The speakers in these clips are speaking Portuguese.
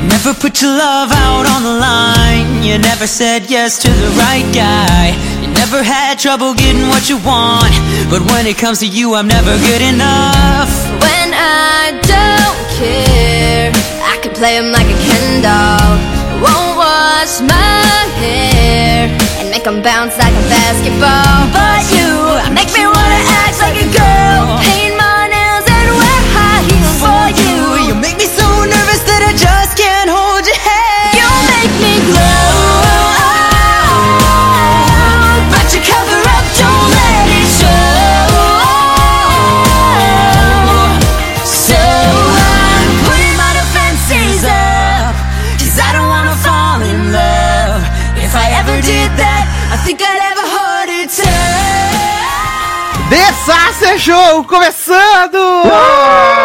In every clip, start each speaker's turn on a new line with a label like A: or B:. A: Never put your love out on the line. You never said yes to the right guy. You never had trouble getting what you want. But when it comes to you, I'm never good enough.
B: When I don't care, I can play him like a Ken doll. Won't wash my hair and make him bounce like a basketball. But you make me wanna act like a girl. Paint my nails and wear high heels for you.
A: You make me so nervous that I just can't hold your head.
B: You make me glow. But you cover up, don't let it show. So I'm putting my defenses up. Cause I don't wanna fall in love. If I ever did that, I think I'd have a harder time.
C: Dessasser Show começando!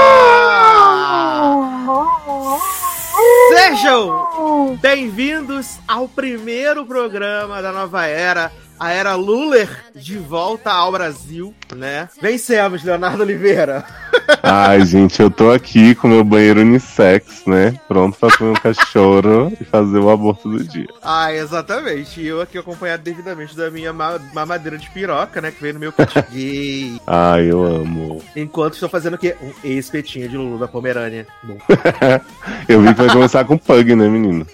C: Sejam bem-vindos ao primeiro programa da nova era, a era Luller de volta ao Brasil, né? Vencemos, Leonardo Oliveira.
D: Ai, gente, eu tô aqui com meu banheiro unissex, né? Pronto pra comer um cachorro e fazer o aborto do dia.
C: Ah, exatamente. E eu aqui acompanhado devidamente da minha ma- mamadeira de piroca, né? Que veio no meu kit gay.
D: Ai, eu amo.
C: Enquanto estou fazendo o quê? Um espetinho de Lulu da Pomerânia. Bom.
D: Eu vi que vai começar com pug, né, menino?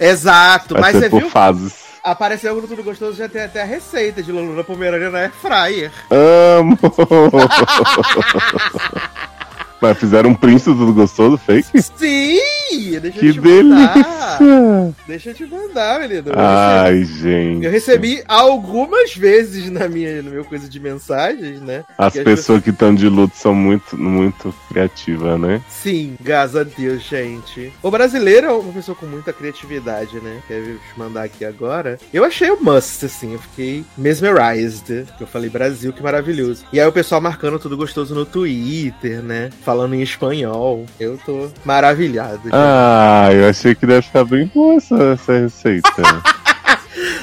C: Exato,
D: Vai
C: mas
D: ser
C: você
D: por
C: viu?
D: fases.
C: Apareceu no Tudo Gostoso, já tem até a receita de Lulu da Pomerânia na Air Fryer.
D: Amo! Mas fizeram um print do Tudo gostoso fake?
C: Sim! Deixa eu
D: Que
C: te mandar.
D: delícia!
C: Deixa eu te mandar, menino. Eu recebi-
D: Ai, gente.
C: Eu recebi algumas vezes na minha, no meu coisa de mensagens, né?
D: As
C: Que
D: pessoas que estão de luto são muito, muito criativas, né?
C: Sim, graças a Deus, gente. O brasileiro é uma pessoa com muita criatividade, né? Quero te mandar aqui agora. Eu achei o must, assim. Eu fiquei mesmerized. Eu falei, Brasil, que maravilhoso. E aí o pessoal marcando tudo gostoso no Twitter, né? Falando em espanhol. Eu tô maravilhado. gente.
D: Ah, eu achei que deve ficar bem boa essa, essa receita.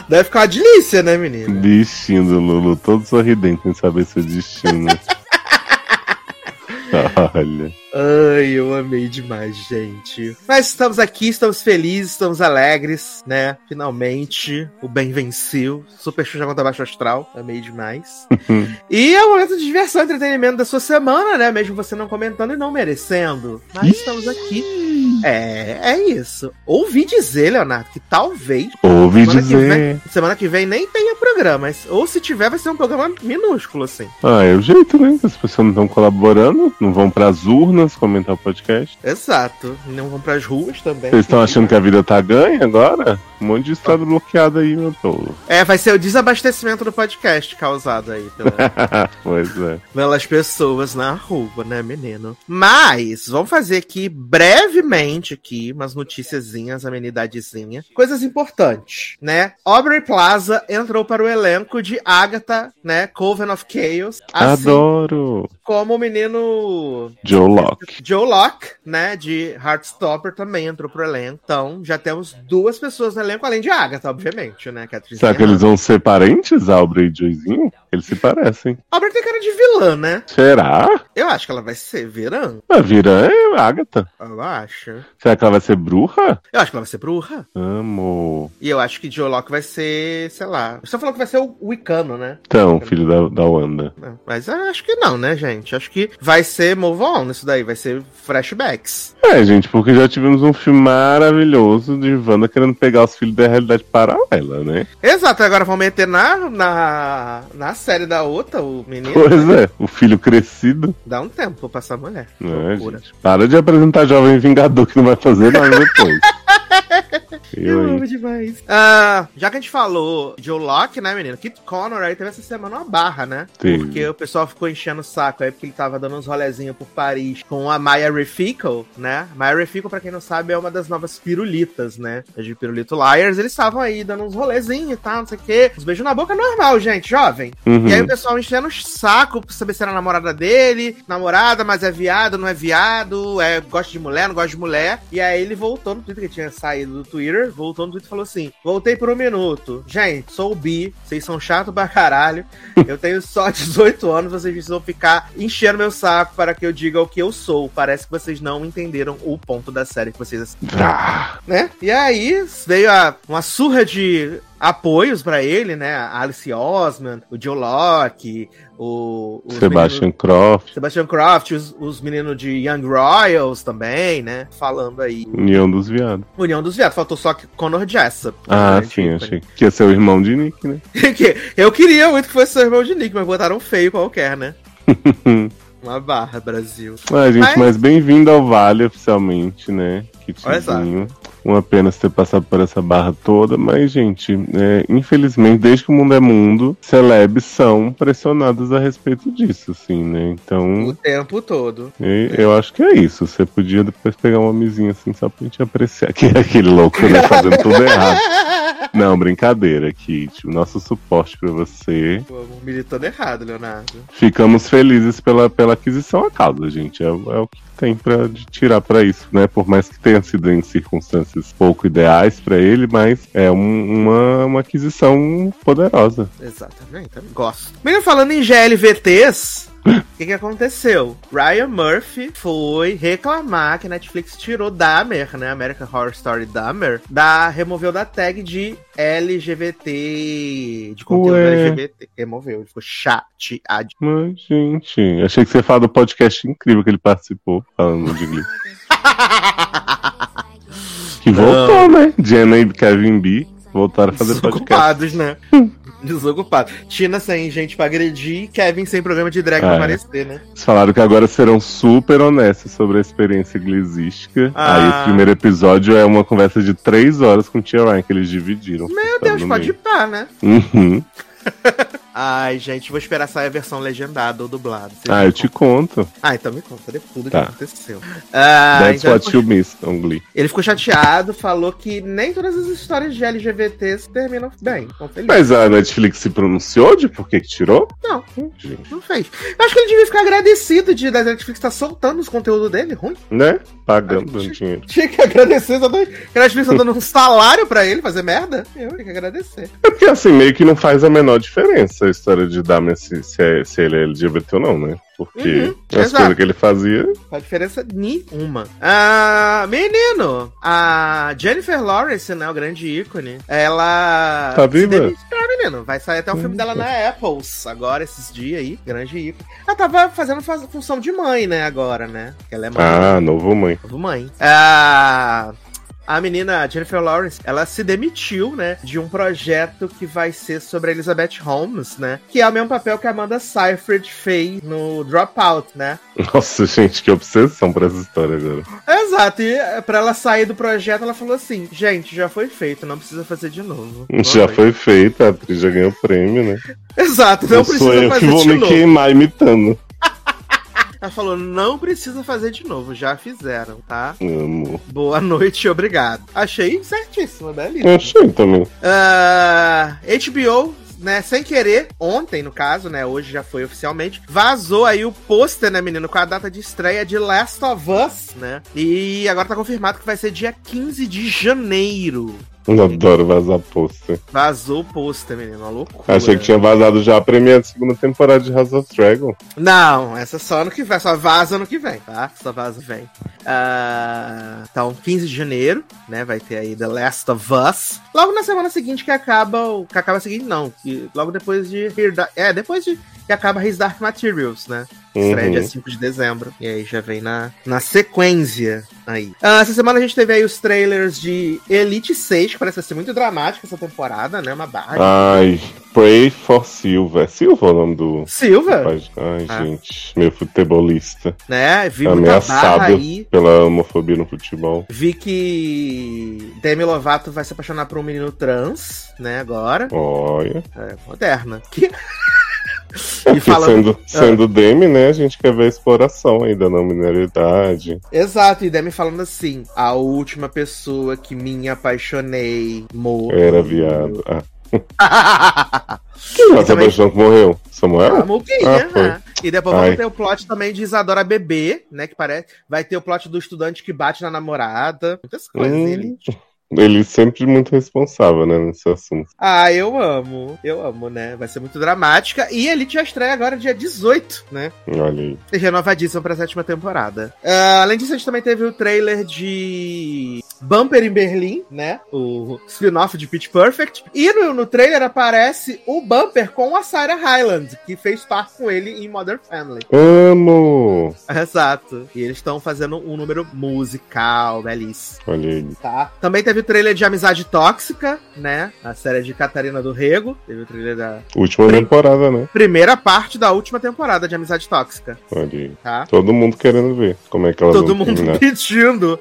C: Deve ficar uma delícia, né, menina?
D: Bichinho do Lulu, todo sorridente sem saber seu destino. Olha.
C: Ai, eu amei demais, gente. Mas estamos aqui, estamos felizes, estamos alegres, né? Finalmente, o bem venceu. Super Xuxa contra Baixo Astral. Amei demais. e é o momento de diversão e entretenimento da sua semana, né? Mesmo você não comentando e não merecendo. Mas estamos aqui. É, é isso. Ouvi dizer, Leonardo, que talvez.
D: Ouvi
C: Semana que
D: dizer.
C: Semana que vem nem tenha programa, mas, ou se tiver, vai ser um programa minúsculo, assim.
D: Ah, é o jeito, né? As pessoas não estão colaborando, não vão pras urnas comentar o podcast.
C: Exato. Não vão pras ruas também.
D: Vocês estão achando que a vida tá ganha agora? Um monte de estado bloqueado aí, meu tolo.
C: É, vai ser o desabastecimento do podcast causado aí pela-
D: pois é.
C: pelas pessoas na rua, né, menino? Mas, vamos fazer aqui brevemente aqui umas noticiazinhas, amenidadezinha. Coisas importantes, né? Aubrey Plaza entrou para o elenco de Agatha, né, Coven of Chaos, assim
D: Adoro.
C: como o menino
D: Joe Locke.
C: Joe Locke, né, de Heartstopper, também entrou pro elenco. Então, já temos duas pessoas no elenco, além de Agatha, obviamente, né, Catherine
D: Será que eles vão ser parentes, Aubrey e Joezinho? Eles se parecem.
C: Aubrey tem cara de vilã, né?
D: Será?
C: Eu acho que ela vai ser verão.
D: A Vira é Agatha.
C: Eu acho.
D: Será que ela vai ser bruxa?
C: Eu acho que ela vai ser bruxa.
D: Amo.
C: E eu acho que Joe Locke vai ser, sei lá. Você falou que vai ser o Wicano, né?
D: Então, filho da, da Wanda.
C: Não, Mas eu acho que não, né, gente? Acho que vai ser Move On isso daí. Vai ser flashbacks.
D: É, gente, porque já tivemos um filme maravilhoso de Wanda querendo pegar os filhos da realidade paralela, né?
C: Exato, agora vão meter na, na, na série da outra, o menino. né?
D: Pois é, o filho crescido.
C: Dá um tempo pra essa mulher.
D: Né,
C: Loucura.
D: gente? Para de apresentar Jovem Vingador que não vai fazer nada depois. Eu, hein?
C: demais. Ah, já que a gente falou de Joe Locke, né, menino? Kit Connor aí teve essa semana uma barra, né?
D: Teve.
C: Porque o pessoal ficou enchendo o saco aí, porque ele tava dando uns rolezinhos por Paris com a Maya Refico, né? Maya Refico, pra quem não sabe, é uma das novas pirulitas, né? As de Pirulito Liars. Eles estavam aí dando uns rolezinhos e tal, não sei o quê. Uns beijos na boca normal, gente, jovem.
D: Uhum.
C: E aí o pessoal enchendo o saco pra saber se era namorada dele, namorada, mas é viado, não é viado, é, gosta de mulher, não gosta de mulher. E aí ele voltou no Twitter que tinha saído do Twitter, voltou no Twitter e falou assim: voltei por um minuto. Gente, sou o Bi, vocês são chato pra caralho. Eu tenho só 18 anos, vocês precisam ficar enchendo meu saco para que eu diga o que eu sou. Parece que vocês não entenderam o ponto da série que vocês assistiram,
D: Ah,
C: né? E aí veio a- uma surra de apoios pra ele, né? A Alice Osman, o Joe Locke, o, o
D: Sebastian Croft,
C: Sebastian Croft, os, os meninos de Young Royals também, né? Falando aí.
D: União dos Viados.
C: União dos Viados, faltou só que Connor Jessup.
D: Ah,
C: Né,
D: sim,
C: tipo,
D: achei que ia ser o irmão de Nick, né?
C: que eu queria muito que fosse seu irmão de Nick, mas botaram um feio qualquer, né? Uma barra, Brasil.
D: Ah, gente,
C: Mas-
D: mas, bem-vindo ao Vale oficialmente, né?
C: Olha só.
D: Kitzinho. Uma pena você ter passado por essa barra toda, mas, gente, é, infelizmente, desde que o mundo é mundo, celebs são pressionadas a respeito disso, assim,
C: O
D: né? Então,
C: tempo todo.
D: e- eu acho que é isso. Você podia depois pegar uma mesinha assim só pra gente apreciar. Que é aquele louco, né? Fazendo tudo errado. Não, brincadeira, Kit. O nosso suporte pra você.
C: Pô, Militou errado, Leonardo.
D: Ficamos felizes pela, pela aquisição à causa, gente. É, o- é o que tem para tirar pra isso, né? Por mais que tenha sido em circunstâncias pouco ideais pra ele, mas é um- uma, uma aquisição poderosa.
C: Exatamente, também gosto. Menino, falando em GLVTs, o que, que aconteceu? Ryan Murphy foi reclamar que a Netflix tirou Dahmer, né? American Horror Story Dahmer, da, removeu da tag de LGBT, de conteúdo
D: Ué.
C: LGBT. Removeu, ele ficou chateado.
D: Mas, gente, achei que você ia falar do podcast incrível que ele participou, falando de Glee. Que voltou, né? Jenna e Kevin B voltaram a fazer podcast.
C: Desocupados, né? Desocupados. Tina sem gente pra agredir e Kevin sem programa de drag pra
D: É.
C: aparecer, né?
D: Eles falaram que agora serão super honestos sobre a experiência glizística.
C: Ah.
D: Aí o primeiro episódio é uma conversa de três horas com o Tia Ryan, que eles dividiram. Tá
C: Meu Deus, pode ir pá, né?
D: Uhum.
C: Ai, gente, vou esperar sair a versão legendada ou dublada. Vocês
D: Ah,
C: me
D: eu te conto.
C: Ah, então me conta de tudo
D: Tá.
C: que aconteceu. Ah,
D: That's
C: então ele,
D: what
C: ficou,
D: you missed, Ongli.
C: ele ficou chateado, falou que nem todas as histórias de LGBTs terminam bem. Então, ele
D: Mas a Netflix se pronunciou de por que que tirou?
C: Não.
D: Hum, gente.
C: não fez. Eu acho que ele devia ficar agradecido de da Netflix estar soltando os conteúdos dele, ruim.
D: Né? Pagando dando dinheiro.
C: Tinha que agradecer, só dois. Que a Netflix tá dando um salário pra ele fazer merda. Eu tinha que agradecer.
D: É porque assim, meio que não faz a menor diferença a história de Dahmer se, se, é- se ele é LGBT ou não, né? Porque
C: Uhum,
D: as
C: exato.
D: coisas que ele fazia.
C: Não faz diferença nenhuma. Ah, menino, a Jennifer Lawrence, né, o grande ícone, ela...
D: Tá
C: se
D: viva?
C: demite- Tá, menino. Vai sair até o filme dela na Apples agora, esses dias aí. Grande ícone. Ela tava fazendo faz- função de mãe, né, agora, né? Que Ela é mãe.
D: Ah, novo mãe.
C: Novo mãe. Ah, a menina Jennifer Lawrence, ela se demitiu, né, de um projeto que vai ser sobre a Elizabeth Holmes, né? Que é o mesmo papel que a Amanda Seyfried fez no Dropout, né?
D: Nossa, gente, que obsessão pra essa história agora.
C: Exato, e eh, pra ela sair do projeto, ela falou assim: gente, já foi feito, não precisa fazer de novo. Boa
D: Já
C: noite.
D: foi feita, a atriz já ganhou prêmio, né?
C: Exato, não
D: Eu sou
C: precisa
D: eu que
C: fazer
D: vou
C: de
D: me
C: novo.
D: queimar imitando.
C: Ela falou: não precisa fazer de novo, já fizeram, tá?
D: Amo.
C: Boa noite e obrigado. Achei certíssima, belíssima.
D: Eu achei também.
C: Ah, HBO, né, sem querer, ontem no caso, né, hoje já foi oficialmente, vazou aí o pôster, né, menino, com a data de estreia de Last of Us, né? E agora tá confirmado que vai ser dia 15 de janeiro.
D: Eu adoro vazar pôster.
C: Vazou o pôster, menino, uma loucura.
D: Achei que tinha vazado já a primeira segunda temporada de House of Dragon.
C: Não, essa só ano que vem, só vaza ano que vem, tá? Só vaza vem. Ah, então, 15 de janeiro, né? Vai ter aí The Last of Us. Logo na semana seguinte que acaba o. Que acaba a seguinte, não. Que logo depois de. Here Da- É, depois de. Que acaba His Dark Materials, né? Estreia
D: Uhum.
C: dia 5 de dezembro. E aí já vem na, na sequência aí. Ah, essa semana a gente teve aí os trailers de Elite 6, que parece ser muito dramática essa temporada, né? Uma barra.
D: Ah. Ai, Pray for Silva. Silva é o nome do.
C: Silva,
D: rapaz? Ai,
C: Ah.
D: gente, meu futebolista.
C: né?
D: É
C: Vi muita barra
D: Ameaçado.
C: aí.
D: Pela homofobia no futebol.
C: Vi que Demi Lovato vai se apaixonar por um menino trans, né, agora.
D: Olha.
C: É, moderna. Que-
D: Porque
C: falando-
D: sendo, sendo Demi, né? A gente quer ver a exploração aí da não mineridade.
C: Exato, e Demi falando assim, a última pessoa que me apaixonei morreu.
D: Era viado. Ah.
C: a
D: Quem nossa
C: também-
D: paixão que morreu? Samuel?
C: Muguinha,
D: Ah, foi.
C: né? E depois vamos
D: Ai.
C: ter o plot também de Isadora Bebê, né, que parece... Vai ter o plot do estudante que bate na namorada. Muitas coisas,
D: Hum.
C: ele...
D: Ele sempre muito responsável, né, nesse assunto.
C: Ah, eu amo. Eu amo, né? Vai ser muito dramática. E ele já estreia agora dia 18, né?
D: Olha aí.
C: E renovadíssimo pra sétima temporada. Ah, além disso, a gente também teve o trailer de Bumper em Berlim, né? O spin-off de Pitch Perfect. E no, no trailer aparece o Bumper com a Sarah Hyland, que fez par com ele em Modern Family.
D: Amo!
C: Exato. E eles estão fazendo um número musical, belíssimo.
D: Olha aí.
C: Tá. Também teve o trailer de Amizade Tóxica, né? A série de Catarina do Rego. Teve o trailer da
D: Última
C: Bem-
D: temporada, né?
C: primeira parte da última temporada de Amizade Tóxica,
D: Olha aí.
C: tá?
D: Todo mundo querendo ver como é que ela
C: Todo
D: vai
C: mundo
D: terminar.
C: pedindo.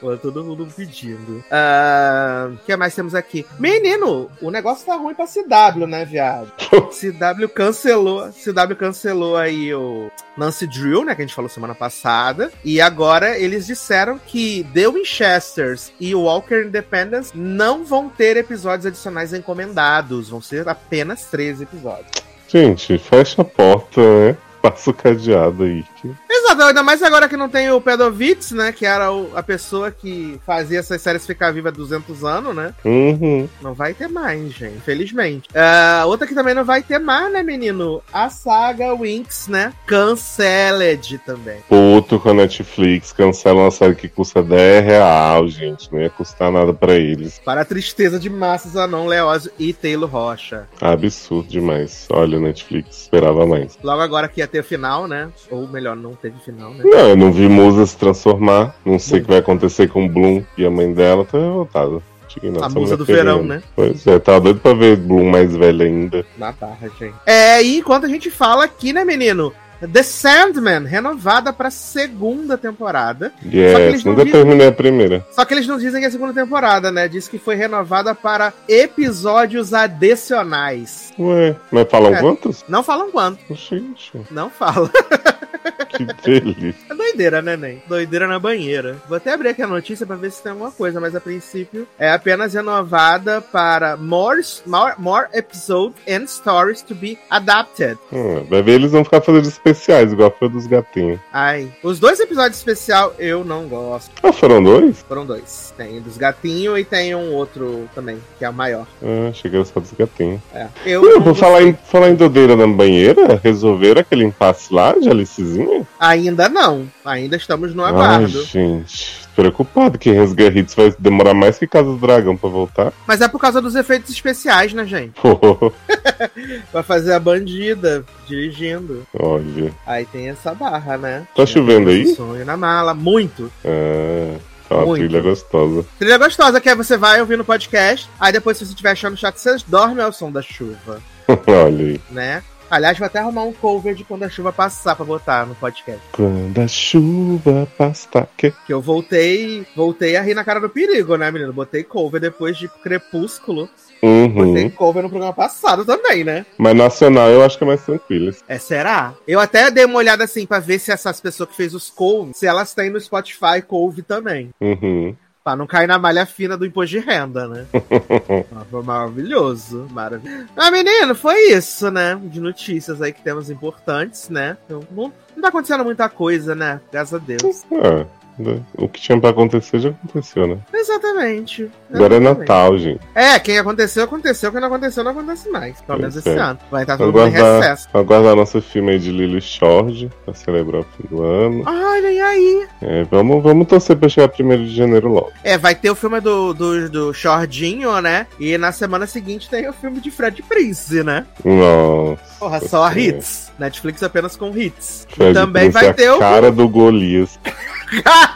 C: Pô, Todo mundo pedindo. Ah, O que mais temos aqui? Menino, o negócio tá ruim pra CW, né, viado? CW cancelou. CW cancelou aí o Nancy Drill, né? Que a gente falou semana passada. E agora eles disseram que The Winchesters e Walker Independence não vão ter episódios adicionais encomendados. Vão ser apenas três episódios.
D: Gente, fecha a porta, né? Passa o cadeado aí. que-
C: Exato, ainda mais agora que não tem o Pedovitz, né? Que era o- a pessoa que fazia essas séries ficar viva há 200 anos, né?
D: Uhum.
C: Não vai ter mais, gente, infelizmente. Ah, outra que também não vai ter mais, né, menino? A saga Winx, né? Canceled também.
D: Puto com a Netflix, cancela uma série que custa 10 real, gente. Não ia custar nada pra eles.
C: Para a tristeza de Márcio Zanon, Leózio e Taylor Rocha.
D: Absurdo demais. Olha, Netflix, esperava mais.
C: Logo agora que ia ter o final, né? Ou melhor, não teve final, né?
D: Não, eu não vi Musa se transformar. Não sei o que vai acontecer com Bloom e a mãe dela. Tá revoltada.
C: A musa do verão, né?
D: Pois é, tá doido pra ver Bloom mais velha ainda.
C: Na barra, gente. É, e enquanto a gente fala aqui, né, menino? The Sandman, renovada pra segunda temporada.
D: E
C: eles
D: yes,
C: não
D: nunca
C: viram.
D: terminei a primeira.
C: Só que eles não dizem que é a segunda temporada, né? Diz que foi renovada para episódios adicionais.
D: Ué, mas falam
C: É.
D: quantos?
C: Não falam quanto,
D: Gente,
C: não fala.
D: que delícia.
C: É doideira, né, Nen? Doideira na banheira. Vou até abrir aqui a notícia pra ver se tem alguma coisa, mas a princípio é apenas renovada para more, more, more episodes and stories to be adapted.
D: Hum, vai ver, eles vão ficar fazendo especiais, igual foi dos gatinhos.
C: Ai, os dois episódios especial eu não gosto.
D: Ah, foram dois?
C: Foram dois. Tem um dos gatinhos e tem um outro também, que é o maior.
D: Ah, achei que era só dos gatinhos.
C: É. Eu
D: Ué,
C: não
D: por
C: gostei.
D: falar em, falar em dodeira na banheira, resolveram aquele impasse lá de Alicezinha?
C: Ainda não. Ainda estamos no
D: Ai,
C: aguardo.
D: gente, preocupado que Resgar Hits vai demorar mais que Casa do Dragão pra voltar.
C: Mas é por causa dos efeitos especiais, né, gente?
D: Pô,
C: Vai fazer a bandida dirigindo.
D: olha.
C: Aí tem essa barra, né?
D: Tá chovendo aí?
C: Sonho na mala, muito.
D: Ah, tá uma
C: Muito.
D: trilha gostosa.
C: Trilha gostosa, que aí você vai ouvir no podcast, aí depois, se você estiver achando chato, você dorme ao som da chuva,
D: olha aí.
C: né? Aliás, vou até arrumar um cover de quando a chuva passar pra botar no podcast.
D: Quando a chuva passa. Que...
C: Que eu voltei, voltei a rir na cara do perigo, né, menino? Botei cover depois de Crepúsculo. Botei
D: Uhum.
C: cover no programa passado também, né?
D: Mas nacional eu acho que é mais tranquilo.
C: É, será? Eu até dei uma olhada assim pra ver se essas pessoas que fez os couve, se elas têm no Spotify couve também.
D: Uhum.
C: Pra não cair na malha fina do imposto de renda, né? Mas Foi maravilhoso, maravilhoso. Mas, menino, foi isso, né? De notícias aí que temos importantes, né? Então, não, não tá acontecendo muita coisa, né? Graças a Deus.
D: Ah, o que tinha pra acontecer já aconteceu, né?
C: Exatamente.
D: Agora é
C: Exatamente.
D: Natal, gente.
C: É, quem aconteceu, aconteceu. Quem não aconteceu, não acontece mais. Pelo menos
D: Pois
C: esse
D: é.
C: ano. Vai estar todo mundo em
D: Aguardar,
C: recesso.
D: aguardar nosso filme aí de Lilo e Jorge pra celebrar o fim do ano.
C: Olha e aí.
D: É, vamos, vamos torcer pra chegar 1 de janeiro logo.
C: É, vai ter o filme do, do, do Shordinho, né? E na semana seguinte tem o filme de Fred Prince, né?
D: Nossa.
C: Porra, só
D: Senhora.
C: hits. Netflix apenas com hits.
D: é. Fred
C: Também
D: Prinze é
C: vai ter
D: a
C: o.
D: cara do Golias.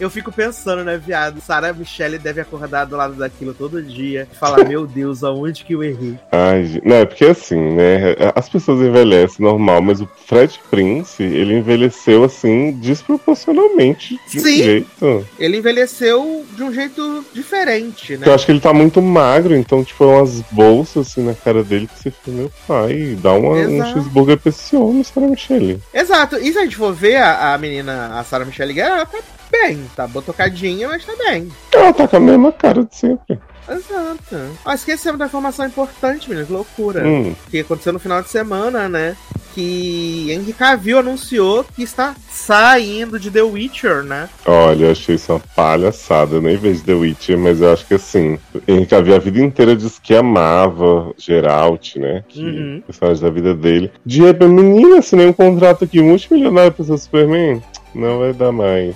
C: Eu fico pensando, né, viado? Sarah Michelle deve acordar do lado daquilo todo dia e falar: Meu Deus, aonde que eu errei?
D: Ai, gente. Não, é porque assim, né? As pessoas envelhecem normal, mas o Fred Prince, ele envelheceu assim, desproporcionalmente de um
C: Sim. Né?
D: jeito.
C: Ele envelheceu de um jeito diferente, né?
D: Eu acho que ele tá muito magro, então, tipo, é umas bolsas assim na cara dele que você fica, meu pai, dá uma, um
C: Exato.
D: cheeseburger pra esse homem, Sarah Michelle.
C: Exato. E se a gente for ver a, a menina, a Sarah Michelle Gellar, ela tá bem. Tá botocadinha, mas tá bem.
D: Ela tá com a mesma cara de sempre.
C: Exato. Ah, Ó, esquecemos da informação importante, menino. Que loucura.
D: Hum,
C: que aconteceu no final de semana, né? que Henry Cavill anunciou que está saindo de The Witcher, né?
D: Olha, eu achei isso uma palhaçada. Eu nem vejo The Witcher, mas eu acho que assim. Henrique Cavill a vida inteira disse que amava Geralt, né? Que
C: Uhum.
D: personagem da vida dele. De repente, menina, assinei um contrato aqui multimilionário pra ser Superman. Não vai dar mais.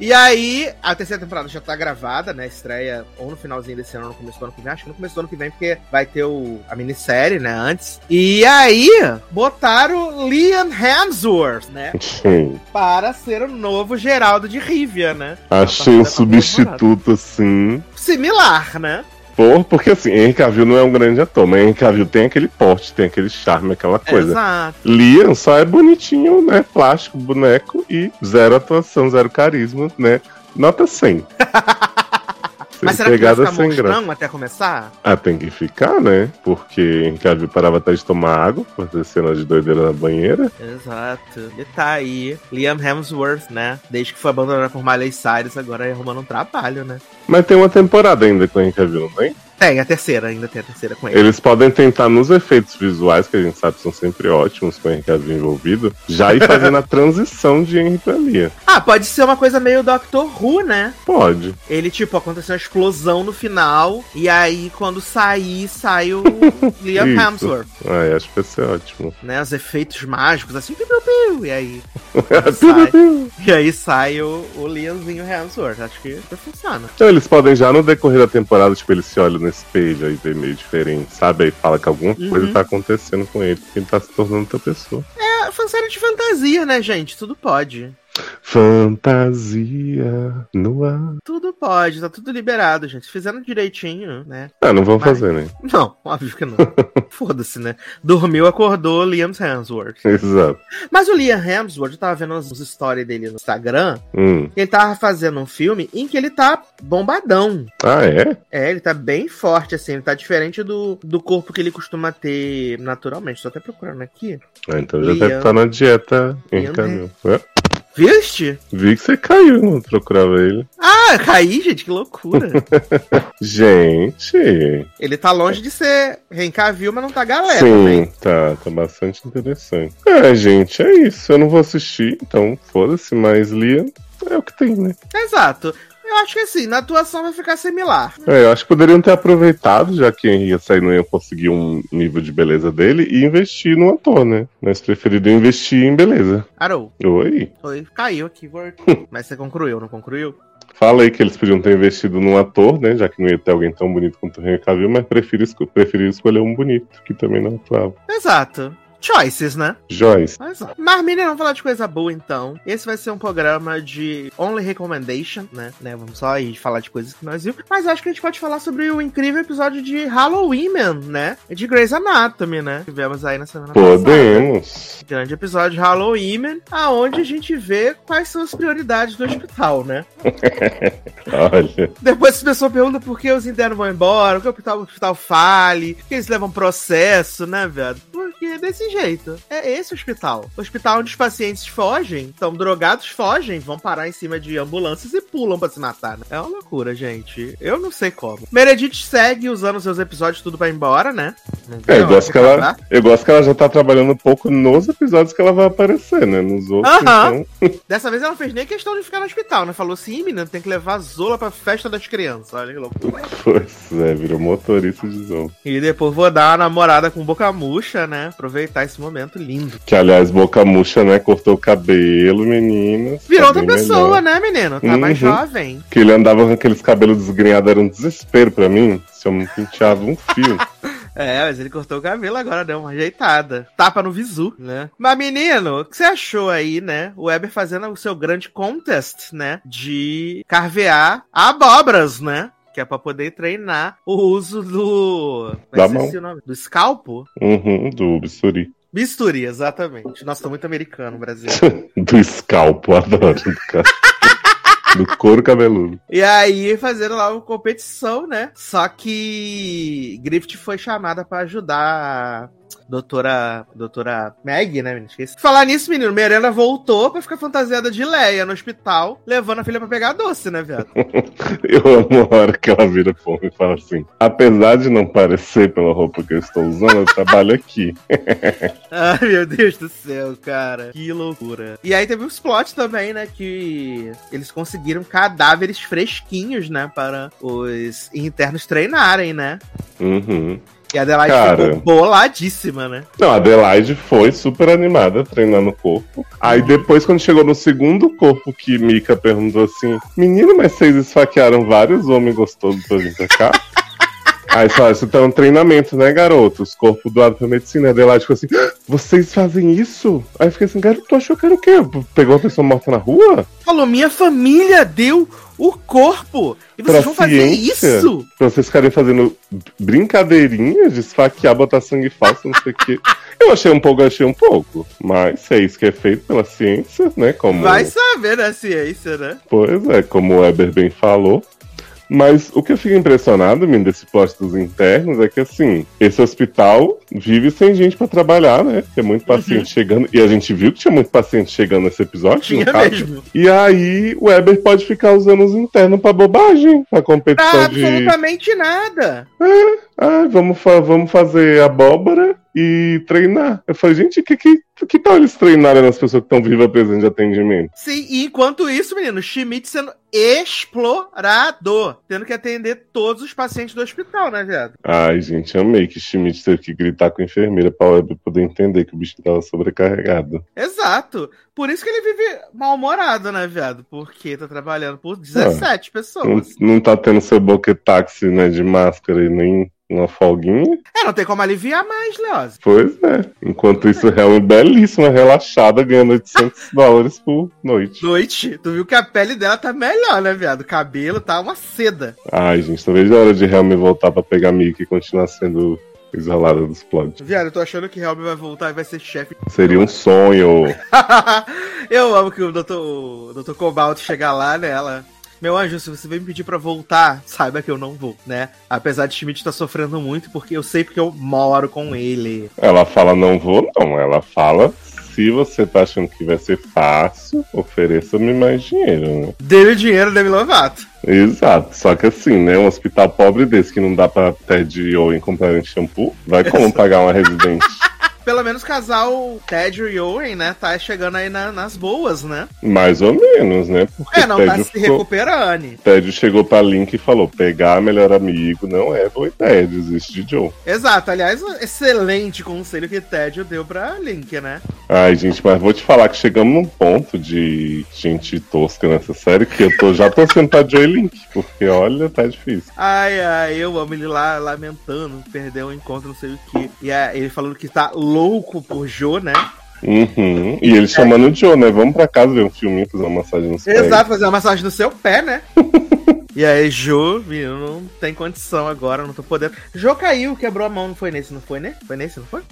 C: e aí, a terceira temporada já tá gravada, né? Estreia ou no finalzinho desse ano, ou no começo do ano que vem. Acho que no começo do ano que vem, porque vai ter o, a minissérie, né? Antes. E aí, botaram Liam Hemsworth, né?
D: Gente,
C: Para ser o novo Geraldo de Rivia, né?
D: achei um
C: Tá fazendo a temporada.
D: substituto assim.
C: Similar, né?
D: Por, porque assim, Henrique Cavill não é um grande ator, mas Henrique Cavill tem aquele porte, tem aquele charme, aquela coisa.
C: Exato.
D: Liam só é bonitinho, né? Plástico, boneco e zero atuação, zero carisma, né? Nota 100. Sem
C: Mas será que vai
D: pegada,
C: ficar
D: sem graça.
C: monstrão até começar?
D: Ah, tem que ficar, né? Porque Henrique parava até de tomar água, por ter cena de doideira na banheira.
C: Exato. E tá aí. Liam Hemsworth, né? Desde que foi abandonado por Miley Cyrus, agora é arrumando um trabalho, né?
D: Mas tem uma temporada ainda com Henrique não tem?
C: Tem a terceira, ainda tem a terceira com ele.
D: né? Eles podem tentar nos efeitos visuais, que a gente sabe são sempre ótimos com Henrique envolvido, já ir fazendo a transição de Henrique pra Lia.
C: Ah, pode ser uma coisa meio Doctor Who, né?
D: Pode.
C: Ele, tipo, aconteceu uma explosão no final, e aí quando sair, sai o Liam
D: Isso.
C: Hemsworth,
D: Ah, acho que vai ser ótimo.
C: né? Os efeitos mágicos, assim, piu, piu, piu, e aí.
D: Piu, piu.
C: E aí sai o, o Liamzinho Hemsworth. Acho que funciona.
D: Então eles podem já no decorrer da temporada, tipo, eles se olham no espelho aí vê meio diferente, sabe? Aí fala que alguma
C: Uhum.
D: coisa tá acontecendo com ele, que ele tá se tornando outra pessoa.
C: É, fansérie de fantasia, né, gente? Tudo pode.
D: Fantasia no ar.
C: Tudo pode, tá tudo liberado, gente. Se fizeram direitinho, né?
D: Ah, não vão
C: Vai.
D: fazer, né?
C: Não, óbvio que não. Foda-se, né? Dormiu, acordou, Liam Hemsworth.
D: Exato.
C: Mas o Liam Hemsworth, eu tava vendo as as stories dele no Instagram,
D: Hum.
C: ele tava fazendo um filme em que ele tá bombadão.
D: Ah, é?
C: É, ele tá bem forte, assim. Ele tá diferente do, do corpo que ele costuma ter naturalmente. Tô até procurando aqui.
D: Ah, então já
C: Liam.
D: deve estar na dieta em
C: Liam
D: caminho. É.
C: Viste?
D: Vi que você caiu, não procurava ele.
C: Ah, caí, gente, que loucura.
D: Gente.
C: Ele tá longe de ser reencavil, mas não tá galera também.
D: Sim, tá, tá bastante interessante. É, gente, é isso. Eu não vou assistir, então foda-se, mas Lia é o que tem, né?
C: Exato. Eu acho que assim, na atuação vai ficar similar.
D: É, eu acho que poderiam ter aproveitado, já que Henry ia sair não ia conseguir um nível de beleza dele, e investir no ator, né? Mas preferiram investir em beleza.
C: Arou.
D: Oi.
C: Oi, caiu aqui, voltou. Mas você concluiu, não concluiu?
D: Falei que eles podiam ter investido num ator, né? Já que não ia ter alguém tão bonito quanto o Henry Cavill, mas prefiro esco- preferiram escolher um bonito, que também não atuava.
C: Exato. Choices, né?
D: Joyce.
C: Mas, ó. mas menina, vamos falar de coisa boa então. Esse vai ser um programa de Only Recommendation, né? né? Vamos só aí falar de coisas que nós vimos. Mas acho que a gente pode falar sobre o incrível episódio de Halloween, Man, né? De Grey's Anatomy, né? Tivemos aí na semana
D: Podemos.
C: Grande episódio de Halloween, Man, aonde a gente vê quais são as prioridades do hospital, né?
D: Olha.
C: Depois as pessoas perguntam por que os internos vão embora, por que o hospital, o hospital fale, por que eles levam processo, né, velho? Porque é desse jeito. É esse o hospital. O hospital onde os pacientes fogem, estão drogados, fogem, vão parar em cima de ambulâncias e pulam pra se matar, né? É uma loucura, gente. Eu não sei como. Meredith segue usando seus episódios tudo pra ir embora, né?
D: É, eu,
C: Não,
D: gosto que ela,
C: acabar.
D: eu gosto que ela já tá trabalhando um pouco nos episódios que ela vai aparecer, né? Nos outros,
C: Aham.
D: então.
C: Dessa vez ela não fez nem questão de ficar no hospital, né? Falou assim, "Ih, menino, tem que levar a Zola pra festa das crianças. Olha que loucura.
D: Pois é, virou motorista de zão.
C: E depois vou dar uma namorada com boca murcha, né? Aproveitar esse momento lindo.
D: Que, aliás, boca murcha, né? Cortou o cabelo, meninas.
C: Virou
D: Tá
C: outra
D: bem
C: pessoa, né,
D: melhor.
C: menino? Tá mais
D: Uhum.
C: jovem.
D: Que ele andava com aqueles cabelos desgrenhados, era um desespero pra mim. Se eu não penteava um fio.
C: É, mas ele cortou o cabelo agora, deu uma ajeitada. Tapa no visu, né? Mas, menino, o que você achou aí, né? O Weber fazendo o seu grande contest, né? De carvear abobras, né? Que é pra poder treinar o uso do. é
D: Da
C: esqueci
D: mão.
C: o nome. Do scalpo?
D: Uhum, do bisturi.
C: Bisturi, exatamente. Nossa, tô muito americano, brasileiro.
D: do escalpo, adoro. Cara. Do couro cabeludo.
C: E aí fazendo lá uma competição, né? Só que Griffith foi chamada pra ajudar a doutora, doutora Meg, né, menino? Esqueci. Falar nisso, menino, Merenda voltou pra ficar fantasiada de Leia no hospital, levando a filha pra pegar doce, né, viado?
D: Eu amo a hora que ela vira pô e fala assim: apesar de não parecer pela roupa que eu estou usando, eu trabalho aqui.
C: Ai, meu Deus do céu, cara. Que loucura. E aí teve os plot também, né? Que eles conseguiram cadáveres fresquinhos, né? Para os internos treinarem, né?
D: Uhum.
C: E a Adelaide
D: Cara.
C: ficou boladíssima, né?
D: Não, a Adelaide foi super animada treinando o corpo. Aí depois, quando chegou no segundo corpo, que Mika perguntou assim: Menino, mas vocês esfaquearam vários homens gostosos pra vir pra cá? Aí falaram, isso tá um treinamento, né, garoto? Os corpos doados pra medicina. A Adelaide ficou assim, "Ah, vocês fazem isso? Aí eu fiquei assim, garoto, tu achou que era o quê? Pegou uma pessoa morta na rua?
C: Falou, minha família deu o corpo. E vocês
D: Pra
C: vão fazer
D: ciência?
C: isso?
D: Pra vocês ficarem fazendo brincadeirinhas de esfaquear, botar sangue falso, não sei o quê. Eu achei um pouco, achei um pouco. Mas se é isso que é feito pela ciência, né? Como,
C: Vai saber da ciência, né?
D: Pois é, como o Weber bem falou. Mas o que eu fico impressionado, menino, desse plot dos internos é que, assim, esse hospital vive sem gente pra trabalhar, né? Tem muito
C: Uhum.
D: paciente chegando. E a gente viu que tinha muito paciente chegando nesse episódio.
C: Tinha
D: no caso.
C: mesmo.
D: E aí o Weber pode ficar usando os internos pra bobagem, pra competição
C: Pra
D: de.
C: absolutamente nada.
D: Ah, vamos, fa- vamos fazer abóbora e treinar. Eu falei, gente, que, que, que tal eles treinarem as pessoas que estão vivas presente de atendimento?
C: Sim, e enquanto isso, menino, Schmidt sendo explorado. Tendo que atender todos os pacientes do hospital, né, viado?
D: Ai, gente, amei que Schmidt teve que gritar com a enfermeira pra Web poder entender que o bicho tava sobrecarregado.
C: Exato. Por isso que ele vive mal-humorado, né, viado? Porque tá trabalhando por
D: Ah,
C: 17
D: Não,
C: pessoas.
D: não tá tendo seu boquetaxi, né, de máscara e nem uma folguinha?
C: É, não tem como aliviar mais, Leoz.
D: Pois é. Enquanto isso, Hell é belíssima, relaxada, ganhando 800 dólares por noite.
C: Noite, tu viu que a pele dela tá melhor, né, viado? O cabelo tá uma seda.
D: Ai, gente, talvez a hora de Helm voltar pra pegar Mickey e continuar sendo isolada dos plots.
C: Viado, eu tô achando que Helm vai voltar e vai ser chefe.
D: Seria um sonho.
C: eu amo que o Dr. o Dr. Cobalt chegar lá, né? Ela. Meu anjo, se você vem me pedir pra voltar, saiba que eu não vou, né? Apesar de Schmidt tá sofrendo muito, porque eu sei porque eu moro com ele.
D: Ela fala, não vou, não. Ela fala, se você tá achando que vai ser fácil, ofereça-me mais dinheiro, né?
C: Dele o dinheiro, Demi Lovato.
D: Exato. Só que assim, né? Um hospital pobre desse que não dá pra Ted e Owen comprarem shampoo, vai como pagar uma residente?
C: Pelo menos o casal Ted e Owen, né? Tá chegando aí na- nas boas, né?
D: Mais ou menos, né? Porque
C: É, não tá
D: Ted
C: se
D: ficou-
C: recuperando.
D: Ted chegou pra Link e falou: pegar melhor amigo não é boa ideia, desiste de Joe.
C: Exato, aliás, um excelente conselho que Ted deu pra Link, né?
D: Ai, gente, mas vou te falar que chegamos num ponto de gente tosca nessa série que eu tô, já tô sentado de Joy Link, porque olha, tá difícil.
C: Ai, ai, eu amo ele lá lamentando, perdeu o encontro, não sei o que. E aí, ele falando que tá louco por Jo, né?
D: Uhum. E ele chamando o Joe, né? Vamos pra casa ver um filminho, fazer uma massagem nos pés.
C: Exato, fazer uma massagem no seu pé, né? e aí, Jo, menino, não tem condição agora, não tô podendo. Jo caiu, quebrou a mão, não foi nesse, não foi, né? Foi nesse, não foi?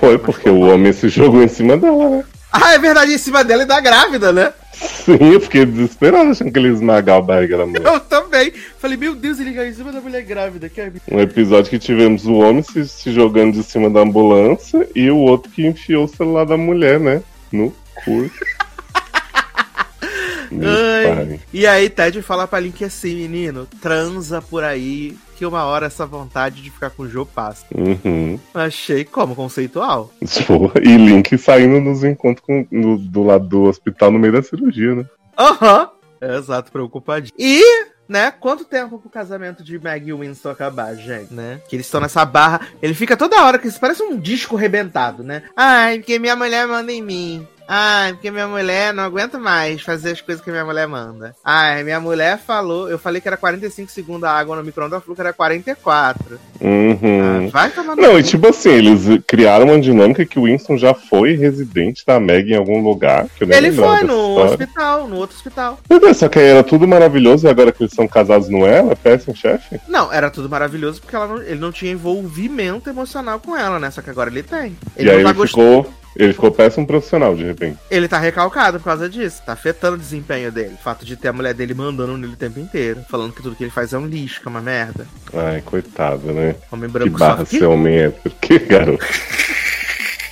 D: Foi porque o homem se jogou em cima dela, né?
C: Ah, é verdade, em cima dela e da grávida, né?
D: Sim, eu fiquei desesperado achando que ele ia esmagar a barriga da mulher.
C: Eu também. Falei, meu Deus, ele caiu em cima da mulher grávida. Que absurdo.
D: Um episódio que tivemos o homem se, se jogando de cima da ambulância e o outro que enfiou o celular da mulher, né? No cu. Meu
C: Ai.
D: pai.
C: E aí, Ted fala pra Link assim, menino, transa por aí, que uma hora essa vontade de ficar com o Joe passa.
D: Uhum.
C: Achei como conceitual.
D: Pô, E Link saindo nos encontros com- no- do lado do hospital no meio da cirurgia, né?
C: Aham. É Exato, preocupadinho. E, né, quanto tempo pro casamento de Maggie e Winston acabar, gente, né? Que eles estão nessa barra. Ele fica toda hora, que isso parece um disco rebentado, né? Ai, porque minha mulher manda em mim. Ai, porque minha mulher não aguenta mais fazer as coisas que minha mulher manda. Ai, minha mulher falou. Eu falei que era 45 segundos a água no micro-ondas, ela falou que era 44.
D: Uhum.
C: Ah, vai tomar no
D: Não, e
C: cu.
D: tipo assim, eles criaram uma dinâmica que o Winston já foi residente da Meg em algum lugar. Que eu nem
C: Ele
D: lembrava
C: foi
D: dessa
C: no
D: história.
C: hospital, no outro hospital.
D: Meu Deus, só que aí era tudo maravilhoso e agora que eles são casados não é? Ela é péssimo chefe?
C: Não, era tudo maravilhoso porque ela não- ele não tinha envolvimento emocional com ela, né? Só que agora ele tem.
D: e
C: Ele não
D: aí ele
C: tá gostando.
D: ficou Ele ficou péssimo profissional, de repente.
C: Ele tá recalcado por causa disso. Tá afetando o desempenho dele. O fato de ter a mulher dele mandando nele o tempo inteiro. Falando que tudo que ele faz é um lixo, que é uma merda.
D: Ai, coitado, né?
C: Homem
D: Que
C: branco só.
D: barra
C: Que-
D: ser homem é. Porque, garoto.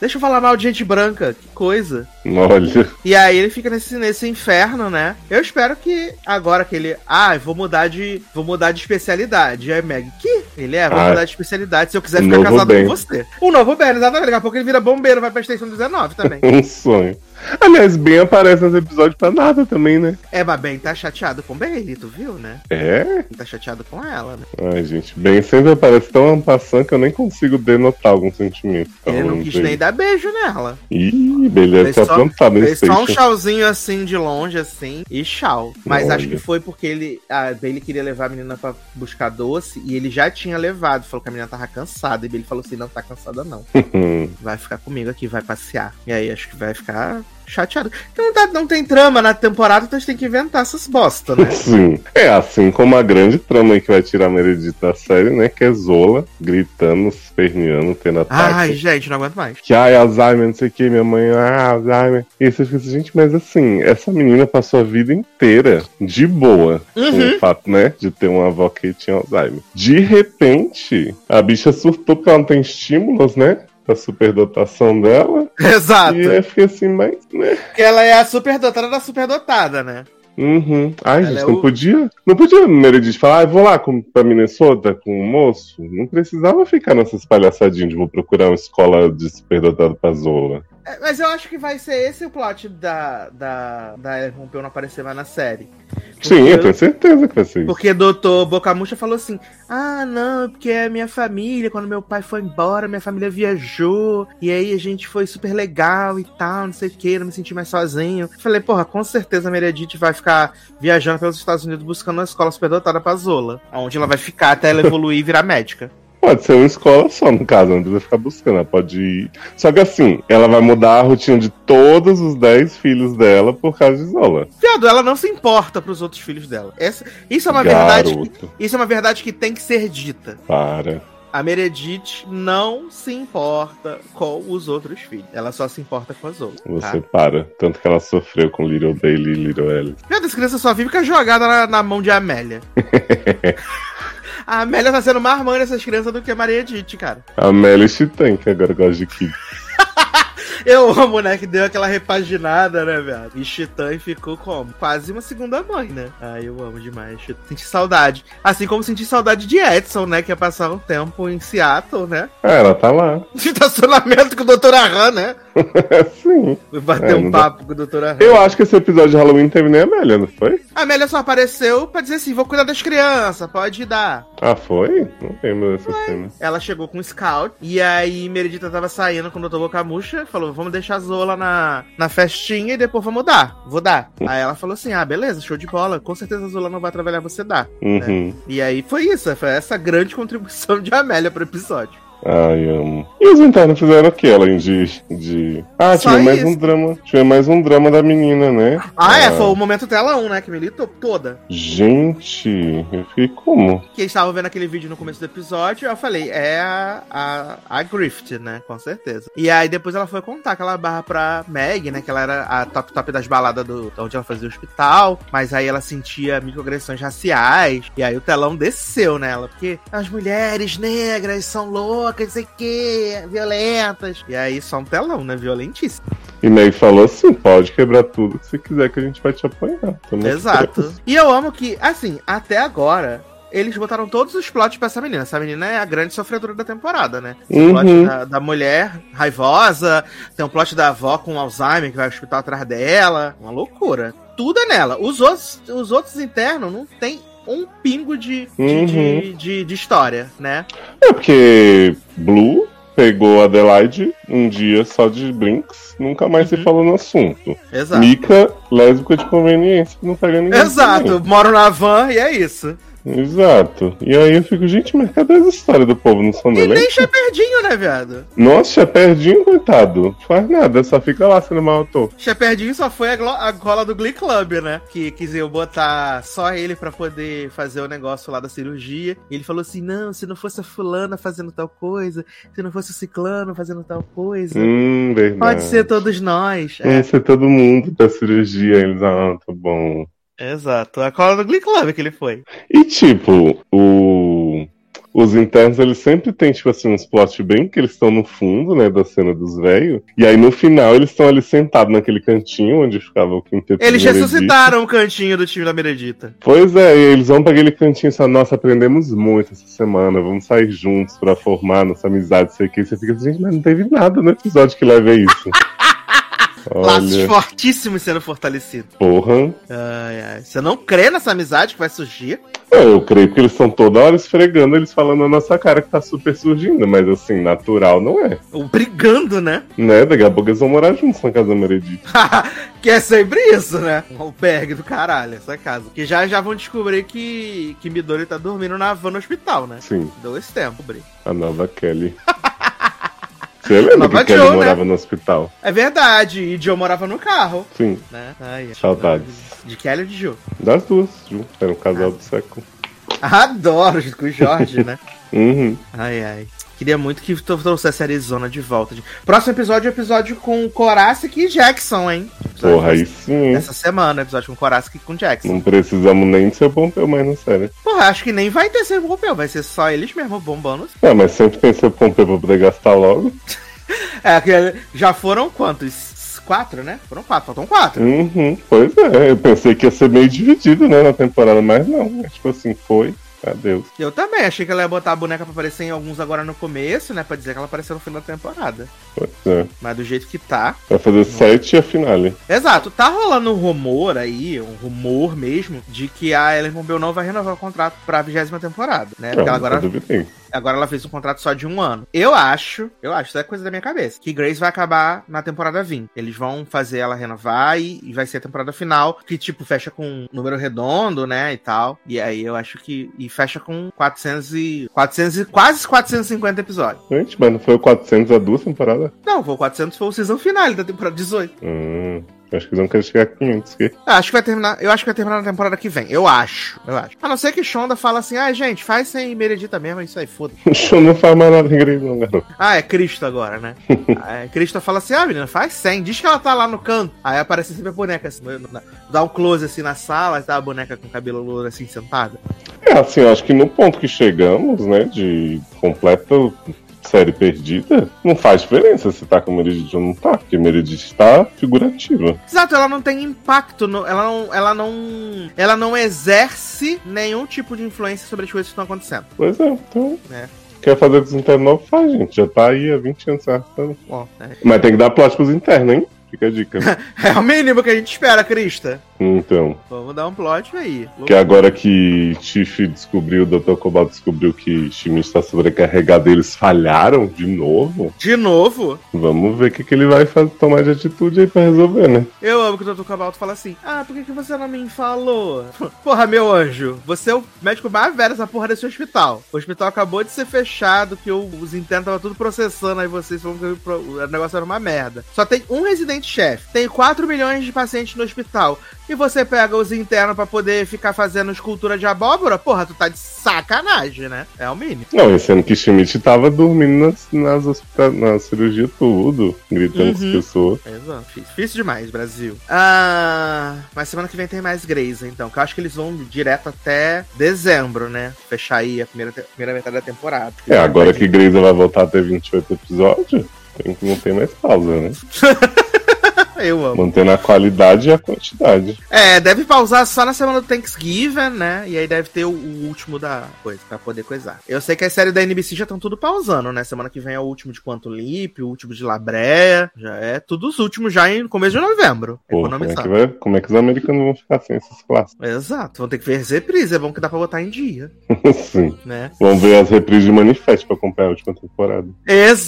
C: Deixa eu falar mal de gente branca. Que coisa.
D: Olha.
C: E aí ele fica nesse, nesse inferno, né? Eu espero que agora que ele. Ah, eu vou mudar de. Vou mudar de especialidade. E aí, Meg, que? Ele é, vou
D: Ah.
C: mudar de especialidade se eu quiser
D: Um
C: ficar
D: novo
C: casado
D: Ben.
C: com você. O novo Ben, exatamente. Daqui a pouco ele vira bombeiro, vai pra extensão 19 também.
D: Um sonho. Aliás, Ben aparece nesse episódio pra nada também, né?
C: é, mas Ben tá chateado com Bailey, tu viu, né?
D: É?
C: Ele tá chateado com ela, né?
D: Ai, gente, Ben sempre aparece tão ampassando que eu nem consigo denotar algum sentimento. Tá
C: ele não
D: rolando
C: quis
D: pra
C: nem dar beijo nela.
D: Ih, beleza,
C: Fez
D: tá
C: só-
D: plantado
C: Fez
D: nesse
C: só um
D: peixe.
C: tchauzinho assim de longe, assim, e tchau. Mas
D: Olha.
C: acho que foi porque ele. A Bailey queria levar a menina pra buscar doce e ele já tinha levado. Falou que a menina tava cansada. E Bailey falou assim: não tá cansada, não.
D: Hum,
C: Vai ficar comigo aqui, vai passear. E aí acho que vai ficar chateado. Porque não, tá- não tem trama na temporada, então a gente tem que inventar essas bosta, né?
D: Sim. É assim como a grande trama aí que vai tirar a Meredith da série, né? Que é Zola gritando, esperneando, tendo ataque.
C: Ai, gente, não aguento mais.
D: que ai, Alzheimer, não sei o que, minha mãe, ah, Alzheimer. E você fica assim, gente, mas assim, essa menina passou a vida inteira de boa
C: Uhum.
D: com o fato, né, de ter uma avó que tinha Alzheimer. De repente, a bicha surtou porque ela não tem estímulos, né? Da superdotação dela.
C: Exato.
D: E eu fiquei assim, mas, né?
C: Porque ela é a superdotada da superdotada, né?
D: Uhum. Ai,
C: Ela
D: gente,
C: é
D: não
C: o-
D: podia. Não podia Meredith falar, ah, eu vou lá com, pra Minnesota com o moço. Não precisava ficar nessas palhaçadinhas de vou procurar uma escola de superdotado pra Zola.
C: É, Mas eu acho que vai ser esse o plot da, da, da Ellen Pompeu não aparecer mais na série.
D: Sim,
C: Porque-
D: é eu tenho certeza que vai ser isso.
C: Porque doutor Bocamucha falou assim: Ah, não, é porque a minha família, quando meu pai foi embora, minha família viajou, e aí a gente foi super legal e tal, não sei o que, não me senti mais sozinho. Falei, porra, com certeza a Meredith vai ficar viajando pelos Estados Unidos buscando uma escola superdotada pra Zola, onde ela vai ficar até ela evoluir e virar médica.
D: Pode ser uma escola só, no caso, não precisa ficar buscando, ela pode ir. Só que assim, ela vai mudar a rotina de todos os 10 filhos dela por causa de Zola.
C: Viado, ela não se importa pros outros filhos dela. Essa, isso é uma verdade.
D: Garoto,
C: Isso é uma verdade que tem que ser dita.
D: para.
C: A Meredith não se importa com os outros filhos. Ela só se importa com as outras.
D: Você
C: Tá?
D: para. Tanto que ela sofreu com Little Bailey e Little Alice.
C: Meu Deus, criança só vive com a jogada na, na mão de Amélia. a Amélia tá sendo mais mãe dessas crianças do que a Maria Edith, cara.
D: A Melly Chitan, que agora gosta de Kid.
C: Eu amo, né? Que deu aquela repaginada, né, velho? E Chitã ficou como? Quase uma segunda mãe, né? Ai, eu amo demais. Chitã. Senti saudade. Assim como senti saudade de Edson, né? Que ia passar um tempo em Seattle, né?
D: Ah, ela tá lá. É
C: De estacionamento com o Dr. Arran, né?
D: Sim.
C: Fui bater
D: É,
C: um
D: não dá-
C: papo com o Dr. Arran.
D: Eu acho que esse episódio de Halloween teve nem a Amélia, não foi?
C: A Amélia só apareceu pra dizer assim: vou cuidar das crianças, pode dar.
D: Ah, foi? Não lembro dessa cena.
C: Ela chegou com o Scout, e aí Meredita tava saindo com o Dr. Bocamucha, falou: vamos deixar a Zola na, na festinha e depois vamos dar, vou dar. Aí ela falou assim: ah, beleza, show de bola, com certeza a Zola não vai trabalhar, você dá.
D: Uhum.
C: E aí foi isso, foi essa grande contribuição de Amélia pro episódio.
D: Ai, amo. E os internos fizeram o que, além de. de... Ah,
C: Só
D: tive mais
C: isso.
D: um drama. Tive mais um drama da menina, né?
C: Ah, é, foi o momento tela 1, né, que militou toda.
D: Gente, eu fiquei como?
C: Que eles estavam vendo aquele vídeo no começo do episódio, eu falei, é a, a, a Grift, né? Com certeza. E aí depois ela foi contar aquela barra pra Meg, né? Que ela era a top top das baladas do, onde ela fazia o hospital. Mas aí ela sentia microagressões raciais. E aí o telão desceu nela. Porque as mulheres negras são loucas, não sei o quê, violentas. E aí só um telão, né? Violentíssimo.
D: E Meg falou assim: pode quebrar tudo que você quiser que a gente vai te apoiar. Tamo
C: Exato. Né? E eu amo que, assim, até agora. Eles botaram todos os plots pra essa menina. Essa menina é a grande sofredora da temporada, né?
D: junto. Uhum.
C: plot da, da mulher raivosa, tem um plot da avó com Alzheimer que vai ao hospital atrás dela. Uma loucura. Tudo é nela. Os outros, os outros internos não tem um pingo de, de,
D: Uhum.
C: de, de- de história, né?
D: É porque Blue pegou Adelaide um dia só de brinks, nunca mais se
C: Uhum.
D: falou no assunto.
C: Exato.
D: Mica, lésbica de conveniência, que não pega ninguém. também.
C: Exato, moro na van e é isso.
D: Exato. E aí eu fico, gente, mas cadê as histórias do povo? Não são
C: E
D: elenco?
C: nem Chaperdinho, né, viado?
D: Nossa, perdinho, coitado. Faz nada, só fica lá sendo mal ator.
C: Chaperdinho só foi a, glo- a gola do Glee Club, né? Que quiseu botar só ele pra poder fazer o negócio lá da cirurgia. E ele falou assim: não, se não fosse a fulana fazendo tal coisa, se não fosse o ciclano fazendo tal coisa,
D: Hum, verdade.
C: pode ser todos nós. É.
D: Pode ser todo mundo da cirurgia. Eles, ah, tá bom.
C: É, exato. A cola do Glee Club que ele foi.
D: E tipo, o... os internos eles sempre têm, tipo assim, uns plot bem que eles estão no fundo, né, da cena dos velhos. E aí no final eles estão ali sentados naquele cantinho onde ficava o quinteto.
C: Eles
D: do Meredith.
C: ressuscitaram o cantinho do time da Meredita.
D: Pois é, e eles vão pra aquele cantinho e falam, nossa, aprendemos muito essa semana, vamos sair juntos pra formar nossa amizade, sei o que. E Você fica assim, gente, mas não teve nada no episódio que leva a isso.
C: Laços
D: Olha,
C: fortíssimos sendo fortalecidos.
D: porra.
C: Ai, ai. Você não crê nessa amizade que vai surgir?
D: Eu creio que eles estão toda hora esfregando, eles falando na nossa cara que tá super surgindo, mas assim, natural não é.
C: Ou brigando, né?
D: Né, daqui a pouco eles vão morar juntos na casa da Meredith.
C: que é sempre isso, né? Um albergue do caralho, essa casa. Que já já vão descobrir que, que Midori tá dormindo na van no hospital, né?
D: Sim,
C: Dois tempos, Bri.
D: a nova Kelly. Você lembra
C: Nova
D: que Kelly
C: Joe, né?
D: morava no hospital?
C: É verdade, e Joe morava no carro,
D: Sim,
C: né? Ai, ai.
D: Saudades.
C: De Kelly ou de Joe?
D: das duas, junto. Era um casal do século.
C: Adoro, junto com o Jorge, né?
D: Uhum.
C: Ai, ai. Queria muito que tu trouxesse a Arizona de volta. Próximo episódio é o episódio com Corassic e Jackson, hein? Episódio
D: Porra, aí sim, hein?
C: Essa semana, episódio com Corassic e com Jackson.
D: Não precisamos nem de ser Pompeu mais na série.
C: Porra, acho que nem vai ter ser europeu, vai ser só eles mesmo bombando.
D: É, mas sempre tem seu Pompeu pra poder gastar logo.
C: É, que já foram quantos? Quatro, né? Foram quatro, faltam quatro.
D: Uhum. Pois é, eu pensei que ia ser meio dividido, né, na temporada, mas não. É tipo assim, foi. Adeus.
C: Eu também, achei que ela ia botar a boneca pra aparecer em alguns agora no começo, né? Pra dizer que ela apareceu no final da temporada.
D: Pois é.
C: Mas do jeito que tá.
D: Vai fazer sete e a finale.
C: Exato, tá rolando um rumor aí, um rumor mesmo, de que a Ellen Pompeu não vai renovar o contrato pra vigésima temporada, né? Porque
D: Não,
C: ela agora
D: eu duvidei.
C: Agora ela fez um contrato só de um ano. Eu acho, eu acho, isso é coisa da minha cabeça, que Grace vai acabar na temporada 20. Eles vão fazer ela renovar e, e vai ser a temporada final, que tipo, fecha com um número redondo, né, e tal. E aí eu acho que. E fecha com 400 e. 400 e quase 450 episódios.
D: Gente, mas não foi o 400 a duas temporadas?
C: Não, foi o 400 foi o season final da temporada 18.
D: Hum, acho que eles vão querer chegar a 500, que?
C: Eu acho que vai terminar, eu acho que vai terminar na temporada que vem. Eu acho, eu acho. A não ser que Shonda fala assim: "Ah, gente, faz sem Meredita mesmo, é isso aí, foda".
D: O show não faz mais nada em inglês, não, garoto.
C: Ah, é Cristo agora, né? Ah, é, Cristo fala assim, ah, menina, faz 100. Diz que ela tá lá no canto. Aí aparece sempre a boneca, assim, na- dá um close assim na sala, tá a boneca com o cabelo louro assim, sentada.
D: É, assim, eu acho que no ponto que chegamos, né, de completa série perdida, não faz diferença se tá com Meredith ou não tá, porque Meredith tá figurativa.
C: Exato, ela não tem impacto, no- ela, não, ela, não, ela não exerce nenhum tipo de influência sobre as coisas que estão acontecendo.
D: Pois é, então...
C: É.
D: Quer fazer com os internos novos? Faz, gente. Já tá aí há 20 anos. arrastando.
C: Bom, né?
D: Mas tem que dar plástico pros internos, hein? Fica a dica. né?
C: É o mínimo que a gente espera, Crista.
D: então...
C: Vamos dar um plot aí.
D: Que agora que Tiff descobriu, o Dr. Cobal descobriu que Shimi está sobrecarregado, eles falharam de novo.
C: De novo,
D: Vamos ver o que, que ele vai fazer, tomar de atitude aí pra resolver, né?
C: Eu amo que o Dr. Cabalto fala assim: Ah, por que, que você não me falou? Porra, meu anjo, você é o médico mais velho dessa porra desse hospital. O hospital acabou de ser fechado, que o- os internos estavam tudo processando, aí vocês foram. ver o pro- O negócio era uma merda. Só tem um residente-chefe, tem 4 milhões de pacientes no hospital. E você pega os internos pra poder ficar fazendo escultura de abóbora? Porra, tu tá de sacanagem, né? É o mínimo.
D: Não, e sendo que Schmidt tava dormindo nas, nas, hospita- na cirurgia tudo, gritando com as
C: Uhum.
D: pessoas.
C: Exato. Difícil demais, Brasil. Ah, mas semana que vem tem mais Grace, então. Que eu acho que eles vão direto até dezembro, né? Fechar aí a primeira, te- primeira metade da temporada.
D: É, agora que Grisa vai voltar a ter 28 episódios, tem que não ter mais pausa, né?
C: Então, Eu amo.
D: Mantendo a qualidade e a quantidade.
C: É, deve pausar só na semana do Thanksgiving, né? E aí deve ter o, o último da coisa, pra poder coisar. Eu sei que as séries da NBC já estão tudo pausando, né? Semana que vem é o último de Quanto Lip, o último de Labreia. Já é tudo os últimos já em no começo de novembro.
D: Pô, como é, que vai, como é que os americanos vão ficar sem essas classes?
C: Exato, vão ter que ver reprise, é bom que dá pra botar em dia.
D: Sim.
C: né?
D: Vamos Assim, ver as reprises de Manifest pra acompanhar a última temporada.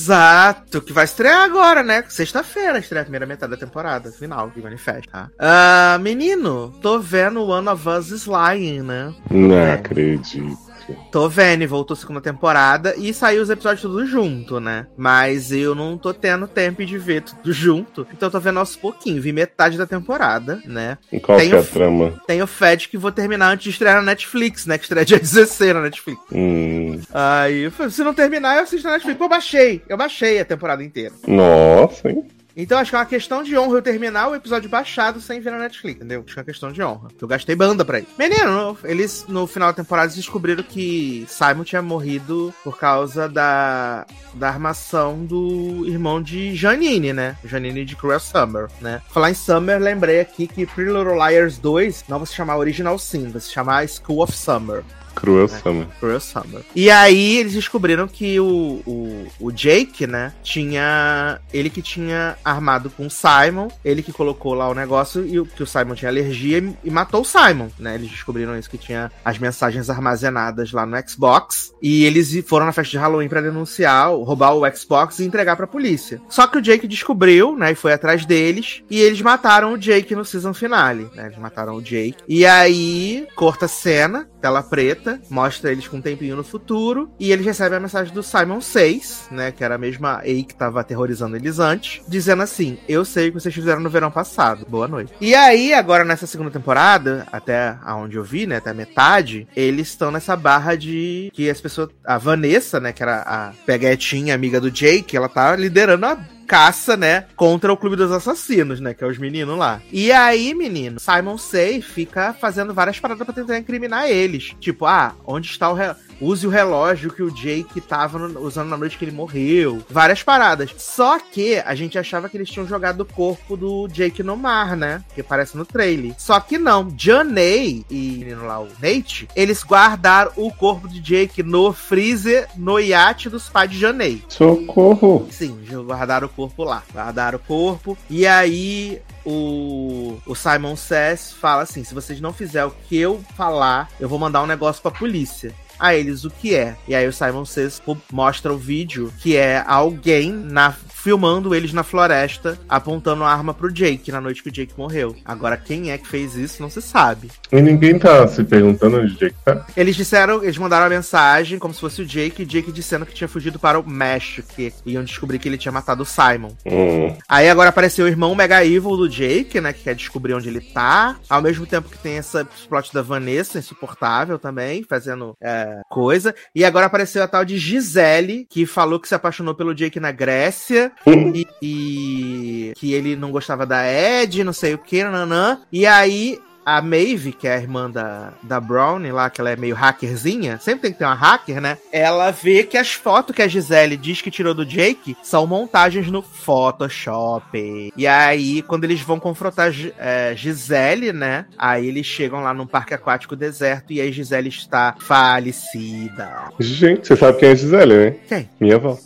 C: Exato, que vai estrear agora, né? Sexta-feira estreia a primeira metade da temporada, final de Manifest, tá? Ah, menino, tô vendo One of Us is Lying, né?
D: Não
C: É.
D: acredito.
C: Tô vendo, e voltou a segunda temporada e saiu os episódios tudo junto, né? Mas eu não tô tendo tempo de ver tudo junto, então eu tô vendo aos pouquinhos, vi metade da temporada, né?
D: E Qual
C: Tem
D: que é
C: o
D: a trama?
C: Tenho fé de que vou terminar antes de estrear na Netflix, né? Que estreia dia 16 na Netflix.
D: Hum,
C: Aí, eu falei, se não terminar, eu assisto na Netflix. Pô, eu baixei. Eu baixei a temporada inteira.
D: nossa, hein?
C: Então, acho que é uma questão de honra eu terminar o episódio baixado sem ver na Netflix, entendeu? Acho que é uma questão de honra. Eu gastei banda pra ele. Menino, eles, no final da temporada, eles descobriram que Simon tinha morrido por causa da, da armação do irmão de Janine, né? Janine de Cruel Summer, né? Falar em Summer, lembrei aqui que Pretty Little Liars 2 não vai se chamar Original Sin, vai se chamar School of Summer. É.
D: Cruel Summer.
C: Cruel Summer. E aí eles descobriram que o, o, o Jake, né, tinha. Ele que tinha armado com o Simon, ele que colocou lá o negócio e o- que o Simon tinha alergia e, e matou o Simon, né? Eles descobriram isso que tinha as mensagens armazenadas lá no Xbox. E eles i- foram na festa de Halloween pra denunciar, roubar o Xbox e entregar pra polícia. Só que o Jake descobriu, né, e foi atrás deles, e eles mataram o Jake no season finale, né? Eles mataram o Jake. E aí corta a cena, tela preta, mostra eles com um tempinho no futuro, e eles recebem a mensagem do Simon 6, né, que era a mesma A que tava aterrorizando eles antes, dizendo assim: "Eu sei o que vocês fizeram no verão passado. Boa noite". E aí agora nessa segunda temporada, até aonde eu vi, né, até a metade, eles estão nessa barra de que as pessoas, a Vanessa, né, que era a peguetinha amiga do Jake, ela tá liderando a caça, né, contra o Clube dos Assassinos, né, que é os meninos lá. E aí, menino, Simon Say fica fazendo várias paradas pra tentar incriminar eles. Tipo, ah, onde está o re... use o relógio que o Jake tava no- usando na noite que ele morreu. Várias paradas. Só que a gente achava que eles tinham jogado o corpo do Jake no mar, né, que aparece no trailer. Só que não, Janey e o menino lá, o Nate, eles guardaram o corpo de Jake no freezer no iate dos pais de Janey.
D: Socorro!
C: Sim, guardaram o corpo lá. Guardaram o corpo. E aí o, o Simon Says fala assim: se vocês não fizerem o que eu falar, eu vou mandar um negócio pra polícia. A eles o que é. E aí o Simon Says po- mostra o vídeo que é alguém na filmando eles na floresta, apontando a arma pro Jake na noite que o Jake morreu. Agora quem é que fez isso não se sabe.
D: E ninguém tá se perguntando onde o Jake tá?
C: Eles disseram, eles mandaram uma mensagem como se fosse o Jake, e Jake dizendo que tinha fugido para o México, que iam descobrir que ele tinha matado o Simon.
D: Hum,
C: Aí agora apareceu o irmão Mega Evil do Jake, né? Que quer descobrir onde ele tá. Ao mesmo tempo que tem essa plot da Vanessa, insuportável também, fazendo é, coisa. E agora apareceu a tal de Gisele, que falou que se apaixonou pelo Jake na Grécia e, e que ele não gostava da Ed, não sei o que, nanã. E aí. A Maeve, que é a irmã da, da Brownie lá, que ela é meio hackerzinha, sempre tem que ter uma hacker, né? Ela vê que as fotos que a Gisele diz que tirou do Jake são montagens no Photoshop. E aí, quando eles vão confrontar Gi- é, Gisele, né? Aí eles chegam lá num parque aquático deserto e aí Gisele está falecida.
D: Gente, você sabe quem é a Gisele, né?
C: Quem?
D: Minha avó.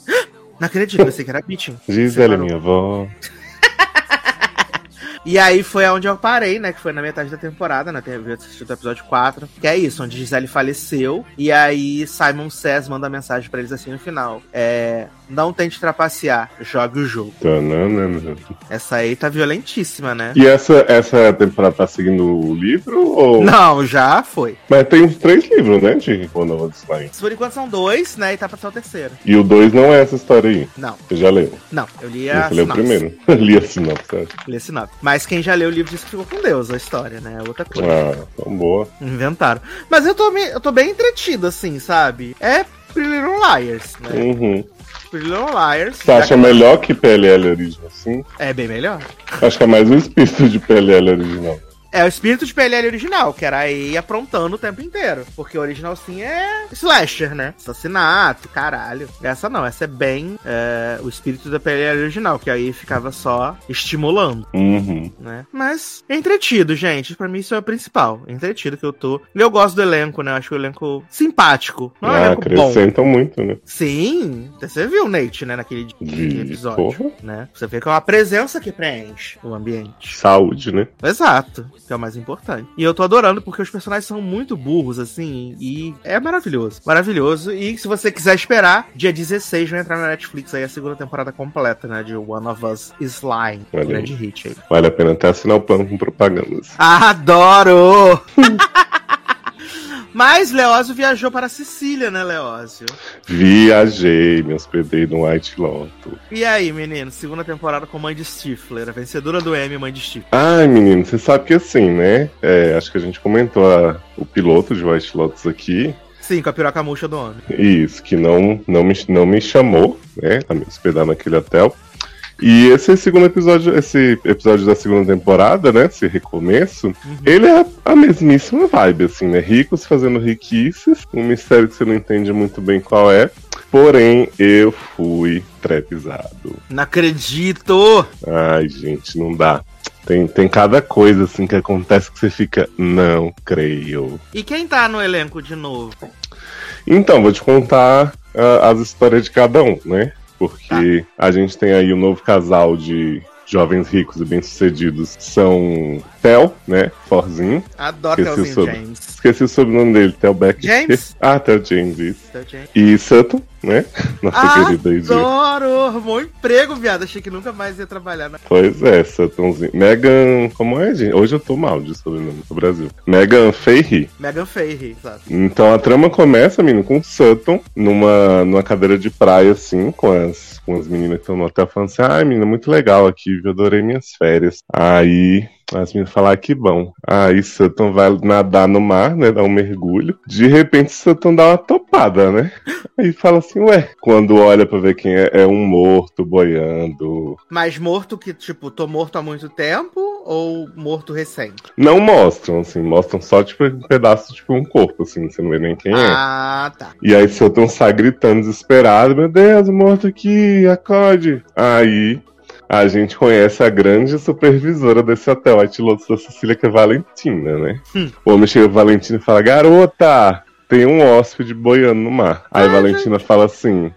C: Não acredito, eu pensei que era Bitchin.
D: Gisele é
C: Separou.
D: minha avó.
C: E aí foi onde eu parei, né? Que foi na metade da temporada, né? Eu assisti o episódio 4. Que é isso, onde Gisele faleceu. E aí Simon Says manda mensagem pra eles assim no final. É. Não tente trapacear, jogue o jogo.
D: Tananana.
C: Essa aí tá violentíssima, né?
D: E essa, essa temporada tá seguindo o livro? Ou...
C: Não, já foi.
D: Mas tem uns três livros, né, de Wanda Slime.
C: Por enquanto são dois, né? E tá pra ser o terceiro.
D: E o dois não é essa história aí.
C: Não,
D: Você já leu?
C: não. Eu li
D: Eu
C: É a
D: falei o
C: sinopse.
D: primeiro. Li a sinopse. acho.
C: Li a sinopse. Mas quem já leu o livro disse que ficou com Deus a história, né? É Outra coisa.
D: Ah, tão boa.
C: Inventaram. Mas eu tô, me- eu tô bem entretido, assim, sabe? É Pretty Little Liars, né?
D: Uhum.
C: Pretty Little Liars.
D: Você acha melhor que PLL original, sim?
C: É bem melhor.
D: Acho que é mais um espírito de PLL original.
C: É o espírito de PLL original, que era aí aprontando o tempo inteiro. Porque o original sim é slasher, né? Assassinato, caralho. Essa não, essa é bem é, o espírito da PLL original, que aí ficava só estimulando,
D: Uhum.
C: né? Mas entretido, gente. Pra mim isso é o principal. Entretido que eu tô. E eu gosto do elenco, né? Eu acho o elenco simpático. Não é um
D: Ah,
C: elenco bom.
D: acrescentam muito, né?
C: Sim, até você viu o Nate, né, naquele dia-
D: Vi,
C: episódio,
D: porra.
C: né? Você vê que é uma presença que preenche o ambiente.
D: Saúde, né?
C: Exato. que é o mais importante. E eu tô adorando porque os personagens são muito burros, assim, e é maravilhoso. Maravilhoso. E se você quiser esperar, dia 16 vai entrar na Netflix aí a segunda temporada completa, né? De One of Us Slime.
D: Olha aí.
C: Grande hit aí.
D: Vale a pena até assinar o plano com assim. propagandas.
C: Adoro! Mas Leózio viajou para a Sicília, né, Leózio?
D: Viajei, me hospedei no White Lotus.
C: E aí, menino? Segunda temporada com Mãe de Stifler, a vencedora do M, Mãe de Stifler.
D: Ai, menino, você sabe que assim, né? É, acho que a gente comentou a- o piloto de White Lotus aqui.
C: Sim, com a piroca murcha do homem.
D: Isso, que não, não, me, não me chamou, né? A me hospedar naquele hotel. E esse segundo episódio, esse episódio da segunda temporada, né? Esse recomeço, ele é a mesmíssima vibe, assim, né? Ricos fazendo riquices, um mistério que você não entende muito bem qual é. Porém, eu fui trepizado.
C: Não acredito!
D: Ai, gente, não dá. Tem, tem cada coisa assim que acontece que você fica, não creio.
C: E quem tá no elenco de novo?
D: Então, vou te contar ah, as histórias de cada um, né? Porque a gente tem aí um novo casal de jovens ricos e bem-sucedidos. São Tel, né? Forzinho.
C: Adoro
D: Esqueci
C: Telzinho
D: o sobre-
C: James.
D: Esqueci o sobrenome dele, Tel Beck.
C: James?
D: Ah, Tel James. isso.
C: Theo James.
D: E Sutton, né? Nossa
C: Ah,
D: querida aí de-
C: Adoro! Arrumou um emprego, viado. Achei que nunca mais ia trabalhar. né? Na...
D: Pois é, Suttonzinho. Megan. Como é, gente? Hoje eu tô mal de sobrenome do Brasil. Megan Ferry.
C: Megan Ferry, sabe?
D: Então a trama começa, menino, com o Sutton numa, numa cadeira de praia, assim, com as, com as meninas que estão no hotel falando assim, ai, menina, muito legal aqui, viu? adorei minhas férias. Aí as meninas falam, ah, que bom. Aí Sutton vai nadar no mar, né? Dar um mergulho. De repente Sutton dá uma topada, né? Aí fala assim, ué, quando olha pra ver quem é, é um morto boiando.
C: Mas morto que, tipo, tô morto há muito tempo ou morto recente?
D: Não mostram, assim, mostram só tipo um pedaço, tipo um corpo, assim, você não vê nem quem é.
C: Ah, tá.
D: E aí Sutton sai gritando desesperado, meu Deus, o morto aqui, acorde. Aí a gente conhece a grande supervisora desse hotel, a Tilotos da Cecília, que é Valentina, né? O homem chega pra Valentina e fala, garota, tem um hóspede boiando no mar. Aí Valentina fala assim,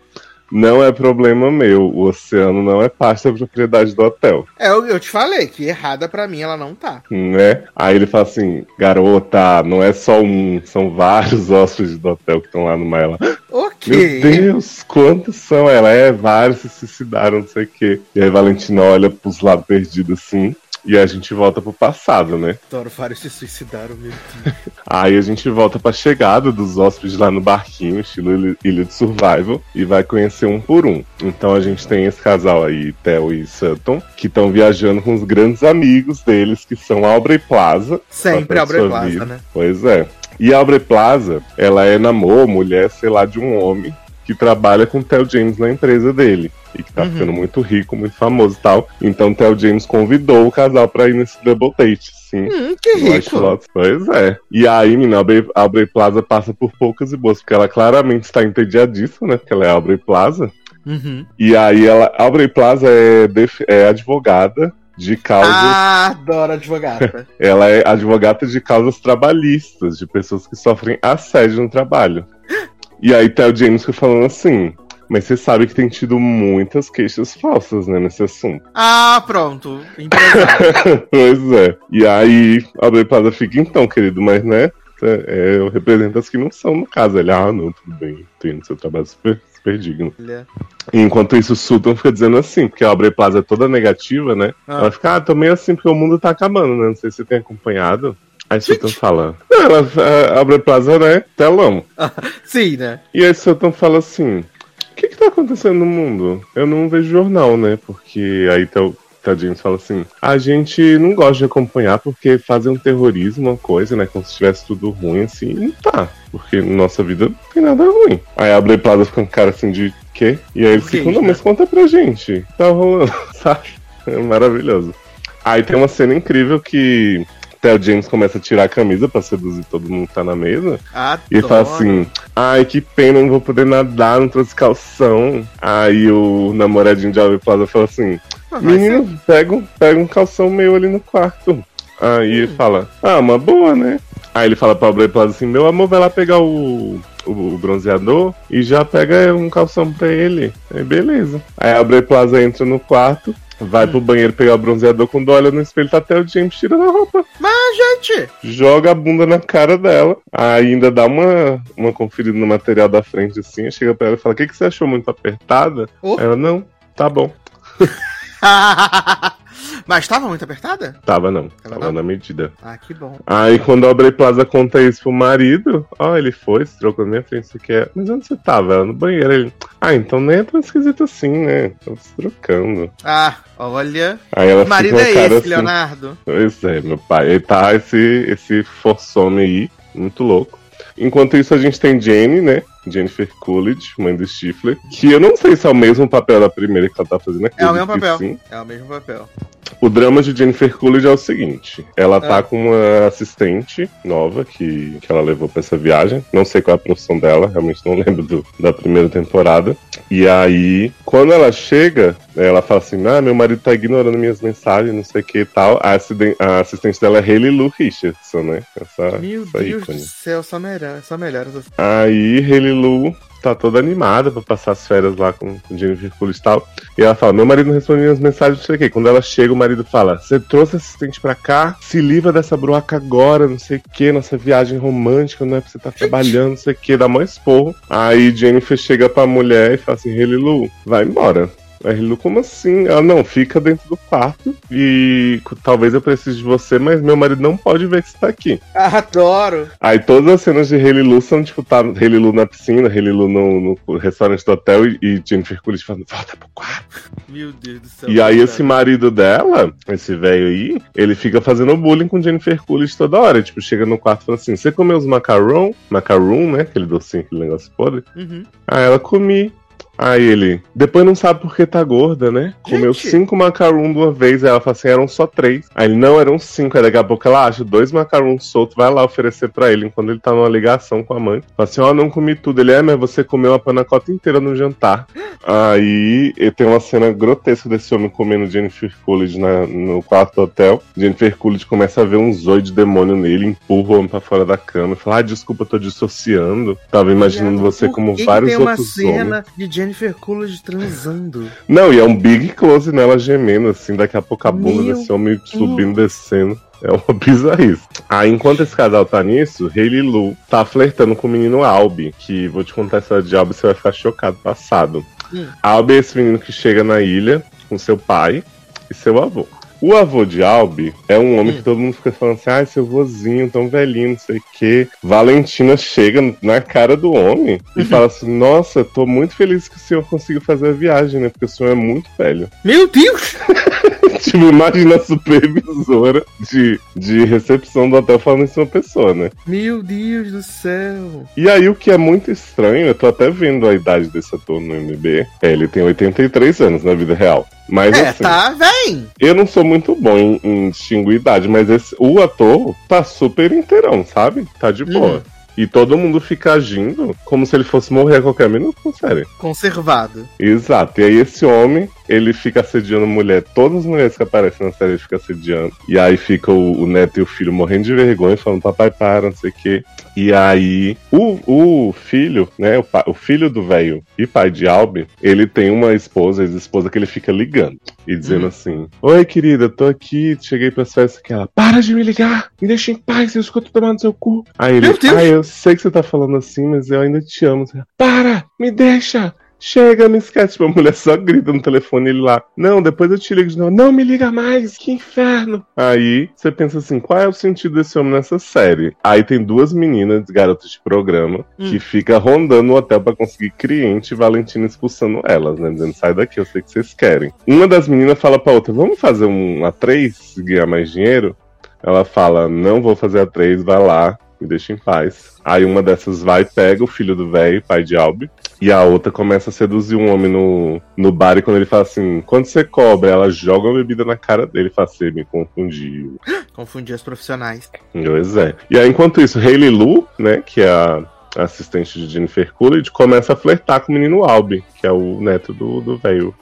D: não é problema meu, o oceano não é parte da propriedade do hotel,
C: É, eu, eu te falei que errada pra mim ela não tá.
D: né? Aí ele fala assim, garota, não é só um, são vários hóspedes do hotel que estão lá no mar. Ela, Meu
C: Ok.
D: Deus, quantos são? Ela é, vários se suicidaram, não sei o quê. E aí Valentina olha pros lados perdidos assim. E a gente volta pro passado, né?
C: Adoro, vários se suicidaram, meu Deus.
D: Aí a gente volta pra chegada dos hóspedes lá no barquinho, estilo ilha- Ilha de Survival, e vai conhecer um por um. Então a gente tem esse casal aí, Theo e Sutton, que estão viajando com os grandes amigos deles, que são Aubrey Plaza.
C: Sempre
D: Papel
C: Albert
D: de sua
C: Plaza,
D: vida.
C: né?
D: Pois é. E a Aubrey Plaza, ela é namor, mulher, sei lá, de um homem que trabalha com o Theo James na empresa dele. E que tá
C: Uhum.
D: ficando muito rico, muito famoso e tal. Então o Theo James convidou o casal pra ir nesse double date, sim.
C: Hum, que
D: no White
C: rico.
D: Lotus. Pois é. E aí, menina, a Aubrey- a Aubrey Plaza passa por poucas e boas, porque ela claramente está entediadíssima, né? Porque ela é a Aubrey Plaza.
C: Uhum.
D: E aí, ela, a Aubrey Plaza é, def- é advogada de causas
C: Ah, adoro advogada.
D: ela é advogada de causas trabalhistas, de pessoas que sofrem assédio no trabalho. E aí tá o James que falando assim, mas você sabe que tem tido muitas queixas falsas, né, nesse assunto.
C: ah, pronto. Empresário.
D: pois é. E aí a Bepada fica, então, querido, mas né, é, eu represento as que não são, no caso. Ele, ah, não, tudo bem, tem seu trabalho é super, super digno.
C: Olha.
D: E enquanto isso, o Sultan fica dizendo assim, porque a Aubrey Plaza é toda negativa, né?
C: Ah.
D: Ela fica, ah, tô meio assim porque o mundo tá acabando, né? Não sei se você tem acompanhado. Aí o Sultan fala. Não, ela, a Aubrey Plaza, né? Telão.
C: Sim, né?
D: E aí o Sultan fala assim: o que que tá acontecendo no mundo? Eu não vejo jornal, né? Porque aí tá o. tá James fala assim, a gente não gosta de acompanhar porque fazem um terrorismo, uma coisa, né? Como se tivesse tudo ruim, assim, e não tá. Porque nossa vida não tem nada ruim. Aí a Aubrey Plaza fica com cara assim de quê? E aí eles
C: Por que
D: ficam,
C: isso,
D: não, mas conta pra gente. Tá rolando, sabe? É maravilhoso. Aí tem uma cena incrível que até o James começa a tirar a camisa pra seduzir todo mundo que tá na mesa.
C: Adoro.
D: E ele fala assim: Ai, que pena, não vou poder nadar, não trouxe calção. Aí o namoradinho de Alve Plaza fala assim:
C: Ah, vai ser-
D: Menino, pega, um- pega um calção meu ali no quarto.
C: Hum.
D: Aí ele fala: Ah, uma boa, né? Aí ele fala pra Aubrey Plaza assim: Meu amor, vai lá pegar o, o, o bronzeador e já pega um calção pra ele. Aí beleza. Aí a Bray Plaza entra no quarto, vai
C: Hum.
D: pro banheiro pegar o bronzeador, quando olha no espelho tá até o James tirando a roupa.
C: Mas, gente,
D: Joga a bunda na cara dela, aí ainda dá uma, uma conferida no material da frente assim, chega pra ela e fala: O que, que você achou muito apertada?
C: Oh.
D: Ela, não, tá bom.
C: mas tava muito apertada?
D: Tava não,
C: Tava
D: tava
C: não?
D: na medida.
C: Ah, que bom.
D: Aí quando a Aubrey Plaza conta isso pro marido, ó, ele foi, se trocou na minha frente, você quer. é. Mas onde você tava? Ela, no banheiro. Ele, ah, então nem é tão esquisito assim, né? Tava se trocando.
C: Ah, olha.
D: Aí ela
C: O marido
D: fica
C: é
D: com a cara
C: esse,
D: assim,
C: Leonardo.
D: Pois é, meu pai. Ele tá esse, esse forçome aí, muito louco. Enquanto isso, a gente tem Jenny, né? Jennifer Coolidge, mãe do Stifler. Que eu não sei se é o mesmo papel da primeira que ela tá fazendo aqui.
C: É o
D: eu
C: mesmo
D: acredito
C: papel.
D: que sim.
C: É o mesmo papel.
D: O drama de Jennifer Coolidge é o seguinte: ela tá
C: Ah.
D: com uma assistente nova que, que ela levou pra essa viagem. Não sei qual é a profissão dela, realmente não lembro do- da primeira temporada. E aí, quando ela chega, ela fala assim: Ah, meu marido tá ignorando minhas mensagens, não sei o que e tal. A, assiden- a assistente dela é Hayley Lou Richardson, né? Essa,
C: Meu
D: essa
C: Deus
D: ícone.
C: do céu, só melhor, só melhor. essa-
D: Aí Hayley Lu tá toda animada pra passar as férias lá com, com Jennifer Coolidge e tal. E ela fala: Meu marido não responde minhas mensagens, não sei o quê. Quando ela chega, o marido fala: Você trouxe assistente pra cá? Se livra dessa broaca agora, não sei o quê. Nossa viagem romântica, não é pra você tá trabalhando, não sei o quê. Dá mó esporro. Aí Jennifer chega pra mulher e fala assim: Hayley Lu, vai embora. Aí Hayley Lu, como assim? Ela não, fica dentro do quarto e co- talvez eu precise de você, mas meu marido não pode ver que você tá aqui.
C: Adoro.
D: Aí todas as cenas de Haley Lu são, tipo, tá Haley Lu na piscina, Haley Lu no, no restaurante do hotel e, e Jennifer Coolidge falando, volta pro quarto.
C: Meu Deus do céu.
D: E aí
C: coitado.
D: esse marido dela, esse velho aí, ele fica fazendo bullying com Jennifer Coolidge toda hora. Tipo, chega no quarto e fala assim, você comeu os macarrão? Macarrão, né? Aquele docinho, aquele negócio podre.
C: Uhum.
D: Aí ela comi. Aí ele, depois não sabe por que tá gorda, né? Comeu
C: Gente.
D: cinco macarrão de uma vez, aí ela fala assim, eram só três. Aí ele, não, eram cinco. Aí daqui a pouco ela acha dois macarrão soltos, vai lá oferecer pra ele, enquanto ele tá numa ligação com a mãe. Fala assim, ó, não comi tudo. Ele, é, mas você comeu a panacota inteira no jantar. Aí e tem uma cena grotesca desse homem comendo Jennifer Coolidge na- no quarto do hotel. Jennifer Coolidge começa a ver um zoio de demônio nele, empurra o homem pra fora da cama. Fala, ah, desculpa, eu tô dissociando. Tava imaginando você
C: Por
D: como
C: que que
D: vários
C: tem
D: outros
C: uma
D: homens.
C: cena de Jennifer Coolidge transando.
D: Não, e é um big close nela gemendo, assim, daqui a pouco a bunda
C: Meu
D: desse homem subindo, descendo. É uma bizarrice. Aí, enquanto esse casal tá nisso, Hayley Lu tá flertando com o menino Albi, que vou te contar essa de Albi, você vai ficar chocado, passado.
C: Hum.
D: Albi é esse menino que chega na ilha com seu pai e seu avô. O avô de Albi é um homem que todo mundo fica falando assim, ai, seu vozinho, tão velhinho, não sei o quê. Valentina chega na cara do homem e fala assim, nossa, tô muito feliz que o senhor conseguiu fazer a viagem, né? Porque o senhor é muito velho.
C: Meu Deus!
D: tipo, imagina a supervisora de, de recepção do hotel falando isso pra uma pessoa, né?
C: Meu Deus do céu!
D: E aí, o que é muito estranho, eu tô até vendo a idade desse ator no MB. É, ele tem 83 anos na vida real. Mas
C: É,
D: assim,
C: tá, vem!
D: eu não sou muito bom em, em distinguir idade, mas esse- o ator tá super inteirão, sabe? Tá de
C: Uhum.
D: boa. E todo mundo fica agindo como se ele fosse morrer a qualquer minuto, sério.
C: Conservado.
D: Exato. E aí esse homem, ele fica assediando mulher. Todas as mulheres que aparecem na série ele fica assediando. E aí fica o, o neto e o filho morrendo de vergonha, falando, papai, para, não sei o quê. E aí o, o filho, né? O, pa- o filho do velho e pai de Albi, ele tem uma esposa, ex-esposa, que ele fica ligando. E dizendo
C: Uhum.
D: assim, Oi, querida, tô aqui, cheguei pras festas que ela, para de me ligar, me deixa em paz, eu escuto tomar no seu cu. Aí ele,
C: Meu Deus!
D: ah, eu sei que você tá falando assim, mas eu ainda te amo. Para, me deixa, Chega, me esquece. Tipo, a mulher só grita no telefone ele lá. Não, depois eu te ligo de novo. Não me liga mais, que inferno. Aí você pensa assim: qual é o sentido desse homem nessa série? Aí tem duas meninas, garotas de programa,
C: Hum.
D: que fica rondando o hotel pra conseguir cliente e Valentina expulsando elas, né? Dizendo: sai daqui, eu sei o que vocês querem. Uma das meninas fala pra outra: vamos fazer um A3 ganhar mais dinheiro? Ela fala: Não vou fazer a três, vai lá, me deixa em paz. Aí uma dessas vai, pega o filho do velho, pai de Albi, e a outra começa a seduzir um homem no, no bar. E quando ele fala assim: Quando você cobra, ela joga uma bebida na cara dele e fala assim: Me confundiu.
C: Confundi as profissionais.
D: Pois é. E aí, enquanto isso, Hayley Lu, né, que é a assistente de Jennifer Coolidge, começa a flertar com o menino Albi, que é o neto do, do velho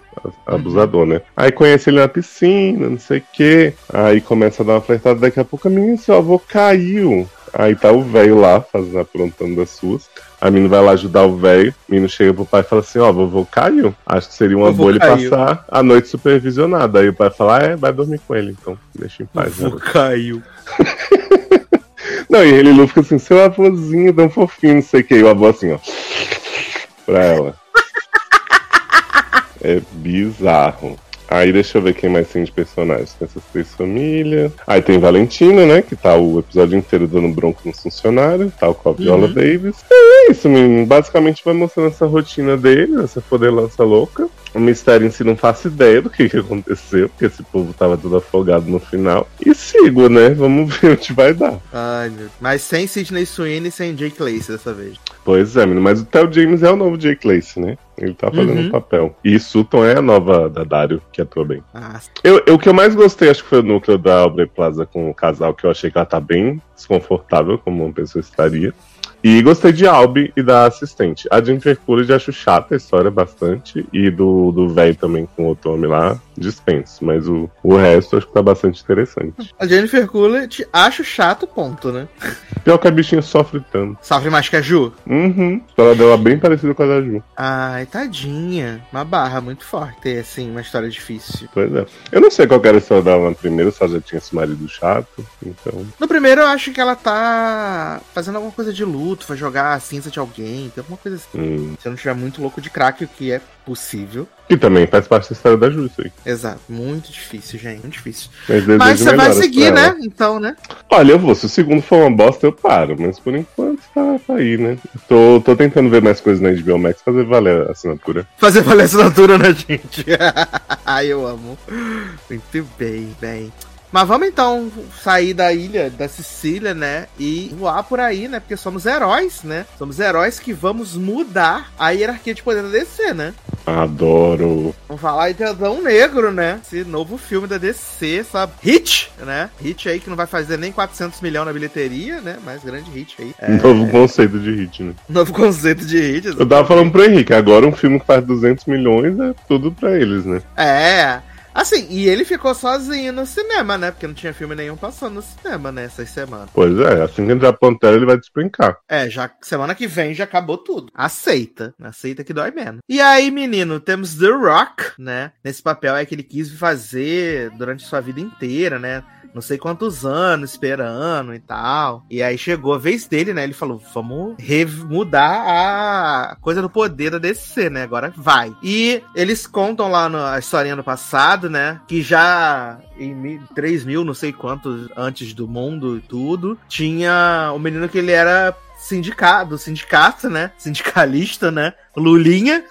D: a- abusador, né? Aí conhece ele na piscina, não sei o quê. Aí começa a dar uma flertada, daqui a pouco a menina, seu avô caiu. Aí tá o velho lá, fazendo, aprontando as suas. A menina vai lá ajudar o velho. O menino chega pro pai e fala assim: Ó, vovô caiu. Acho que seria uma
C: Vovô
D: boa ele
C: caiu.
D: passar a noite supervisionada. Aí o pai fala: "Ah, É, vai dormir com ele, então. Deixa em paz.
C: Vovô
D: garoto."
C: caiu.
D: Não, e ele não fica assim: Seu avôzinho, tão fofinho, não sei o que. E o avô assim, ó. Pra ela. É bizarro. Aí deixa eu ver quem mais tem de personagens. Tem essas três famílias. Aí tem Valentina, né? Que tá o episódio inteiro dando bronco nos funcionários. tá Tal com a Viola Davis. É isso, menino. Basicamente vai mostrando essa rotina dele, essa fodelança louca. O mistério em si não faço ideia do que, que aconteceu, porque esse povo tava todo afogado no final. E sigo, né? Vamos ver onde vai dar.
C: Ai, meu... Mas sem Sidney Sweeney e sem Jake Lacey dessa vez.
D: Pois é, menino. Mas o Theo James é o novo Jake Lacey, né? Ele tá fazendo
C: Uhum.
D: o papel. E Sutton é a nova da Dario, que atua bem.
C: Ah,
D: Eu, eu- o que eu mais gostei, acho que foi o núcleo da Aubrey Plaza com o casal, que eu achei que ela tá bem desconfortável, como uma pessoa estaria. E gostei de Albi e da assistente. A Jim Fercury já acho chata a história bastante. E do do velho também com o Tommy lá, dispenso. Mas o, o resto acho que tá bastante interessante.
C: a Jennifer Coolidge te acho chato, ponto, né?
D: Pior que a bichinha sofre tanto.
C: Sofre mais que a Ju.
D: Uhum. A história dela é bem parecida com a da Ju.
C: Ai, tadinha. Uma barra muito forte ter, assim, uma história difícil.
D: Pois é. Eu não sei qual que era a história dela na primeira, se ela já tinha esse marido chato. Então.
C: No primeiro, eu acho que ela tá fazendo alguma coisa de luto, vai jogar a cinza de alguém, tem alguma coisa assim.
D: Hum.
C: Se eu não estiver muito louco de crack, o que é possível.
D: Que também faz parte da história da Ju, isso aí.
C: Exato, muito difícil, gente, muito difícil. Mas
D: Mas, desejo
C: você vai
D: melhoras
C: seguir,
D: pra ela.
C: né? Então, né?
D: Olha, eu vou. Se o segundo for uma bosta, eu paro. Mas por enquanto tá, tá aí, né? Tô, tô tentando ver mais coisas na HBO Max, fazer valer a assinatura.
C: Fazer palestra natura, né, gente? Ai, eu amo. Muito bem, bem. Mas vamos então sair da ilha, da Sicília, né? E voar por aí, né? Porque somos heróis, né? Somos heróis que vamos mudar a hierarquia de poder da DC, né?
D: Adoro.
C: Vamos falar aí de Adão Negro, né? Esse novo filme da DC, sabe? Hit, né? Hit aí que não vai fazer nem 400 milhões na bilheteria, né? Mas grande hit aí. É,
D: Novo conceito de hit, né?
C: novo conceito de hit.
D: Eu tava falando pro Henrique, agora um filme que faz 200 milhões é tudo pra eles, né?
C: É. Assim, e ele ficou sozinho no cinema, né? Porque não tinha filme nenhum passando no cinema, né? Essas semanas.
D: Pois é, assim que entrar a Pantera ele vai despencar.
C: É, já semana que vem já acabou tudo. Aceita. Aceita que dói menos. E aí, menino, temos The Rock, né? Nesse papel é que ele quis fazer durante sua vida inteira, né? Não sei quantos anos esperando e tal. E aí chegou a vez dele, né? Ele falou: vamos re- mudar a coisa do poder da DC, né? Agora vai. E eles contam lá no, a historinha do passado, né? Que já em mi- 3 mil, não sei quantos antes do mundo e tudo, tinha o menino que ele era sindicado, sindicato, né? Sindicalista, né? Lulinha.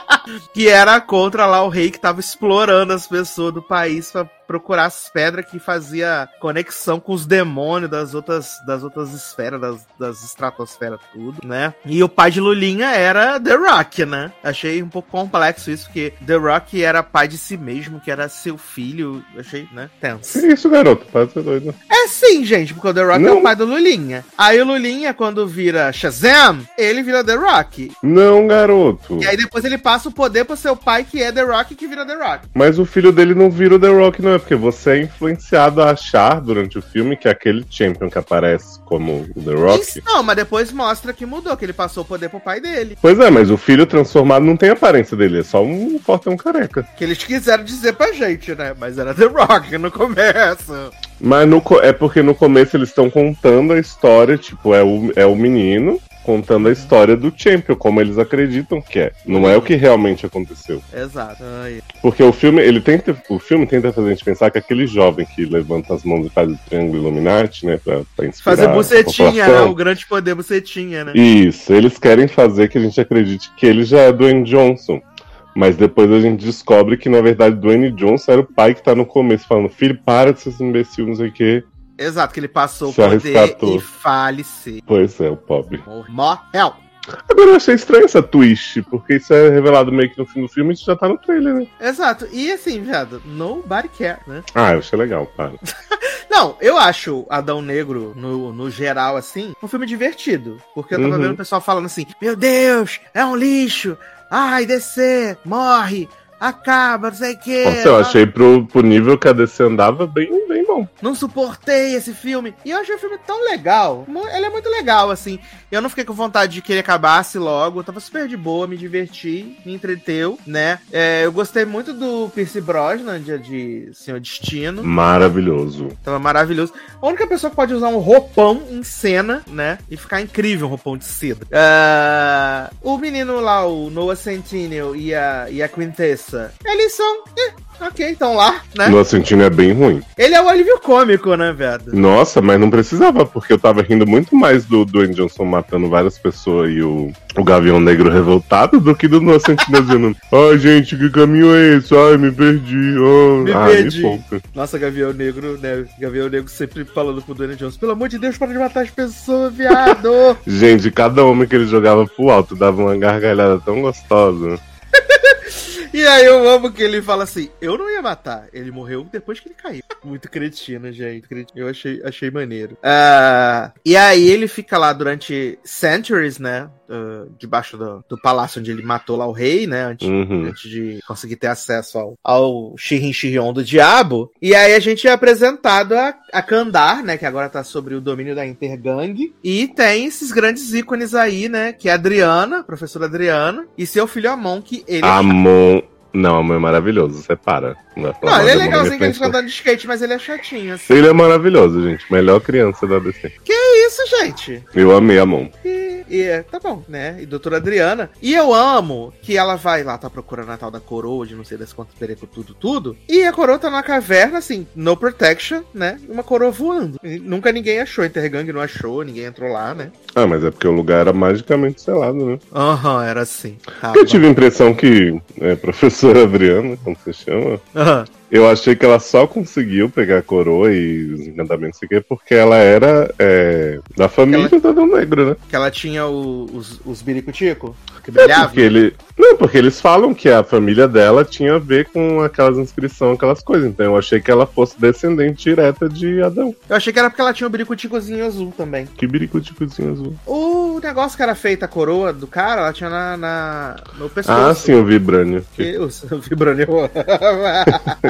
C: que era contra lá o rei que tava explorando as pessoas do país pra procurar as pedras que fazia conexão com os demônios das outras das outras esferas, das, das estratosferas tudo, né? E o pai de Lulinha era The Rock, né? Achei um pouco complexo isso porque The Rock era pai de si mesmo, que era seu filho, achei, né? Tenso.
D: Que É isso, garoto? Para de ser doido.
C: É sim, gente, porque o The Rock é
D: Não.
C: o pai do Lulinha. Aí o Lulinha, quando vira Shazam, ele vira The Rock.
D: Não, garoto.
C: E aí depois ele passa o poder pro seu pai, que é The Rock, que vira The Rock.
D: Mas o filho dele não vira o The Rock, não é? Porque você é influenciado a achar durante o filme que aquele champion que aparece como o The Rock.
C: Isso não, mas depois mostra que mudou, que ele passou o poder pro pai dele.
D: Pois é, mas o filho transformado não tem a aparência dele, é só um portão careca.
C: Que eles quiseram dizer pra gente, né? Mas era The Rock no começo.
D: Mas no co- é porque no começo eles estão contando a história, tipo, é o, é o menino contando a história do Champion, como eles acreditam que é. Não é o que realmente aconteceu.
C: Exato. Ai,
D: Porque o filme, ele tenta, o filme tenta fazer a gente pensar que aquele jovem que levanta as mãos e faz o triângulo Illuminati, né, pra, pra inspirar
C: Fazer
D: a
C: bucetinha, né?
D: população.
C: O grande poder bucetinha, né?
D: Isso, eles querem fazer que a gente acredite que ele já é Dwayne Johnson. Mas depois a gente descobre que, na verdade, Dwayne Johnson era o pai que tá no começo, falando, filho, para de ser esse imbecil, não sei o quê.
C: Exato, que ele passou o
D: Se
C: poder
D: arriscatou.
C: e faleceu.
D: Pois é, o pobre.
C: Morreu.
D: Agora eu achei estranho essa twist, porque isso é revelado meio que no fim do filme e isso já tá no trailer, né?
C: Exato. E assim, viado, nobody care, né?
D: Ah, eu achei legal, para.
C: Não, eu acho Adão Negro, no, no geral, assim, um filme divertido. Porque eu tava
D: Uhum.
C: vendo o pessoal falando assim: Meu Deus, é um lixo! Ai, DC, morre! acaba, não sei o quê.
D: Nossa, eu
C: Ah,
D: achei pro, pro nível que a DC andava bem, bem bom.
C: Não suportei esse filme. E eu achei o filme tão legal. Mu- Ele é muito legal, assim. Eu não fiquei com vontade de que ele acabasse logo. Eu tava super de boa, me diverti, me entreteu, né? É, eu gostei muito do Pierce Brosnan, de, de Senhor Destino.
D: Maravilhoso.
C: Tava maravilhoso. A única pessoa que pode usar um roupão em cena, né? E ficar incrível um roupão de seda. Ah, o menino lá, o Noah Centineo e a, e a Quintessa, eles são. eh, ok, estão lá, né?
D: Nossa, Sentinel é bem ruim.
C: Ele é o alívio cômico, né, viado?
D: Nossa, mas não precisava, porque eu tava rindo muito mais do Dwayne Johnson matando várias pessoas e o, o Gavião Negro revoltado do que do nosso Sentinel dizendo: Ai, gente, que caminho é esse? Ai, me perdi. ah,
C: Me
D: ah,
C: perdi."
D: Me poupa.
C: Nossa, Gavião Negro, né? Gavião Negro sempre falando pro Dwayne Johnson: pelo amor de Deus, para de matar as pessoas, viado!
D: Gente, cada homem que ele jogava pro alto dava uma gargalhada tão gostosa.
C: e aí eu amo que ele fala assim: eu não ia matar, ele morreu depois que ele caiu. Muito cretino, gente. cretino. Eu achei, achei maneiro. Ah, e aí ele fica lá durante centuries, né? ah, debaixo do, do palácio onde ele matou lá o rei, né? Antes,
D: Uhum.
C: antes de conseguir ter acesso ao, ao Shirin Shirion do Diabo. E aí a gente é apresentado a, a Kandar, né? Que agora tá sobre o domínio da Intergang. E tem esses grandes ícones aí, né? Que é a Adriana, a professora Adriana, e seu filho Amon, que ele
D: Ah, Amon. Não, Amon é maravilhoso, você para.
C: Não, ele é legalzinho que ele fica andando de skate, mas ele é chatinho, assim.
D: Ele é maravilhoso, gente. Melhor criança da DC.
C: É isso, gente.
D: Eu amei Amon.
C: E, e é, tá bom, né? E doutora Adriana. E eu amo que ela vai lá, tá procurando a tal da coroa, de não sei das quantas peretas, tudo, tudo. E a coroa tá na caverna, assim, no protection, né? E uma coroa voando. E nunca ninguém achou, Intergang não achou, ninguém entrou lá, né?
D: Ah, mas é porque o lugar era magicamente selado, né?
C: Aham, era assim. Tá
D: Eu
C: bom.
D: tive a impressão que é, professora Adriana, como se chama,
C: Aham.
D: eu achei que ela só conseguiu pegar a coroa e os encantamentos, não sei o quê, porque ela era é, da família
C: Ela-
D: do Adão Negro, né?
C: Que ela tinha o- os, os birico-tico, que
D: É
C: brilhavam.
D: porque ele... Não, porque eles falam que a família dela tinha a ver com aquelas inscrições, aquelas coisas. Então eu achei que ela fosse descendente direta de Adão.
C: Eu achei que era porque ela tinha o birico-ticozinho azul também.
D: Que biricuticozinho azul.
C: O negócio que era feito, a coroa do cara, ela tinha na, na- no pescoço.
D: Ah, sim, o Vibranium.
C: Que o Vibranium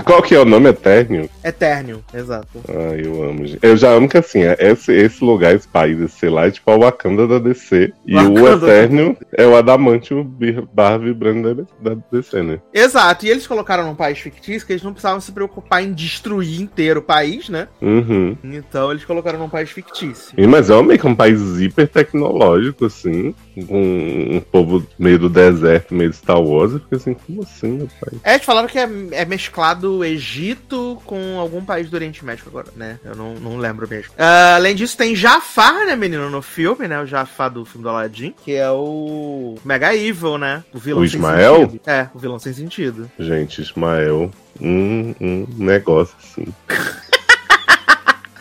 D: Qual que é o nome? Etérnio?
C: Eternio, exato.
D: Ah, eu amo, gente. Eu já amo que assim, é- esse, esse lugar, esse país, esse sei lá, é tipo a Wakanda da DC. E o
C: Wakanda.
D: Eterno é o Adamantium bir- barra vibrando da, da DC, né?
C: Exato, e eles colocaram num país fictício que eles não precisavam se preocupar em destruir inteiro o país, né?
D: Uhum.
C: Então eles colocaram num país fictício.
D: E, mas eu amei que é um país hiper tecnológico, assim, com um povo meio do deserto, meio de Star Wars. Eu fiquei assim, como assim, meu pai?
C: É, eles falaram que é, é mesclado Egito com algum país do Oriente Médio agora, né? Eu não, não lembro mesmo. Ah, além disso, tem Jafar, né, menino, no filme, né? O Jafar do filme do Aladdin, que é o Mega Evil, né? O vilão
D: O Ismael?
C: sentido. É, o vilão sem sentido.
D: Gente, Ismael, um, um negócio assim.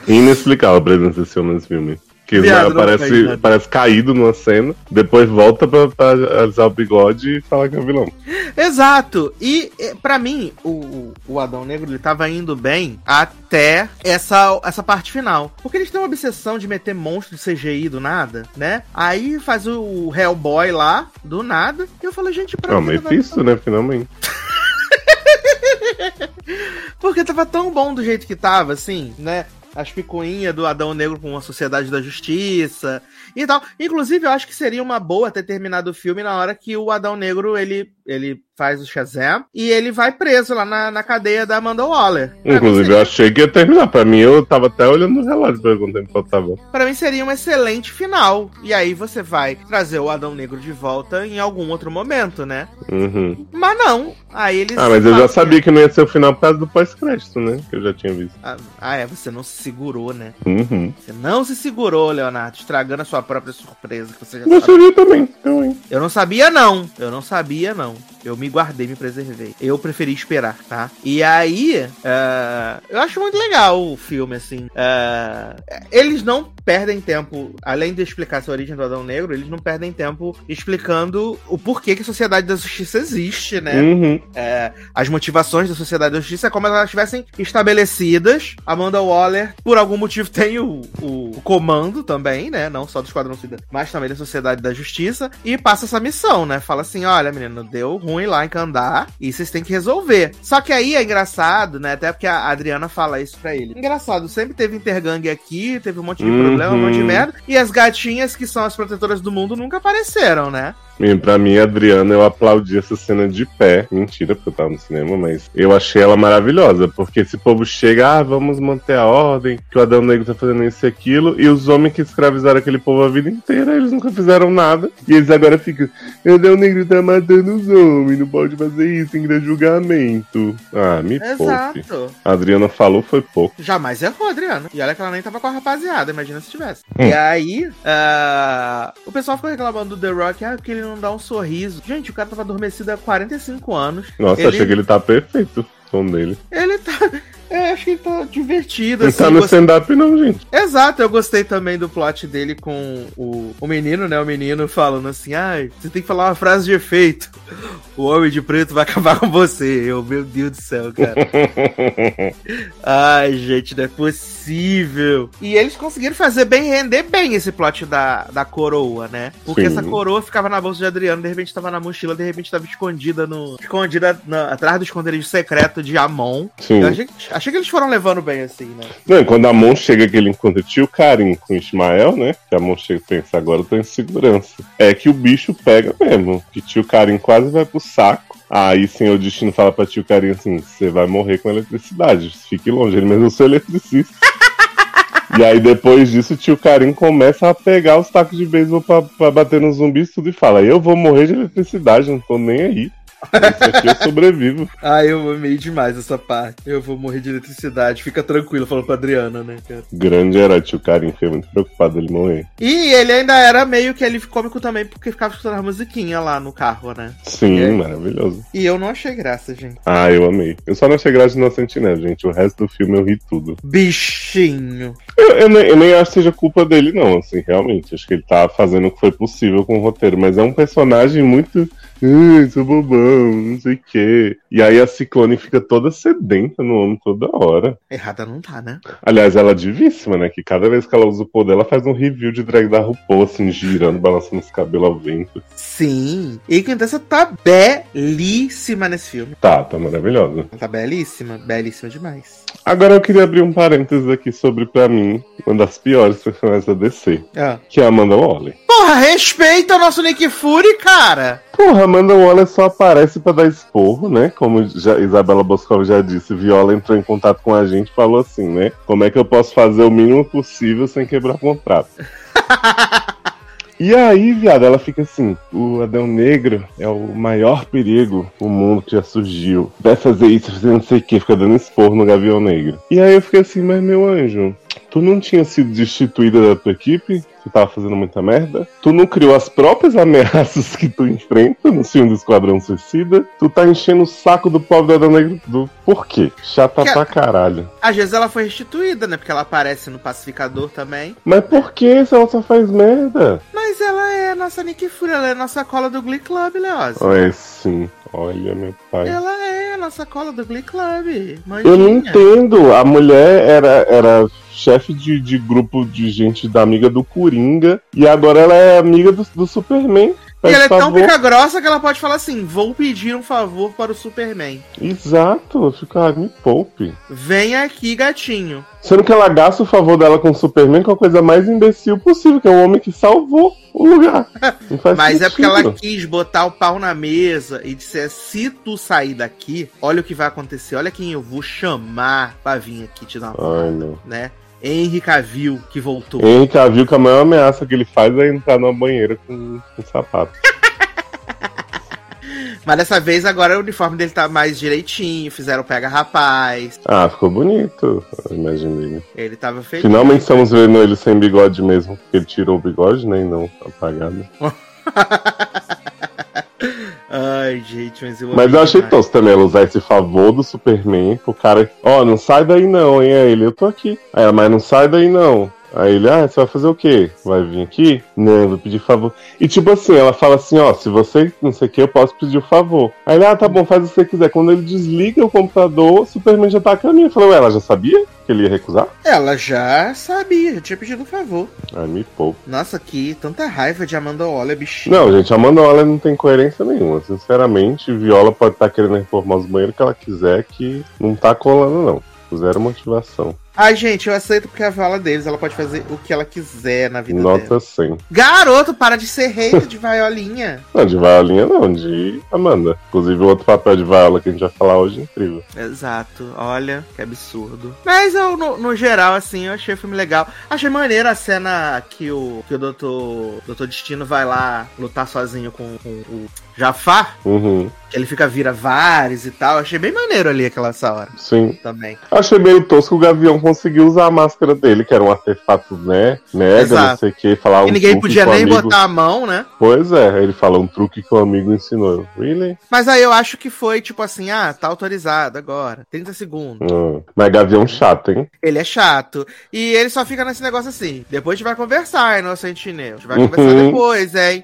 D: Inexplicável a presença desse homem nesse filme. Que
C: Viado,
D: Ismael
C: não faz
D: parece,
C: nada.
D: parece caído numa cena, depois volta pra, pra alisar o bigode e falar que é um vilão.
C: Exato. E eh, pra mim, o- o, o Adão Negro ele tava indo bem até essa, essa parte final. Porque eles têm uma obsessão de meter monstro de CGI do nada, né? Aí faz o, o Hellboy lá, do nada. E eu falo, gente, pra
D: É o
C: mim tá tava
D: Mephisto, né? Finalmente.
C: Porque tava tão bom do jeito que tava, assim, né? As picuinhas do Adão Negro com a Sociedade da Justiça e tal. Inclusive, eu acho que seria uma boa ter terminado o filme na hora que o Adão Negro, ele, ele faz o Shazam e ele vai preso lá na, na cadeia da Amanda Waller. Pra mim
D: Inclusive,
C: seria-
D: eu achei que ia terminar. Pra mim, eu tava até olhando o relógio pra ver quanto tempo faltava.
C: Pra mim seria um excelente final. E aí você vai trazer o Adão Negro de volta em algum outro momento, né?
D: Uhum.
C: Mas não. Aí eles.
D: Ah, mas eu já
C: fazem-
D: sabia que não ia ser o final por causa do pós-crédito, né? Que eu já tinha visto.
C: Ah, ah, é, você não se segurou, né?
D: Uhum.
C: Você não se segurou, Leonardo, estragando a sua própria surpresa. Que você já sabe.
D: Gostaria também, também.
C: Eu não sabia, não. Eu não sabia, não. Eu me guardei, me preservei. Eu preferi esperar, tá? E aí, ah, eu acho muito legal o filme, assim. Ah, eles não perdem tempo, além de explicar essa origem do Adão Negro, eles não perdem tempo explicando o porquê que a Sociedade da Justiça existe, né?
D: Uhum.
C: É, as motivações da Sociedade da Justiça é como se elas tivessem estabelecidas. Amanda Waller, por algum motivo, tem o, o comando também, né? Não só do Esquadrão Suicida, mas também da Sociedade da Justiça. E passa essa missão, né? Fala assim: olha, menino, deu ruim lá em Candá e vocês têm que resolver. Só que aí é engraçado, né? Até porque a Adriana fala isso pra ele. Engraçado, sempre teve intergangue aqui, teve um monte de
D: Uhum.
C: problema, um monte de merda. E as gatinhas que são as protetoras do mundo nunca apareceram, né?
D: E pra mim, a Adriana, eu aplaudi essa cena de pé. Mentira, porque eu tava no cinema, mas eu achei ela maravilhosa. Porque esse povo chega, ah, vamos manter a ordem, que o Adão Negro tá fazendo isso e aquilo. E os homens que escravizaram aquele povo a vida inteira, eles nunca fizeram nada. E eles agora ficam, Adão Negro tá matando os homens, não pode fazer isso, em grande julgamento. Ah, me poupe.
C: Exato.
D: A Adriana falou, foi pouco.
C: Jamais errou, Adriana. E olha que ela nem tava com a rapaziada, imagina se tivesse.
D: Hum.
C: E aí, ah, o pessoal ficou reclamando do The Rock, ah, porque ele não dá um sorriso. Gente, o cara tava adormecido há 45 anos.
D: Nossa,
C: Ele-
D: achei que ele tá perfeito. O tom dele.
C: Ele tá. É, acho que ele tá divertido,
D: Não
C: assim.
D: tá no
C: gostei-
D: stand-up, não, gente.
C: Exato, eu gostei também do plot dele com o, o menino, né? O menino falando assim: ai, você tem que falar uma frase de efeito. O homem de preto vai acabar com você. Eu, meu Deus do céu, cara. Ai, gente, não é possível. E eles conseguiram fazer bem, render bem esse plot da, da coroa, né? Porque
D: Sim.
C: essa coroa ficava na bolsa de Adriano, de repente tava na mochila, de repente tava escondida no. Escondida na- atrás do esconderijo secreto de Amon.
D: Sim.
C: Eu achei, que- achei que eles foram levando bem assim, né?
D: Não, e quando a Mon chega que ele encontra o tio Karim com o Ismael, né? Que a Mon chega e pensa, agora eu tô em segurança. É que o bicho pega mesmo. Que tio Karim quase vai pro saco. Aí senhor destino fala pra tio Karim assim: você vai morrer com eletricidade, fique longe, ele mesmo eu sou eletricista. E aí, depois disso, o tio Karim começa a pegar os tacos de beisebol pra, pra bater nos zumbis e tudo e fala: Eu vou morrer de eletricidade, não tô nem aí. Isso aqui eu sobrevivo.
C: Ah, eu amei demais essa parte. Eu vou morrer de eletricidade. Fica tranquilo, falou pra Adriana, né, cara?
D: Grande herói, tio Karim, fiquei muito preocupado ele morrer.
C: E ele ainda era meio que ele cômico também, porque ficava escutando a musiquinha lá no carro, né?
D: Sim,
C: E aí?
D: maravilhoso.
C: E eu não achei graça, gente.
D: Ah, eu amei. Eu só não achei graça no Sentinela, gente. O resto do filme eu ri tudo.
C: Bichinho.
D: Eu, eu nem, eu nem acho que seja culpa dele, não, assim, realmente. Acho que ele tá fazendo o que foi possível com o roteiro, mas é um personagem muito. Ai, sou bobão, não sei o quê. E aí a Ciclone fica toda sedenta no homem toda hora.
C: Errada não tá, né?
D: Aliás, ela é divíssima, né? Que cada vez que ela usa o poder, ela faz um review de drag da RuPaul, assim, girando, balançando os cabelos ao vento.
C: Sim. E Quintessa tá belíssima nesse filme.
D: Tá, tá maravilhosa.
C: Ela tá belíssima, belíssima demais.
D: Agora eu queria abrir um parênteses aqui sobre, pra mim, uma das piores personagens da DC,
C: Ah.
D: que é a Amanda Waller.
C: Porra, respeita o nosso Nick Fury, cara!
D: Porra, Amanda Waller só aparece pra dar esporro, né? Como já, Isabela Boscov já disse, Viola entrou em contato com a gente e falou assim, né? Como é que eu posso fazer o mínimo possível sem quebrar contrato? E aí, viado, ela fica assim: o Adão Negro é o maior perigo o mundo que já surgiu. Vai fazer isso, vai fazer não sei o que, fica dando esporro no Gavião Negro. E aí eu fiquei assim: mas meu anjo, tu não tinha sido destituída da tua equipe? Tu tava fazendo muita merda? Tu não criou as próprias ameaças que tu enfrenta no filme do Esquadrão Suicida? Tu tá enchendo o saco do pobre Adão Negro do por quê? Chata
C: Que-
D: pra caralho.
C: Às vezes ela foi restituída, né? Porque ela aparece no pacificador também.
D: Mas por que se ela só faz merda?
C: Mas ela é nossa Nick Fury, ela é nossa cola do Glee Club, Leoz.
D: Olha, sim. Olha, meu pai.
C: Ela é a nossa cola do Glee Club. Manjinha.
D: Eu não entendo. A mulher era, era chefe de, de grupo de gente da amiga do Coringa e agora ela é amiga do, do Superman.
C: E
D: Faz
C: ela é tão
D: favor.
C: pica grossa que ela pode falar assim: vou pedir um favor para o Superman.
D: Exato. Eu fico, ah, me poupe.
C: Vem aqui, gatinho.
D: Sendo que ela gasta o favor dela com o Superman com a coisa mais imbecil possível, que é o homem que salvou o lugar. Não faz
C: Mas é porque ela
D: sentido.
C: quis botar o pau na mesa e disser: se tu sair daqui, olha o que vai acontecer, olha quem eu vou chamar pra vir aqui te dar uma.
D: Ai, não.
C: né? Henry Cavill, que voltou.
D: Henry Cavill, que a maior ameaça que ele faz é entrar numa banheira com, com sapato.
C: Mas dessa vez agora o uniforme dele tá mais direitinho, fizeram pega rapaz.
D: Ah, ficou bonito. Eu imaginei.
C: Ele tava feliz.
D: Finalmente estamos vendo ele sem bigode mesmo, porque ele tirou o bigode, né? E não apagado.
C: Ai, gente, mas eu
D: Mas
C: amei
D: eu achei
C: demais.
D: tosco também ela usar esse favor do Superman pro cara. Ó, não sai daí não, hein? Aí ele, eu tô aqui. Aí ela, mas não sai daí não. Aí ele, ah, você vai fazer o quê? Vai vir aqui? Não, vou pedir favor. E tipo assim, ela fala assim, ó, se você não sei o que, eu posso pedir o favor. Aí ele, ah, tá bom, faz o que você quiser. Quando ele desliga o computador, o Superman já tá a caminho. Eu falei, ué, ela já sabia que ele ia recusar?
C: Ela já sabia, já tinha pedido um favor.
D: Aí me poupa.
C: Nossa, que tanta raiva de Amanda Waller, bichinho.
D: Não, gente, a Manoela não tem coerência nenhuma. Sinceramente, Viola pode estar querendo reformar os banheiros que ela quiser, que não tá colando, não. Zero motivação.
C: Ai, gente, eu aceito porque é a Viola Davis, ela pode fazer o que ela quiser na vida dela.
D: Nota 100.
C: Garoto, para de ser hater de Violinha.
D: Não, de Violinha não, de Amanda. Inclusive, o outro papel de Viola que a gente vai falar hoje é incrível.
C: Exato, olha, que absurdo. Mas eu, no, no geral, assim, eu achei o filme legal. Achei maneira a cena que o, que o Doutor, Doutor Destino vai lá lutar sozinho com, com o Jafar,
D: Uhum,
C: que ele fica vira vares e tal. Achei bem maneiro ali aquela essa hora
D: sim.
C: também.
D: Achei meio tosco o Gavião conseguiu usar a máscara dele, que era um artefato, né? Mega, não
C: Exato.
D: sei o que, falar
C: e
D: um
C: ninguém
D: truque
C: podia
D: que um
C: nem
D: amigo...
C: botar a mão, né?
D: Pois é, aí ele fala um truque que o amigo ensinou. Eu, Really?
C: Mas aí eu acho que foi tipo assim, ah, tá autorizado agora, 30 segundos.
D: Hum. Mas Gavião chato, hein?
C: Ele é chato. E ele só fica nesse negócio assim, depois a gente vai conversar, inocente Neu. A gente vai
D: Uhum.
C: conversar depois, hein?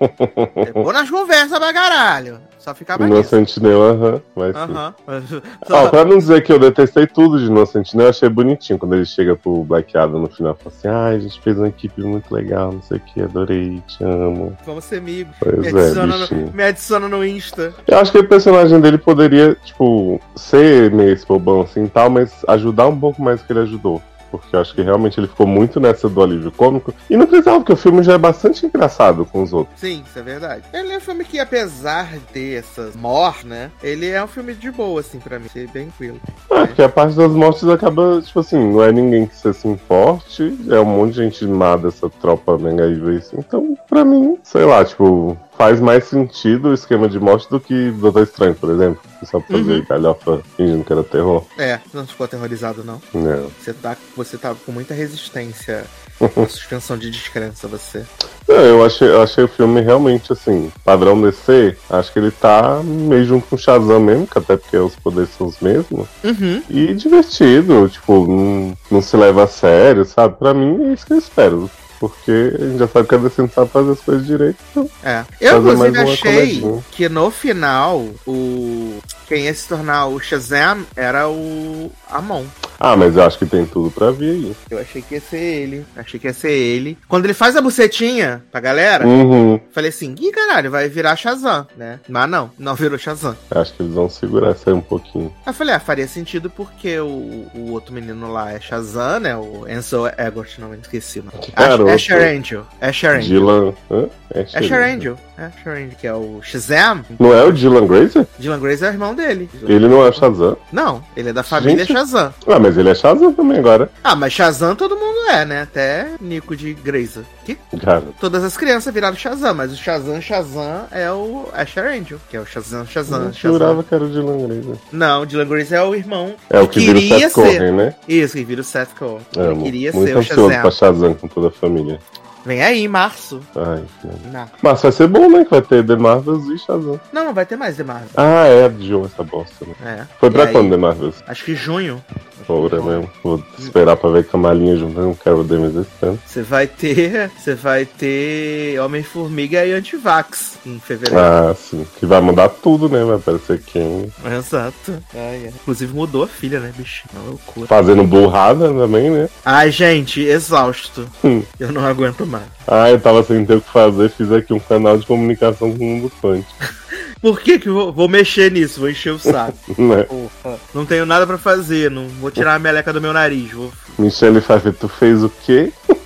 C: É depois nós conversa pra caralho. Só ficava nisso.
D: Inocente Neo, aham, mas sim.
C: Aham.
D: Ó,
C: Só-
D: pra não dizer que eu detestei tudo de Inocente, né? Eu achei bonitinho quando ele chega pro Black Adam no final e fala assim: ai, a gente fez uma equipe muito legal, não sei o que, adorei, te amo.
C: Vamos ser amigos.
D: Pois
C: Me
D: é,
C: adiciona,
D: bichinho.
C: no, me adiciona no Insta.
D: Eu acho que o personagem dele poderia, tipo, ser meio esse bobão assim e tal, mas ajudar um pouco mais do que ele ajudou. Porque eu acho que realmente ele ficou muito nessa do alívio cômico. E não precisava, porque o filme já é bastante engraçado com os outros.
C: Sim, isso é verdade. Ele é um filme que, apesar de essas mor, né? Ele é um filme de boa, assim, pra mim. Achei bem tranquilo.
D: Ah, porque a parte das mortes acaba, tipo assim, não é ninguém que se assim forte, é um monte de gente má dessa tropa mega evil, assim. Então, pra mim, sei lá, tipo, faz mais sentido o esquema de morte do que Doutor Estranho, por exemplo. que Só pra fazer galhofa fingindo que era terror. né?
C: É, não ficou aterrorizado, não.
D: Não.
C: Você tá, você tá com muita resistência à suspensão de descrença, você.
D: Não, É, eu achei, eu achei o filme realmente assim, padrão DC, acho que ele tá meio junto com o Shazam mesmo, que até porque é os poderes são os mesmos.
C: Uhum.
D: E divertido, tipo, não, não se leva a sério, sabe? Pra mim é isso que eu espero. Porque a gente já sabe que a DC não sabe fazer as coisas direito. Então,
C: É. Eu,
D: Fazer mais
C: inclusive,
D: uma né?
C: achei
D: comedinha.
C: que no final, o. Quem ia se tornar o Shazam era o Amon.
D: ah, mas eu acho que tem tudo pra vir
C: Eu achei que ia ser ele. Achei que ia ser ele. Quando ele faz a bucetinha pra galera,
D: aí. Uhum.
C: falei assim: Ih, caralho, vai virar Shazam, né? Mas não, não virou Shazam.
D: Acho que eles vão segurar isso aí um pouquinho.
C: Aí eu falei, ah, faria sentido porque o, o outro menino lá é Shazam, né? O Enzo Egort, não me esqueci. Não.
D: garoto.
C: Asher Angel. Asher Angel.
D: Dylan. Hã? É
C: Asher Angel. É Asher Angel, que é o Shazam.
D: Não é o Dylan Grazer?
C: Dylan Grace é o irmão dele.
D: Ele não é o Shazam.
C: Não, ele é da família
D: Gente.
C: Shazam.
D: Ah, mas ele é Shazam também agora.
C: Ah, mas Shazam todo mundo é, né? Até Nico de Grazer. Que
D: Cara.
C: todas as crianças viraram Shazam, mas o Shazam Shazam é o Asher Angel, que é o Shazam Shazam
D: Eu
C: Shazam.
D: jurava que era o Dylan Grazer.
C: Não, Dylan Grace é o irmão
D: É o que vira o Seth Cohen, né?
C: Isso, que vira o Seth Cohen.
D: É,
C: Ele queria
D: muito
C: ser o
D: ansioso
C: Shazam.
D: pra Shazam com toda a família.
C: Vem aí, em março.
D: Ai, que-
C: Não.
D: mas vai ser bom, né? Que vai ter The Marvels e Shazam.
C: não, não vai ter mais The Marvel.
D: Ah, é, adiou essa bosta. Né?
C: É.
D: Foi
C: E
D: pra
C: aí,
D: quando The Marvels?
C: Acho que junho.
D: Ora mesmo. Vou esperar pra ver com a malinha juntando com Carol Demons esse ano.
C: Você vai ter. Você vai ter Homem-Formiga e Antivax em fevereiro.
D: Ah, sim. Que vai mudar tudo, né? Vai aparecer quem.
C: Exato. Ai, ai. Inclusive mudou a filha, né, bicho? Uma loucura.
D: Fazendo burrada também, né?
C: Ai, gente, exausto.
D: Hum.
C: Eu não aguento mais.
D: Ah, eu tava sem ter o que fazer, fiz aqui um canal de comunicação com o mundo funk,
C: Por que que eu vou, vou mexer nisso? Vou encher o saco.
D: né?
C: Porra. Não tenho nada pra fazer. Não vou tirar a meleca do meu nariz. Vou...
D: Michelle Pfeiffer, tu fez o quê?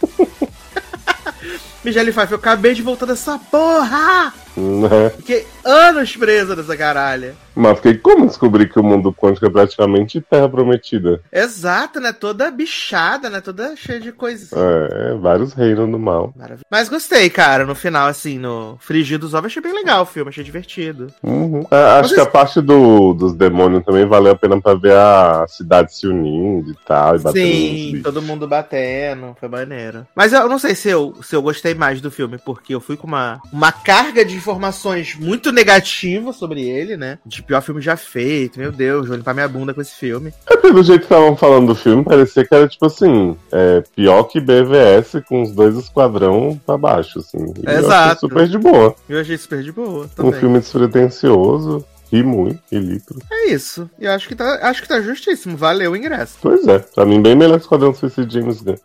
C: Michelle Pfeiffer, eu acabei de voltar dessa porra!
D: Né?
C: Fiquei anos presa nessa caralha.
D: Mas fiquei como descobrir que o mundo quântico é praticamente terra prometida?
C: Exato, né? Toda bichada, né? Toda cheia de coisas.
D: É, vários reinos do mal.
C: Maravilha. Mas gostei, cara, no final, assim, no Frigir dos Ovos, achei bem legal o filme, achei divertido.
D: Uhum. Ah, acho
C: Vocês-
D: que a parte do, dos demônios também valeu a pena pra ver a cidade se unindo e tal, e batendo nos
C: Sim,
D: bichos.
C: todo mundo batendo, foi maneiro. Mas eu não sei se eu, se eu gostei mais do filme, porque eu fui com uma, uma carga de informações muito negativas sobre ele, né? De pior filme já feito, meu Deus, vou limpar minha bunda com esse filme.
D: É, pelo jeito que estavam falando do filme, parecia que era tipo assim, é, pior que BVS com os dois esquadrão pra baixo, assim. E eu achei
C: Exato.
D: Super de boa.
C: Eu achei super de boa
D: Um
C: também.
D: filme despretensioso, ri muito, ri litro.
C: É isso. E eu acho que tá, acho que tá justíssimo. Valeu o ingresso.
D: Pois é, pra mim bem melhor que Esquadrão Suicida de James Gunn.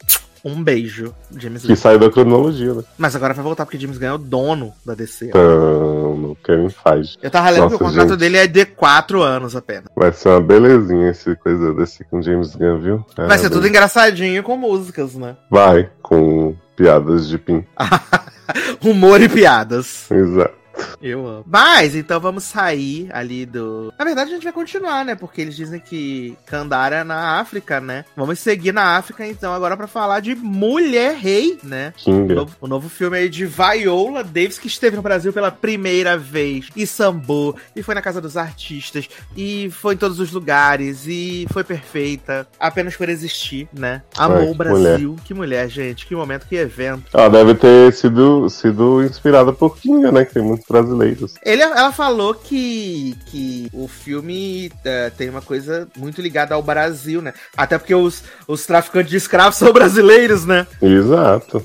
C: Um beijo, James
D: Que
C: Gunn.
D: saiu da cronologia, né?
C: Mas agora vai voltar, porque James Gunn é o dono da DC.
D: Então, o Kevin Feige.
C: Eu tava lendo que o
D: Nossa,
C: contrato
D: gente.
C: dele é de 4 anos apenas.
D: Vai ser uma belezinha esse coisa desse com James Gunn, viu?
C: Vai ser
D: Ah,
C: tudo engraçadinho com músicas, né?
D: Vai, com piadas de pin.
C: Humor e piadas.
D: Exato.
C: Eu amo. Mas, então vamos sair ali do. Na verdade, a gente vai continuar, né? Porque eles dizem que Kandara é na África, né? Vamos seguir na África, então, agora pra falar de Mulher Rei, né? O
D: Kinga.
C: novo, o novo filme aí de Viola Davis, que esteve no Brasil pela primeira vez, e sambou, e foi na Casa dos Artistas, e foi em todos os lugares, e foi perfeita, apenas por existir, né? Amou
D: Ai, que
C: o Brasil. Que mulher, gente, que momento, que evento.
D: Ela deve ter sido, sido inspirada por Kinga, né? Que tem muitos brasileiros.
C: Ele, ela falou que, que o filme eh, tem uma coisa muito ligada ao Brasil, né? Até porque os, os traficantes de escravos são brasileiros, né?
D: Exato.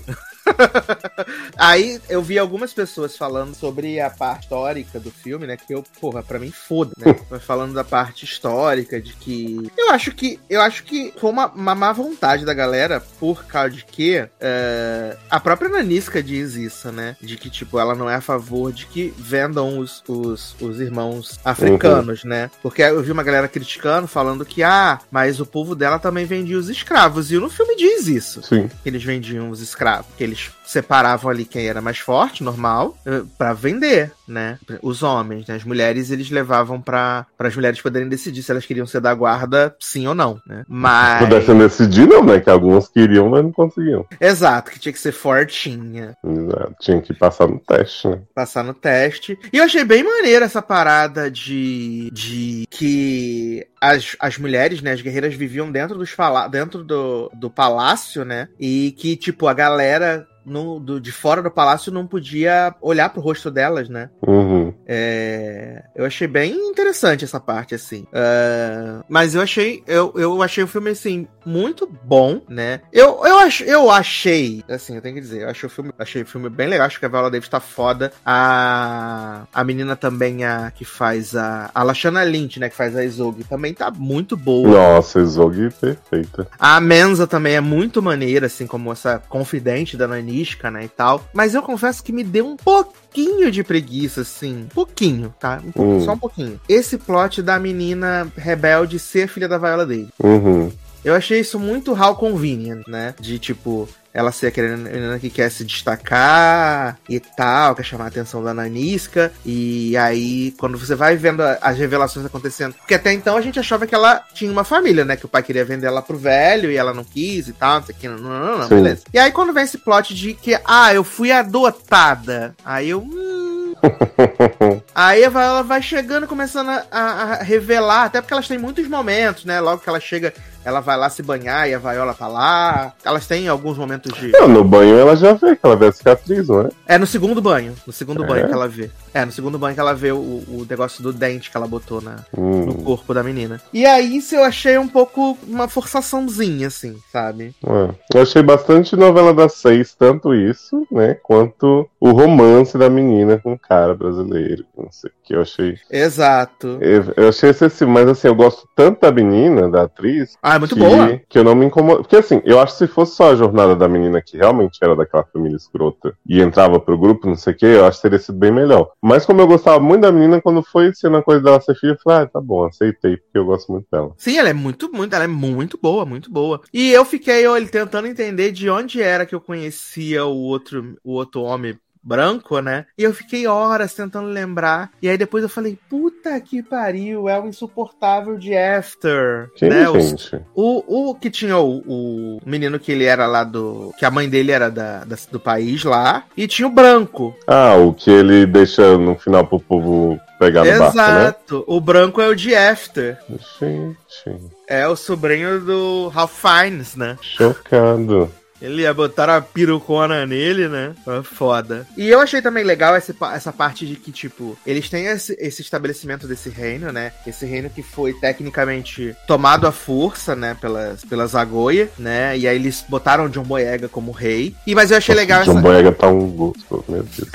C: Aí eu vi algumas pessoas falando sobre a parte histórica do filme, né? Que eu, porra, pra mim foda, né? Mas falando da parte histórica, de que. Eu acho que. Eu acho que foi uma, uma má vontade da galera, por causa de que. eh, a própria Nanisca diz isso, né? De que, tipo, ela não é a favor de que vendam os, os, os irmãos africanos, né? Porque eu vi uma galera criticando, falando que, ah, mas o povo dela também vendia os escravos. E no filme diz isso
D: Sim.
C: que eles vendiam os escravos, que eles separavam ali quem era mais forte, normal, eh, pra vender, né? Os homens, né? As mulheres eles levavam pra as mulheres poderem decidir se elas queriam ser da guarda, sim ou não, né? Mas
D: Pudessem decidir, não, né? Que alguns queriam, mas não conseguiam.
C: exato, que tinha que ser fortinha,
D: Exato. Tinha que passar no teste, né?
C: passar no teste. E eu achei bem maneira essa parada de de que as, as mulheres, né, as guerreiras viviam dentro dos pala dentro do, do palácio, né? E que tipo a galera no, do- de fora do palácio não podia olhar pro rosto delas, né?
D: Uhum.
C: É, eu achei bem interessante essa parte, assim. Ah, mas eu achei, eu, eu achei o filme, assim, muito bom, né? Eu, eu, ach, eu achei, assim, eu tenho que dizer, eu achei o filme, achei o filme bem legal, acho que a Viola Davis tá foda. A, a menina também, a que faz a. A Lashana Lynch, né? Que faz a Izog, também tá muito boa.
D: Nossa, Zog perfeita.
C: A Menza também é muito maneira, assim, como essa confidente da Nanisca, né, e tal. Mas eu confesso que me deu um pouquinho de preguiça, assim. Pouquinho, tá? Um pouquinho,
D: Hum.
C: Só um pouquinho. Esse plot da menina rebelde ser filha da Viola Davis.
D: Uhum.
C: Eu achei isso muito how convenient, né? De tipo, ela ser aquela menina que quer se destacar e tal, quer chamar a atenção da Nanisca. E aí, quando você vai vendo a- as revelações acontecendo. Porque até então a gente achava que ela tinha uma família, né? Que o pai queria vender ela pro velho e ela não quis e tal, não sei o que. Não, não, não, não,
D: Sim.
C: beleza. E aí, quando vem esse plot de que, ah, eu fui adotada. Aí eu. Hum, Aí a Viola vai chegando, começando a, a- a revelar, até porque elas têm muitos momentos, né? Logo que ela chega, ela vai lá se banhar e a Viola tá lá. Elas têm alguns momentos de.
D: Não, no banho ela já vê que ela vê a cicatriz, não é?
C: É no segundo banho. No segundo
D: É?
C: banho que ela vê. É, no segundo banho que ela vê o, o negócio do dente que ela botou na, no
D: Hum.
C: corpo da menina. E aí, isso eu achei um pouco uma forçaçãozinha, assim, sabe?
D: é. Eu achei bastante novela das seis, tanto isso, né? Quanto o romance da menina com o cara brasileiro. Não sei o que. Eu achei.
C: Exato.
D: Eu eu achei excessivo, mas assim, eu gosto tanto da menina, da atriz,
C: Ah, é muito
D: que,
C: boa.
D: que eu não me incomodo. Porque assim, eu acho que se fosse só a jornada da menina que realmente era daquela família escrota e entrava pro grupo, não sei o que, eu acho que teria sido bem melhor. Mas como eu gostava muito da menina, quando foi sendo a coisa dela ser filha, eu falei, ah, tá bom, aceitei, porque eu gosto muito dela.
C: Sim, ela é muito, muito, ela é muito boa, muito boa. E eu fiquei olha, tentando entender de onde era que eu conhecia o outro, o outro homem branco, né? E eu fiquei horas tentando lembrar. E aí depois eu falei, puta que pariu, é o insuportável de After,
D: Quem,
C: né? O-
D: gente?
C: O, o que tinha o, o menino que ele era lá do, que a mãe dele era da, da- do país lá, e tinha o branco.
D: Ah, o que ele deixa no final pro povo pegar no barco,
C: Exato. O branco é o de After.
D: né? Gente,
C: É o sobrinho do Ralph Fiennes, né?
D: chocado.
C: Ele ia botar a pirucona nele, né? Ah, Foda. E eu achei também legal esse pa- essa parte de que, tipo, eles têm esse, esse estabelecimento desse reino, né? Esse reino que foi tecnicamente tomado à força, né? Pelas, pelas Agoia, né? E aí eles botaram o John Boyega como rei. E, mas eu achei legal
D: John
C: essa...
D: Boyega tá um gosto, meu Deus.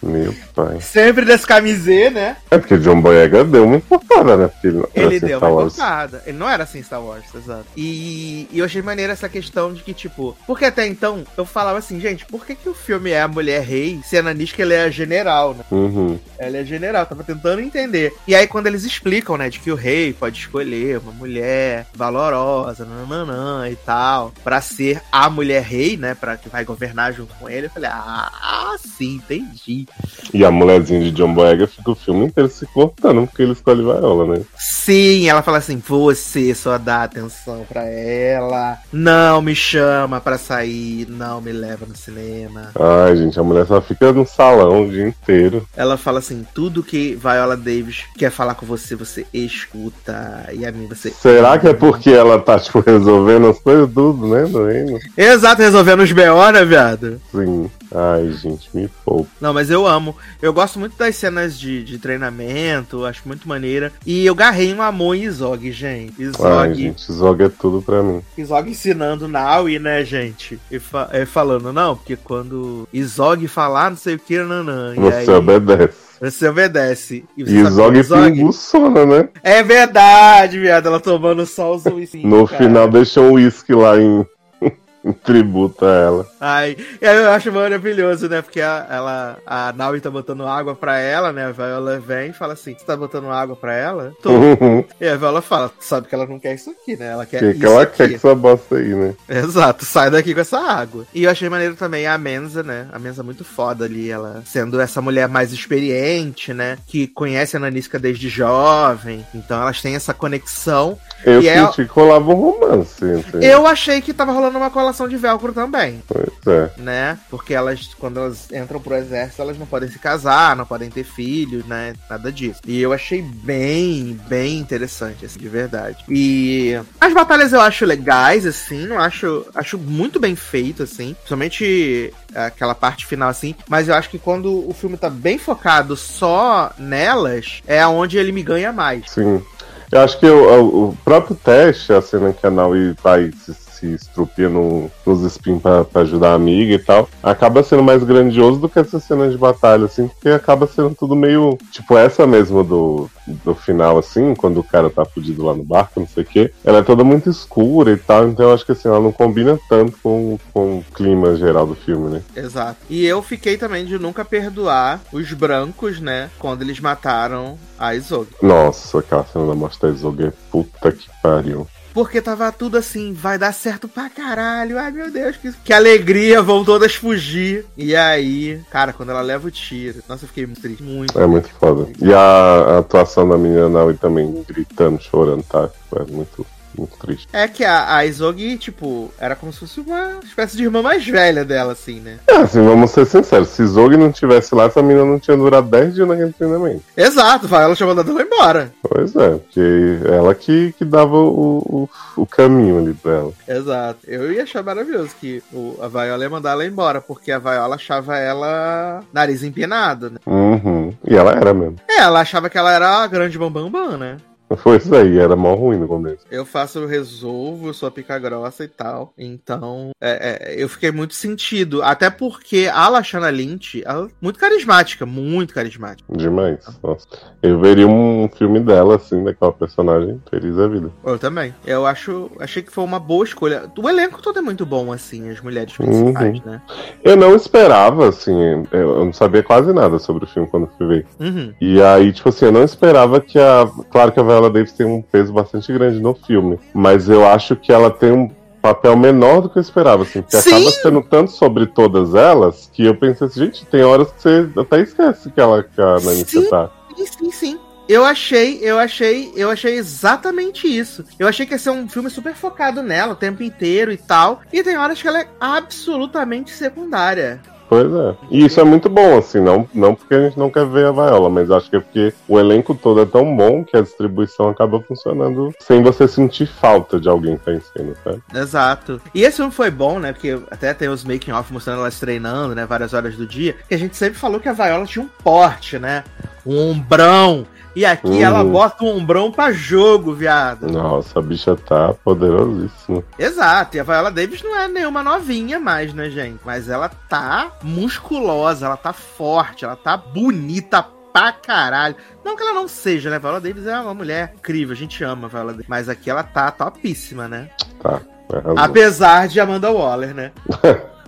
D: meu pai.
C: Sempre descamisê, né?
D: É porque John Boyega deu uma importada, né? Porque não era
C: Ele
D: assim,
C: deu
D: Star
C: uma
D: Wars.
C: cortada. Ele não era assim Star Wars, exato. E, e eu achei maneira essa questão de que, tipo, porque até então eu falava assim, gente, por que, que o filme é a mulher rei, sendo a Nish que ela é a general, né?
D: Uhum.
C: Ela é general, tava tentando entender. E aí, quando eles explicam, né, de que o rei pode escolher uma mulher valorosa, nananã e tal, pra ser a mulher rei, né, pra que vai governar junto com ele, eu falei, ah, sim, entendi.
D: E a mulherzinha de John Boyega fica o filme inteiro se cortando porque ele escolhe vaiola, né?
C: Sim, ela fala assim: você só dá atenção pra ela. Não me chama pra sair, não me leva no cinema.
D: Ai, gente, a mulher só fica no salão o dia inteiro.
C: Ela fala assim: tudo que Viola Davis quer falar com você, você escuta. E a mim você.
D: Será que é porque ela tá, tipo, resolvendo as coisas tudo, né? No reino?
C: Exato, resolvendo os B.O., né, viado?
D: Sim. Ai, gente, me poupa.
C: Não, mas eu amo. Eu gosto muito das cenas de, de treinamento, acho muito maneira. E eu garrei um amor em Izog, gente.
D: Ai,
C: Izog,
D: gente, Zog é tudo pra mim.
C: Izog ensinando Naui, né, gente? E fa- é, falando, não, porque quando Izog falar, não sei o que, nanã. E aí,
D: Você obedece.
C: você obedece. E você tá
D: E
C: sabe
D: Zog
C: que Izog-
D: pinguçona, né?
C: É verdade, viado. Ela tomando solzinho.
D: No
C: cara.
D: final deixou um uísque lá em, em tributo a ela.
C: Ai, e aí eu acho maravilhoso, né? Porque a, ela, a Naui tá botando água pra ela, né? A Viola vem e fala assim: Você tá botando água pra ela? Tô.
D: Uhum.
C: E a Viola fala: Sabe que ela não quer isso aqui, né? Ela quer
D: que,
C: isso
D: que ela
C: aqui.
D: quer que essa bosta aí, né?
C: Exato, sai daqui com essa água. E eu achei maneiro também a Menza, né? A Menza muito foda ali, ela sendo essa mulher mais experiente, né? Que conhece a Nanisca desde jovem. Então elas têm essa conexão.
D: Eu
C: E ela-
D: senti que rolava um romance. Entre
C: Eu achei que tava rolando uma colação de velcro também,
D: Pois é.
C: né? Porque elas, quando elas entram pro exército, elas não podem se casar, não podem ter filhos, né? Nada disso. E eu achei bem, bem interessante, assim, de verdade. E as batalhas eu acho legais, assim, não acho, acho muito bem feito, assim. Principalmente é, aquela parte final, assim. Mas eu acho que quando o filme tá bem focado só nelas, é onde ele me ganha mais.
D: Sim. Eu acho que o, o- o próprio teste, a cena que a Naui vai se, se estrupia no, nos spin pra, pra ajudar a amiga e tal, acaba sendo mais grandioso do que essa cena de batalha, assim, porque acaba sendo tudo meio. Tipo, essa mesmo do, do final, assim, quando o cara tá fudido lá no barco, não sei o quê. Ela é toda muito escura e tal, então eu acho que assim, ela não combina tanto com, com o clima geral do filme, né?
C: Exato. E eu fiquei também de nunca perdoar os brancos, né? Quando eles mataram a Isoga.
D: Nossa, aquela cena da Mostra Zog é puta que pariu.
C: Porque tava tudo assim, vai dar certo pra caralho. Ai, meu Deus, que, que alegria, vão todas fugir. E aí, cara, quando ela leva o tiro. Nossa, eu fiquei muito triste. Muito.
D: É muito foda. E a, a atuação da menina Naui também gritando, chorando, tá? É muito, muito triste.
C: É que a, a Isogi, tipo, era como se fosse uma espécie de irmã mais velha dela, assim, né?
D: É, assim, vamos ser sinceros. Se Zog não tivesse lá, essa menina não tinha durado 10 dias naquele treinamento.
C: Exato, vai, ela chamou ela embora.
D: Pois é, porque ela que, que dava o, o, o caminho ali pra ela.
C: Exato. Eu ia achar maravilhoso que o, a Viola ia mandar ela embora, porque a Viola achava ela nariz empinado, né?
D: Uhum. E ela era mesmo.
C: É, ela achava que ela era a grande bambambam, bam, bam, né?
D: Pois é, e era mó ruim no começo.
C: Eu faço, eu resolvo, eu sou a pica grossa e tal. Então, é, é, eu fiquei muito sentido. Até porque a Lashana Lynch, ela é muito carismática, muito carismática.
D: Demais. Nossa. Eu veria um filme dela, assim, daquela personagem. Feliz a vida.
C: Eu também. Eu acho, achei que foi uma boa escolha. O elenco todo é muito bom, assim, as mulheres
D: Uhum.
C: principais, né?
D: Eu não esperava, assim, eu eu não sabia quase nada sobre o filme quando fui ver.
C: Uhum.
D: E aí, tipo assim, eu não esperava que a. Claro que a Viola Davis tem um peso bastante grande no filme, mas eu acho que ela tem um papel menor do que eu esperava, assim, porque
C: Sim!
D: acaba sendo tanto sobre todas elas que eu pensei assim, gente, tem horas que você até esquece que ela que a Nanica
C: Sim.
D: tá.
C: Sim, sim, sim. Eu achei, eu achei, eu achei exatamente isso. Eu achei que ia ser um filme super focado nela o tempo inteiro e tal. E tem horas que ela é absolutamente secundária.
D: Pois é. E isso é muito bom, assim, não, não porque a gente não quer ver a Viola, mas acho que é porque o elenco todo é tão bom que a distribuição acaba funcionando sem você sentir falta de alguém que tá em cena, sabe?
C: Exato. E esse filme foi bom, né? Porque até tem os making-off mostrando elas treinando, né? Várias horas do dia. Que a gente sempre falou que a Viola tinha um porte, né? Um ombrão. E aqui
D: Uhum.
C: ela bota um ombrão pra jogo, viado.
D: Nossa, a bicha tá poderosíssima.
C: Exato, e a Viola Davis não é nenhuma novinha mais, né, gente? Mas ela tá musculosa, ela tá forte, ela tá bonita pra caralho. Não que ela não seja, né? A Viola Davis é uma mulher incrível, a gente ama a Viola Davis. Mas aqui ela tá topíssima, né?
D: Tá. arrasou.
C: Apesar de Amanda Waller, né?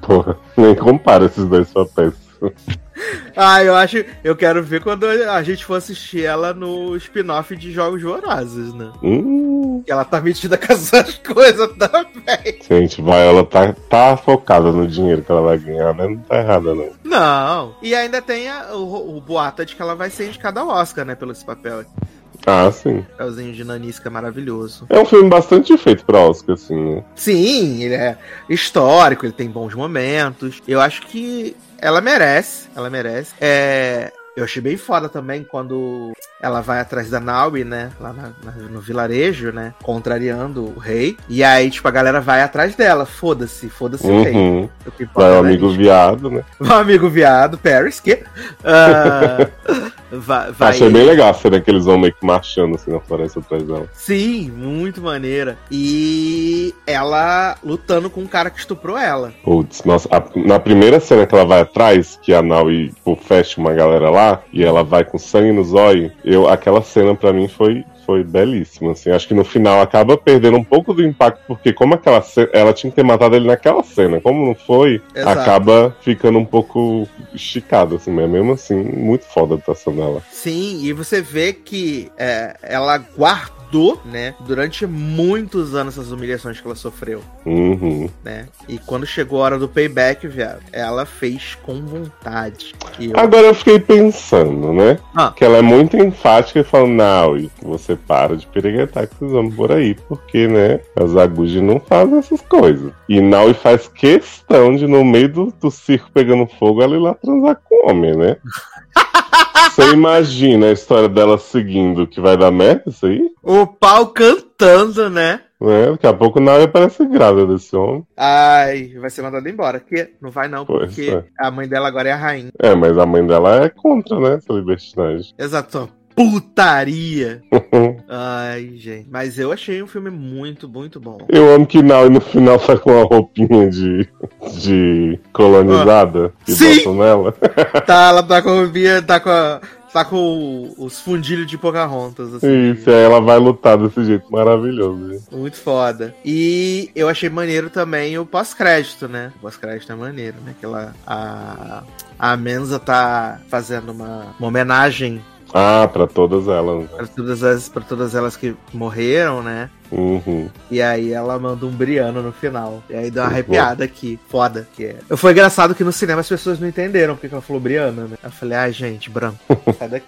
D: Porra, nem compara esses dois papéis.
C: Ah, eu acho. Eu quero ver quando a gente for assistir ela no spin-off de Jogos Vorazes, né?
D: Hum,
C: Que ela tá metida com essas coisas também.
D: gente, Viola tá, tá focada no dinheiro que ela vai ganhar, né? Não tá errada, não.
C: Não. E ainda tem a- o, o boato de que ela vai ser indicada ao Oscar, né? Pelo esse papel aqui.
D: Ah, sim.
C: Papelzinho de nanisca maravilhoso.
D: É um filme bastante feito pra Oscar, assim, né?
C: Sim, ele é histórico, ele tem bons momentos. Eu acho que ela merece. Ela merece. É, Eu achei bem foda também quando ela vai atrás da Naui, né? Lá na- na- no vilarejo, né? Contrariando o rei. E aí, tipo, a galera vai atrás dela. Foda-se, foda-se o rei.
D: Uhum.
C: O que importa
D: Vai
C: é
D: o
C: a
D: amigo
C: lista.
D: viado, né?
C: Vai o amigo viado, Paris, que. Ah, vai, vai
D: Achei bem legal a cena que eles vão meio que marchando assim na floresta atrás dela.
C: Sim, muito maneira. E ela lutando com um cara que estuprou ela.
D: Putz, nossa, a- na primeira cena que ela vai atrás, que a Naui tipo, fecha uma galera lá, e ela vai com sangue nos olhos, eu, aquela cena pra mim foi, foi belíssima, assim. Acho que no final acaba perdendo um pouco do impacto, porque como aquela cena, ela tinha que ter matado ele naquela cena, como não foi,
C: Exato.
D: acaba ficando um pouco esticado, assim, mas mesmo assim, muito foda a atuação dela.
C: Sim, e você vê que é, ela guardou, né, durante muitos anos essas humilhações que ela sofreu,
D: Uhum.
C: né? E quando chegou a hora do payback, viado, ela fez com vontade. E eu-
D: Agora eu fiquei pensando, né?
C: Ah.
D: Que ela é muito enfática e falando, não, e você para de pereguetar com esses homens por aí, porque, né, as Aguji não fazem essas coisas. E Naui faz questão de, no meio do, do circo pegando fogo, ela ir lá transar com homem, né? Você imagina a história dela seguindo que vai dar merda isso aí?
C: O pau cantando, né?
D: Né? Daqui a pouco Naui aparece grávida desse homem.
C: Ai, vai ser mandada embora. Que não vai não,
D: Pois
C: porque
D: é.
C: a mãe dela agora é a rainha.
D: É, mas a mãe dela é contra, né, essa libertinagem.
C: Exato. Putaria. Ai, gente. Mas eu achei um filme muito, muito bom.
D: Eu amo que Naui no final tá com uma roupinha de, de colonizada que
C: Sim!
D: botam nela.
C: Tá, ela tá com o Bia, tá com a- Tá com o- os fundilhos de Pocahontas, assim.
D: Isso, e aí ela vai lutar desse jeito maravilhoso. gente.
C: Muito foda. E eu achei maneiro também o pós-crédito, né? O pós-crédito é maneiro, né? Que ela, a, a Menza tá fazendo uma, uma homenagem
D: Ah, pra todas elas. né?
C: para todas, as, pra todas elas que morreram, né?
D: Uhum.
C: E aí ela manda um Briano no final. E aí deu uma arrepiada aqui. Foda. Que é. Foi engraçado que no cinema as pessoas não entenderam porque que ela falou Briana, né? Eu falei, ai, gente, branco, sai daqui.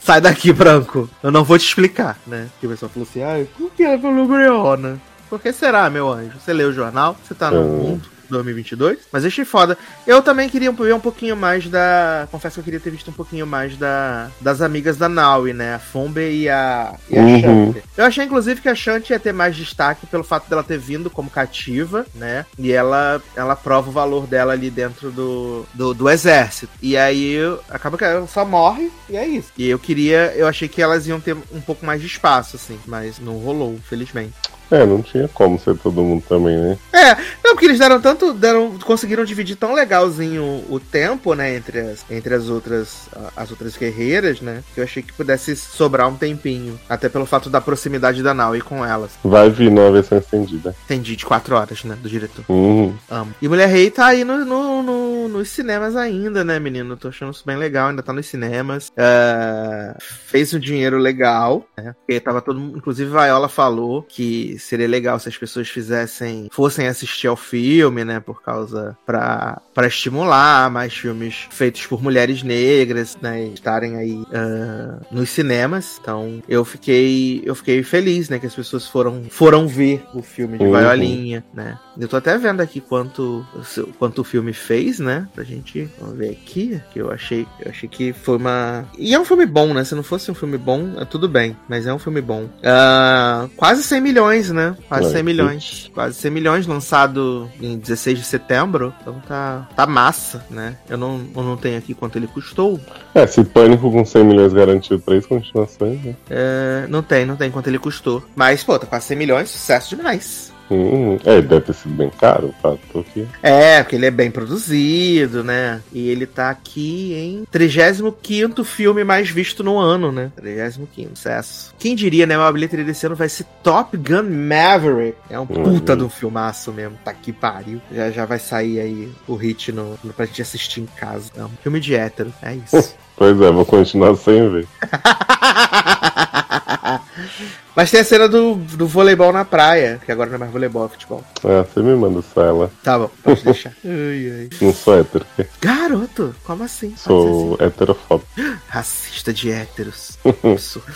C: sai daqui, branco. Eu não vou te explicar, né? Que o pessoal falou assim, ai, por que ela falou Briana? Por que será, meu anjo? Você leu o jornal, você tá no
D: Hum.
C: mundo. 2022, mas achei foda. Eu também queria ver um pouquinho mais da. Confesso que eu queria ter visto um pouquinho mais da das amigas da Naui, né? A Fombe e a, e a
D: Uhum.
C: Shanti. Eu achei, inclusive, que a Shanti ia ter mais destaque pelo fato dela ter vindo como cativa, né? E ela, ela prova o valor dela ali dentro do, do, do exército. E aí acaba que ela só morre e é isso. E eu queria, eu achei que elas iam ter um pouco mais de espaço, assim, mas não rolou, felizmente.
D: É, não tinha como ser todo mundo também, né?
C: É, não, porque eles deram tanto. Deram, conseguiram dividir tão legalzinho o, o tempo, né? Entre as, entre as outras a- as outras guerreiras, né? Que eu achei que pudesse sobrar um tempinho. Até pelo fato da proximidade da Naui com elas.
D: Vai vir numa versão estendida.
C: Entendi, de quatro horas, né? Do diretor.
D: Uhum.
C: Amo. E Mulher Rei tá aí no, no- no- nos cinemas ainda, né, menino? Tô achando isso bem legal, ainda tá nos cinemas. É, fez um dinheiro legal, né? Porque tava todo mundo. Inclusive, Viola falou que seria legal se as pessoas fizessem, fossem assistir ao filme, né, por causa pra, pra estimular mais filmes feitos por mulheres negras, né, e estarem aí ah, nos cinemas. Então, eu fiquei, eu fiquei feliz, né, que as pessoas foram, foram ver o filme de
D: Uhum.
C: Vaiolinha, né. Eu tô até vendo aqui quanto, quanto o filme fez, né, pra gente, vamos ver aqui, que eu achei, eu achei que foi uma... E é um filme bom, né, se não fosse um filme bom, é tudo bem, mas é um filme bom. Ah, quase 100 milhões, né, quase
D: É,
C: 100 milhões, quase 100 milhões, lançado em 16 de setembro, então tá, tá massa, né, eu não, eu não tenho aqui quanto ele custou,
D: É, se Pânico com 100 milhões garantiu três continuações, né?
C: É, não tem, não tem quanto ele custou, mas, pô, tá quase 100 milhões, sucesso demais.
D: Hum, é, deve ter sido bem caro, o fato aqui.
C: É, porque ele é bem produzido, né? E ele tá aqui em 35 filme mais visto no ano, né? 35 sucesso. Quem diria, né? Uma bilheteria desse ano vai ser Top Gun Maverick. É um puta
D: Uhum.
C: de um filmaço mesmo. Tá que pariu. Já, já vai sair aí o hit no, no, pra gente assistir em casa. É um filme de hétero. É isso.
D: Pois é, vou continuar sem ver.
C: Mas tem a cena do, do voleibol na praia, que agora não é mais voleibol, é futebol.
D: Ah, você me manda só ela.
C: Tá bom, pode deixar. Ai, ai.
D: Não sou hétero, porque
C: Garoto, como assim? Pode ser assim.
D: sou heterofóbico.
C: Racista de héteros. Absurdo.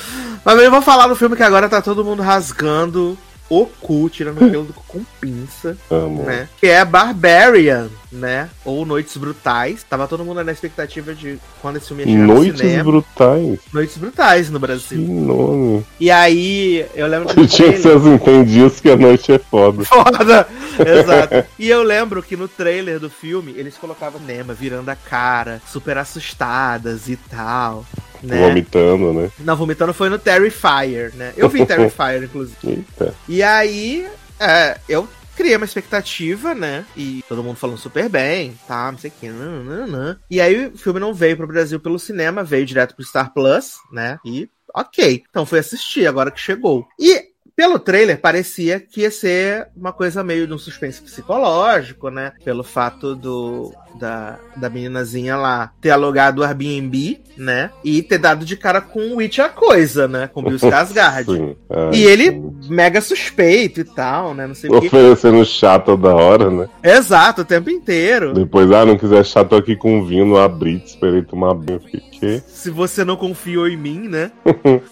C: Mas eu vou falar no filme que agora tá todo mundo rasgando o cu, tirando o pelo do cu com pinça,
D: Amo.
C: né? Que é Barbarian, né? Ou Noites Brutais. Tava todo mundo na expectativa de quando esse filme ia chegar no
D: Noites
C: cinema.
D: Brutais?
C: Noites Brutais no
D: Que
C: Brasil.
D: nome.
C: E aí, eu lembro que
D: Eu
C: no
D: tinha que ser
C: trailer...
D: os entendidos que a noite é foda.
C: Foda! Exato. E eu lembro que no trailer do filme, eles colocavam Nema virando a cara, super assustadas e tal, né?
D: Vomitando, né?
C: Não, vomitando foi no Terrifier, né? Eu vi Terrifier, inclusive.
D: Eita.
C: E aí, é, eu criei uma expectativa, né? E todo mundo falando super bem, tá? Não sei o que. nananã. E aí o filme não veio pro Brasil pelo cinema, veio direto pro Star Plus, né? E ok. Então fui assistir agora que chegou. E. Pelo trailer, parecia que ia ser uma coisa meio de um suspense psicológico, né? Pelo fato do, da, da meninazinha lá ter alugado o Airbnb, né? E ter dado de cara com o Witch a coisa, né? Com o Bill Skarsgård.
D: Sim. Ai,
C: E ele,
D: sim.
C: mega suspeito e tal, né? Não sei o quê.
D: Oferecendo chá toda hora, né?
C: Exato, o tempo inteiro.
D: Depois, ah, não quiser chá, tô aqui com vinho no Abritz, esperei tomar banho. Fiquei.
C: Se você não confiou em mim, né?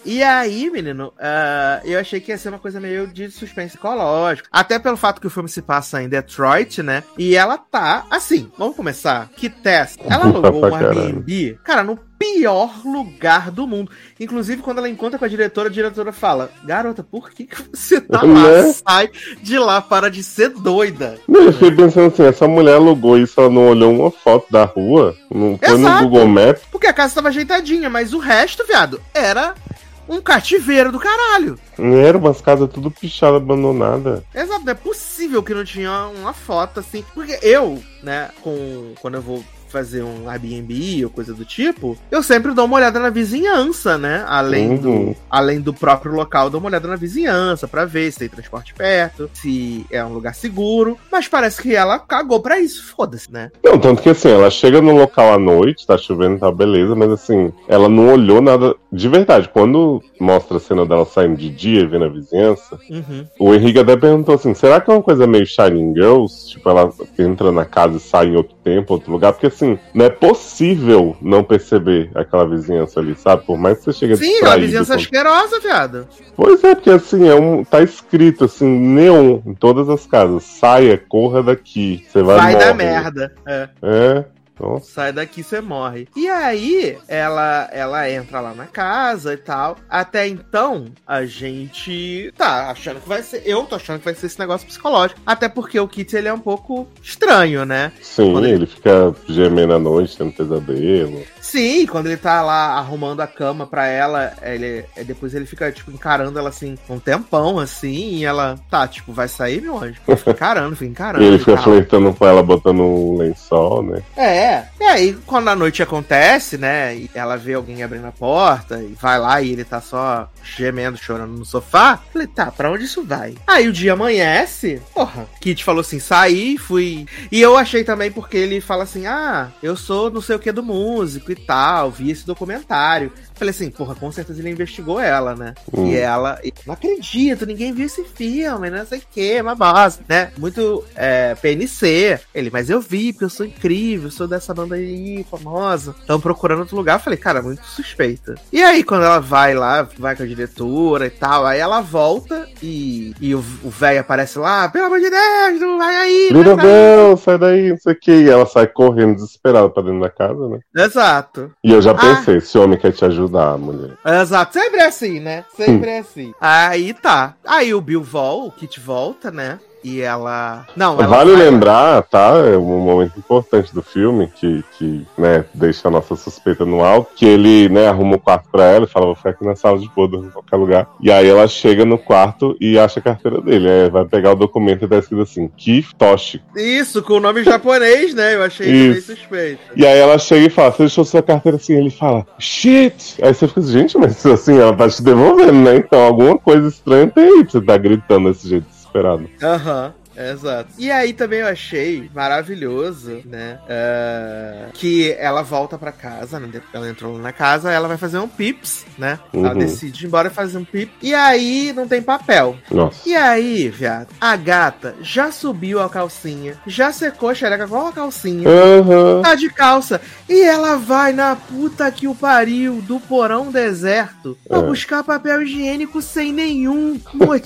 C: e aí, menino, ah, eu achei que ia ser uma coisa meio de suspense psicológico. Até pelo fato que o filme se passa em Detroit, né? E ela tá assim. Vamos começar. Que testa. Ela
D: Puta
C: alugou
D: pra
C: um
D: caralho.
C: Airbnb, cara, no pior lugar do mundo. Inclusive, quando ela encontra com a diretora, a diretora fala: Garota, por que, que você tá lá?
D: Né?
C: Sai de lá, para de ser doida.
D: Não, eu
C: Uhum.
D: fiquei pensando assim, essa mulher alugou isso, ela não olhou uma foto da rua, não foi
C: Exato.
D: no Google Maps.
C: Porque a casa tava ajeitadinha, mas o resto, viado, era um cativeiro do caralho.
D: Não era umas casas tudo pichada, abandonada.
C: Exato, não é possível que não tinha uma foto assim. Porque eu, né, com quando eu vou fazer um Airbnb ou coisa do tipo, eu sempre dou uma olhada na vizinhança, né? Além
D: Uhum.
C: do além do próprio local, eu dou uma olhada na vizinhança pra ver se tem transporte perto, se é um lugar seguro, mas parece que ela cagou pra isso, foda-se, né?
D: Não, tanto que assim, ela chega no local à noite, tá chovendo, tá beleza, mas assim, ela não olhou nada. De verdade, quando mostra a cena dela saindo de dia e vendo a vizinhança,
C: Uhum.
D: o Henrique até perguntou assim: será que é uma coisa meio Shining Girls? Tipo, ela entra na casa e sai em outro tempo, outro lugar? Porque assim, não é possível não perceber aquela vizinhança ali, sabe? Por mais que você chegue
C: Sim, uma
D: distraído
C: vizinhança
D: com-
C: asquerosa, viado.
D: Pois é, porque assim, é um, tá escrito assim, neon em todas as casas. Saia, corra daqui. Você vai
C: Vai, dar
D: morrer.
C: merda. É.
D: É. Nossa.
C: Sai daqui, você morre. E aí, ela ela entra lá na casa e tal. Até então, a gente tá achando que vai ser. Eu tô achando que vai ser esse negócio psicológico. Até porque o Kit ele é um pouco estranho, né?
D: Sim,
C: Quando ele-
D: ele fica gemendo à noite, tendo pesadelo.
C: Sim, quando ele tá lá arrumando a cama pra ela, ele é, depois ele fica, tipo, encarando ela assim, um tempão, assim, e ela, tá, tipo, vai sair, meu anjo? Fica encarando, fica encarando.
D: E ele fica
C: tal.
D: flertando com ela, botando um lençol, né?
C: É. E aí, quando a noite acontece, né? E ela vê alguém abrindo a porta e vai lá e ele tá só gemendo, chorando no sofá. eu Falei, tá, pra onde isso vai? Aí o dia amanhece. Porra. Kit falou assim: saí, fui. E eu achei também porque ele fala assim: ah, eu sou não sei o que do músico e tal, vi esse documentário. Falei assim, porra, com certeza ele investigou ela, né?
D: Hum.
C: E ela, e, não acredito, ninguém viu esse filme, não sei o que, uma base, né? Muito é, PNC. Ele, mas eu vi, porque eu sou incrível, sou dessa banda aí, famosa. Estão procurando outro lugar. Eu falei, cara, muito suspeita. E aí, quando ela vai lá, vai com a diretora e tal, aí ela volta e, e o o velho aparece lá, pelo amor de Deus, não vai aí, vai,
D: Meu
C: vai."
D: Deus, sai daí, não sei o que. E ela sai correndo desesperada pra dentro da casa, né?
C: Exato.
D: E eu já pensei, esse homem quer te ajudar, mulher.
C: Exato, sempre é assim, né? Sempre
D: Hum.
C: é assim. Aí tá. Aí o Bill vol, o Kit volta, né? E ela. Não, ela
D: Vale
C: vai-
D: lembrar, tá? É um momento importante do filme que, que né, deixa a nossa suspeita no alto. Que ele, né, arruma o quarto pra ela e fala, vou ficar aqui na sala de boa, dormir em qualquer lugar. E aí ela chega no quarto e acha a carteira dele. Aí vai pegar o documento e tá escrito assim, que tóxico.
C: Isso, com o nome japonês, né? Eu achei isso meio
D: Isso.
C: suspeito.
D: E aí ela chega e fala, você deixou sua carteira assim? Ele fala, shit! Aí você fica assim, gente, mas assim, ela tá te devolvendo, né? Então alguma coisa estranha tem aí pra você tá gritando desse jeito desesperado.
C: Aham. Exato. E aí também eu achei maravilhoso, né? eh, que ela volta pra casa, né? Ela entrou na casa, ela vai fazer um pips, né? Ela
D: Uhum.
C: decide ir embora e fazer um pips. E aí não tem papel.
D: Nossa.
C: E aí, viado, a gata já subiu a calcinha, já secou a xereca com a calcinha.
D: Aham.
C: tá de calça. E ela vai na puta que o pariu do porão deserto pra
D: É.
C: buscar papel higiênico sem nenhum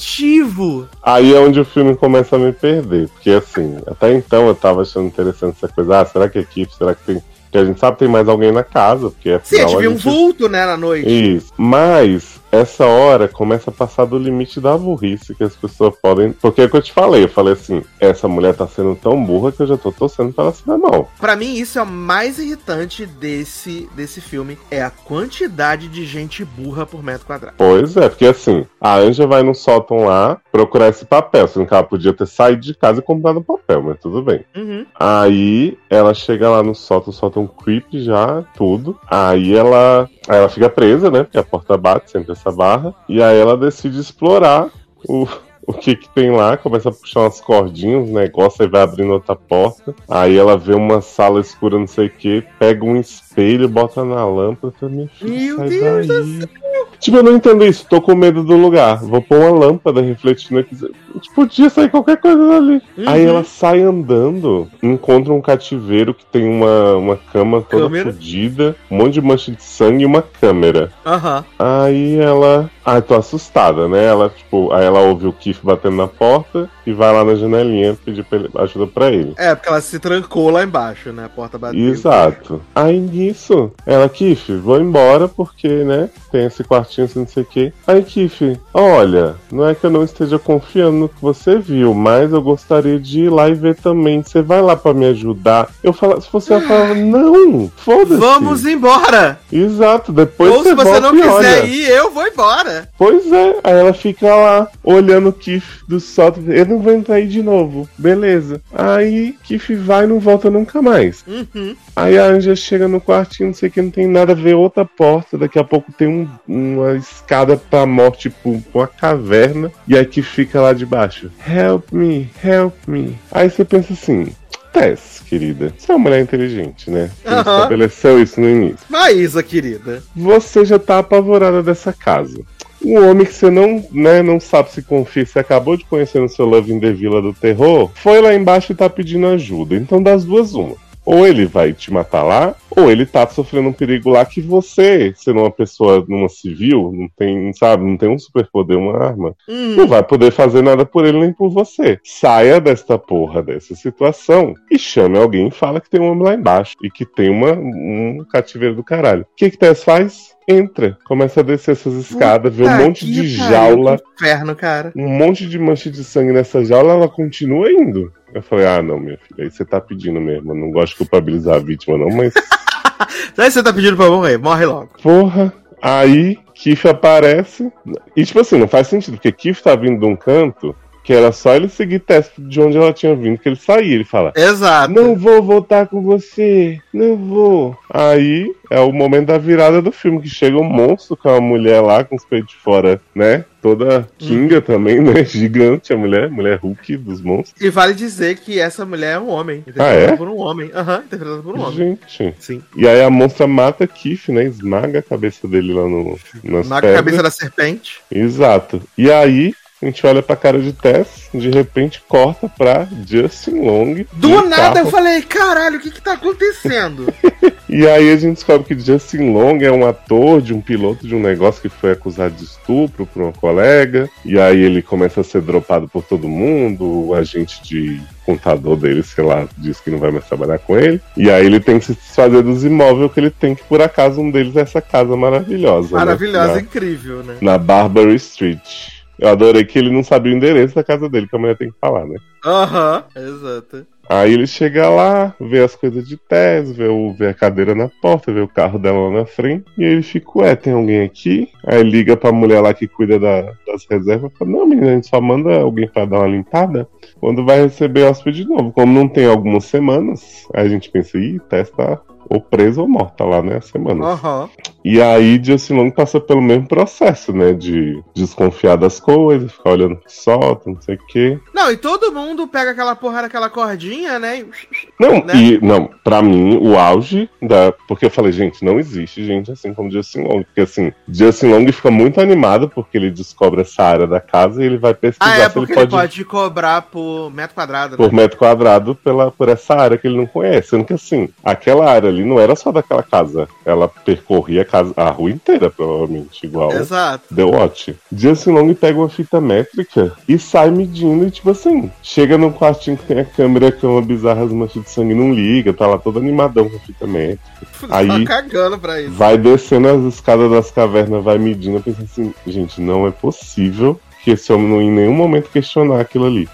C: motivo.
D: Aí é onde o filme começa a me perder, porque assim, até então eu tava achando interessante essa coisa, ah, será que é equipe, será que tem... Porque a gente sabe que tem mais alguém na casa, porque é
C: Sim, a
D: afinal
C: gente viu um
D: gente-
C: vulto, né, na noite.
D: Isso. Mas essa hora começa a passar do limite da burrice que as pessoas podem. Porque é o que eu te falei, eu falei assim, essa mulher tá sendo tão burra que eu já tô torcendo pra ela se dar mal.
C: Pra mim, isso é o mais irritante desse, desse filme. É a quantidade de gente burra por metro quadrado.
D: Pois é, porque assim, a Anja vai num sótão lá procurar esse papel, sendo que ela podia ter saído de casa e comprado o papel, mas tudo bem.
C: Uhum.
D: Aí ela chega lá no sótão, solta um creep já, tudo. Aí ela, aí ela fica presa, né? Porque a porta bate sempre essa barra. E aí ela decide explorar o, o que que tem lá. Começa a puxar umas cordinhas, uns negócios, aí vai abrindo outra porta. Aí ela vê uma sala escura, não sei o que, pega um espelho, bota na lâmpada. Fala, Minha
C: Meu
D: filha, sai
C: Deus
D: daí." Tipo, eu não entendo isso. Tô com medo do lugar. Vou pôr uma lâmpada refletindo aqui. Tipo, podia sair qualquer coisa dali. Aí
C: Uhum.
D: ela sai andando, encontra um cativeiro que tem uma, uma cama toda
C: Câmera.
D: fodida, um monte de mancha de sangue e uma câmera.
C: Aham.
D: Aí ela. Ai, tô assustada, né? Ela, tipo, aí ela ouve o Kiff batendo na porta e vai lá na janelinha pedir pra ele- ajuda pra ele.
C: É, porque ela se trancou lá embaixo, né? A porta bateu.
D: Exato. Aí nisso, ela, Kiff, vou embora porque, né, tem esse quartinho assim, não sei o quê. Aí, Kiff, olha, não é que eu não esteja confiando no que você viu, mas eu gostaria de ir lá e ver também. Você vai lá pra me ajudar? Eu falava, se você falava, não, foda-se.
C: Vamos embora!
D: Exato, depois
C: Ou se você
D: volta
C: não
D: e
C: quiser
D: olha.
C: ir, eu vou embora.
D: Pois é, aí ela fica lá, olhando o Kiff do sótão. Eu não vou entrar aí de novo, beleza. Aí Kiff vai e não volta nunca mais.
C: Uhum.
D: Aí a Anja chega no quartinho, não sei o que, não tem nada a ver, outra porta. Daqui a pouco tem um- uma escada pra morte, tipo, uma caverna. E aí que fica lá de baixo. Help me, help me. Aí você pensa assim, Tess, querida, você é uma mulher inteligente, né? Você
C: Aham.
D: estabeleceu isso no início.
C: Maísa, querida.
D: Você já tá apavorada dessa casa. Um homem que você não, né, não sabe se confia, você acabou de conhecer no seu Love in the Villa do terror, foi lá embaixo e tá pedindo ajuda. Então das duas, uma. Ou ele vai te matar lá, ou ele tá sofrendo um perigo lá que você, sendo uma pessoa numa civil, não tem, sabe, não tem um superpoder, uma arma,
C: Hum.
D: não vai poder fazer nada por ele nem por você. Saia desta porra, dessa situação, e chame alguém e fala que tem um homem lá embaixo e que tem uma, um cativeiro do caralho. O que que Tess faz? Entra, começa a descer essas escadas, vê um
C: Puta
D: monte
C: que
D: de
C: pariu,
D: jaula,
C: que Inferno, cara.
D: um monte de mancha de sangue nessa jaula, ela continua indo. Eu falei, ah, não, minha filha, aí você tá pedindo mesmo. Eu não gosto de culpabilizar a vítima, não, mas
C: Daí você tá pedindo pra morrer, morre logo.
D: Porra. Aí Kiff aparece. E tipo assim, não faz sentido, porque Kiff tá vindo de um canto que era só ele seguir teste de onde ela tinha vindo, que ele saía. Ele fala:
C: Exato.
D: Não vou voltar com você, não vou. Aí é o momento da virada do filme, que chega um monstro com a mulher lá, com os peitos de fora, né? Toda Kinga também, né? Gigante a mulher, mulher Hulk dos monstros.
C: E vale dizer que essa mulher é um homem.
D: Ah,
C: Interpretada
D: é?
C: por um homem. Aham, interpretada por um homem.
D: Gente.
C: Sim.
D: E aí a monstra mata Kiff, né? Esmaga a cabeça dele lá no, nas
C: Na
D: pedras.
C: cabeça da serpente.
D: Exato. E aí a gente olha pra cara de Tess, de repente corta pra Justin Long.
C: Do
D: de
C: nada
D: carro.
C: eu falei, caralho, o que que tá acontecendo?
D: E aí a gente descobre que Justin Long é um ator de um piloto de um negócio que foi acusado de estupro por uma colega. E aí ele começa a ser dropado por todo mundo. O agente de contador dele, sei lá, diz que não vai mais trabalhar com ele. E aí ele tem que se desfazer dos imóveis que ele tem, que por acaso um deles é essa casa maravilhosa. né?
C: Maravilhosa,
D: Na-
C: incrível, né?
D: na Barbary Street. Eu adorei que ele não sabia o endereço da casa dele, que a mulher tem que falar, né?
C: Aham, exato.
D: Aí ele chega lá, vê as coisas de Tess, vê, o, vê a cadeira na porta, vê o carro dela lá na frente, e aí ele fica, ué, tem alguém aqui? Aí liga pra mulher lá que cuida da- das reservas, fala, não, menina, a gente só manda alguém pra dar uma limpada quando vai receber hóspede de novo. Como não tem algumas semanas, aí a gente pensa, ih, Tess tá ou presa ou morta lá, né, a semana.
C: Aham.
D: E aí, Justin Long passa pelo mesmo processo, né? De desconfiar das coisas, ficar olhando pro sótão, não sei o quê.
C: Não, e todo mundo pega aquela porra daquela cordinha, né? E-
D: Não,
C: Né?
D: e não, pra mim, o auge da. Porque eu falei, gente, não existe gente assim como Justin Long. Porque assim, Justin Long fica muito animado porque ele descobre essa área da casa e ele vai pesquisar
C: Ah, é,
D: se ele
C: porque
D: pode,
C: ele pode cobrar por metro quadrado, né?
D: por metro quadrado pela, por essa área que ele não conhece. Sendo que assim, aquela área ali não era só daquela casa. Ela percorria a, casa, a rua inteira, provavelmente, igual.
C: É, Exato.
D: The Watch. Justin Long pega uma fita métrica e sai medindo e, tipo assim, chega num quartinho que tem a câmera que é uma bizarra, as manchas de sangue não liga, tá lá todo animadão com a fita métrica. Aí-
C: Tá cagando pra isso.
D: Vai descendo as escadas das cavernas, vai medindo, pensa assim, gente, não é possível que esse homem não em nenhum momento questionar aquilo ali.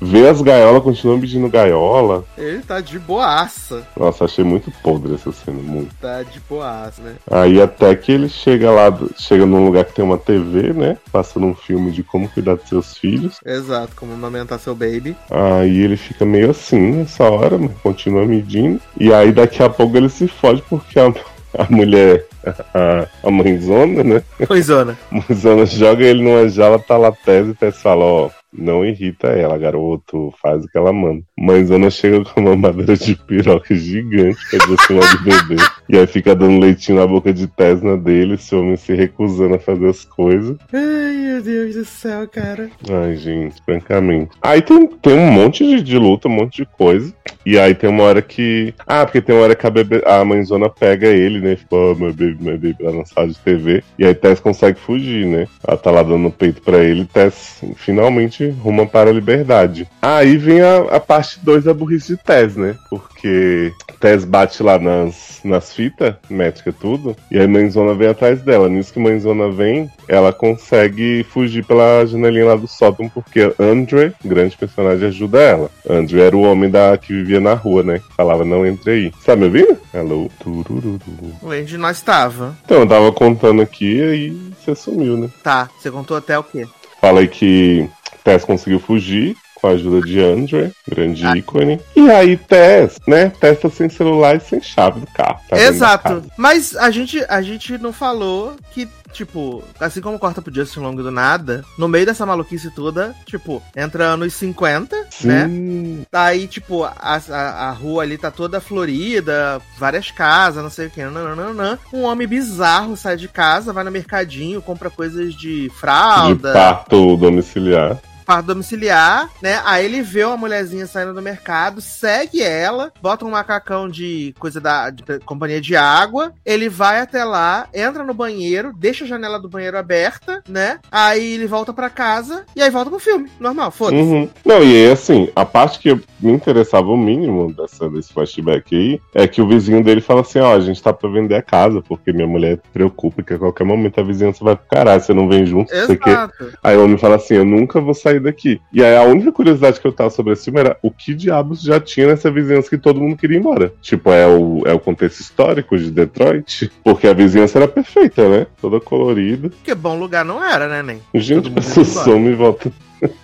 D: Vê as gaiolas, continua medindo gaiola.
C: Ele tá de boaça.
D: Nossa, achei muito podre essa cena, muito.
C: Tá de boaça, né?
D: Aí até que ele chega lá, do- chega num lugar que tem uma TV, né? Passando um filme de como cuidar dos seus filhos.
C: Exato, como amamentar seu baby.
D: Aí ele fica meio assim nessa hora, mas continua medindo. E aí daqui a pouco ele se fode porque a, a mulher, a, a mãezona, né?
C: Pois, Ana.
D: A mãezona joga ele numa jaula, tá lá tese e Tess fala, ó, não irrita ela, garoto, faz o que ela manda. Mãezona chega com uma mamadeira de piroca gigante, que é de assim, lá do bebê. E aí fica dando leitinho na boca de Tess na dele, esse homem se recusando a fazer as coisas.
C: Ai, meu Deus do céu, cara.
D: Ai, gente, francamente. Aí tem, tem um monte de, de luta, um monte de coisa. E aí tem uma hora que. Ah, porque tem uma hora que a, bebê, a mãezona pega ele, né? Tipo, oh, meu baby, meu baby, lá na sala de TV. E aí Tess consegue fugir, né? Ela tá lá dando o peito pra ele. Tess finalmente ruma para a liberdade. Aí vem a, a parte 2 da burrice de Tess, né? Porque Tess bate lá nas, nas fitas, métrica tudo. E aí mãezona vem atrás dela. Nisso que mãezona vem, ela consegue fugir pela janelinha lá do sótão, porque Andre, grande personagem, ajuda ela. Andre era o homem da que vivia na rua, né? Que falava, não entre aí. Você tá me ouvindo? Hello. Turururu.
C: Onde nós estava?
D: Então, eu tava contando aqui e aí você sumiu, né?
C: Tá, você contou até o quê?
D: Falei que Tess conseguiu fugir com a ajuda de Andre, grande ícone. E aí Tess, né? Tess tá sem celular e sem chave do carro. tá dentro da casa.
C: Exato. Mas a gente, a gente não falou que, tipo, assim como corta pro Justin Long do nada, no meio dessa maluquice toda, tipo, entra anos 50, né?
D: Sim.
C: Aí, tipo, a, a, a rua ali tá toda florida, várias casas, não sei o que, nananana. Um homem bizarro sai de casa, vai no mercadinho, compra coisas de
D: de
C: fralda,
D: parto domiciliar.
C: para domiciliar, né? Aí ele vê uma mulherzinha saindo do mercado, segue ela, bota um macacão de coisa da de companhia de água, ele vai até lá, entra no banheiro, deixa a janela do banheiro aberta, né? Aí ele volta pra casa e aí volta pro filme, normal, foda-se.
D: Uhum. Não, e aí, assim, a parte que eu- me interessava o mínimo dessa, desse flashback aí é que o vizinho dele fala assim: ó, a gente tá pra vender a casa, porque minha mulher preocupa que a qualquer momento a vizinhança vai pro caralho, você não vem junto, não sei o quê.
C: Exato.
D: Aí o homem fala assim: eu nunca vou sair daqui. E aí a única curiosidade que eu tava sobre esse filme era o que diabos já tinha nessa vizinhança que todo mundo queria ir embora. Tipo, é o, é o contexto histórico de Detroit, porque a vizinhança era perfeita, né? Toda colorida.
C: Porque bom lugar não era, né, Nem?
D: Gente,
C: Todo mundo
D: passou
C: indo embora.
D: some e volta.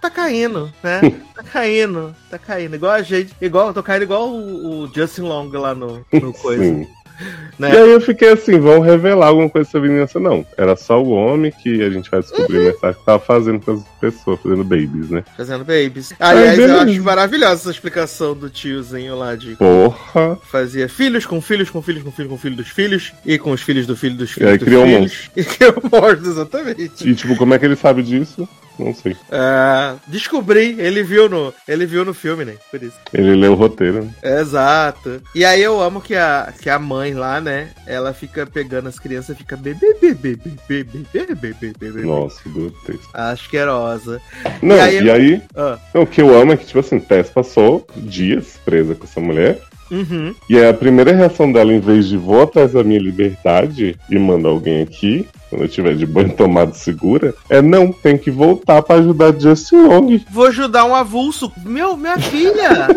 C: Tá caindo, né? Tá caindo, tá caindo. Igual a gente, igual, tô caindo igual o, o Justin Long lá no, no coisa.
D: Sim.
C: Né?
D: E aí eu fiquei assim, vão revelar alguma coisa sobre vingança? Não, era só o homem que a gente vai
C: Uhum.
D: descobrir mais tarde que tava fazendo com as pessoas, fazendo babies, né?
C: Fazendo babies. Aliás, eu
D: beleza.
C: acho maravilhosa essa explicação do tiozinho lá de.
D: Porra!
C: Fazia filhos com filhos, com filhos, com filhos, com filhos dos filhos, e com os filhos do filho dos
D: E
C: filhos.
D: aí
C: dos
D: criou um
C: filhos, E criou monstros, exatamente.
D: E tipo, como é que ele sabe disso? Não sei.
C: Ah, descobri, ele viu no. Ele viu no filme, né? Por isso.
D: Ele leu o roteiro, né?
C: Exato. E aí eu amo que a, que a mãe lá, né? Ela fica pegando as crianças e fica bebê, bebê, bebê, bebê, bebê, bebê.
D: Nossa, grotesco.
C: Asquerosa.
D: Não,
C: E aí-
D: e aí,
C: Ah.
D: não, o que eu amo é que, tipo assim, Tess passou dias presa com essa mulher.
C: Uhum.
D: E aí a primeira reação dela, em vez de vou atrás da minha liberdade e manda alguém aqui, quando eu tiver de banho tomado segura, é não, tem que voltar pra ajudar Justin Long.
C: Vou ajudar um avulso. Meu, minha filha!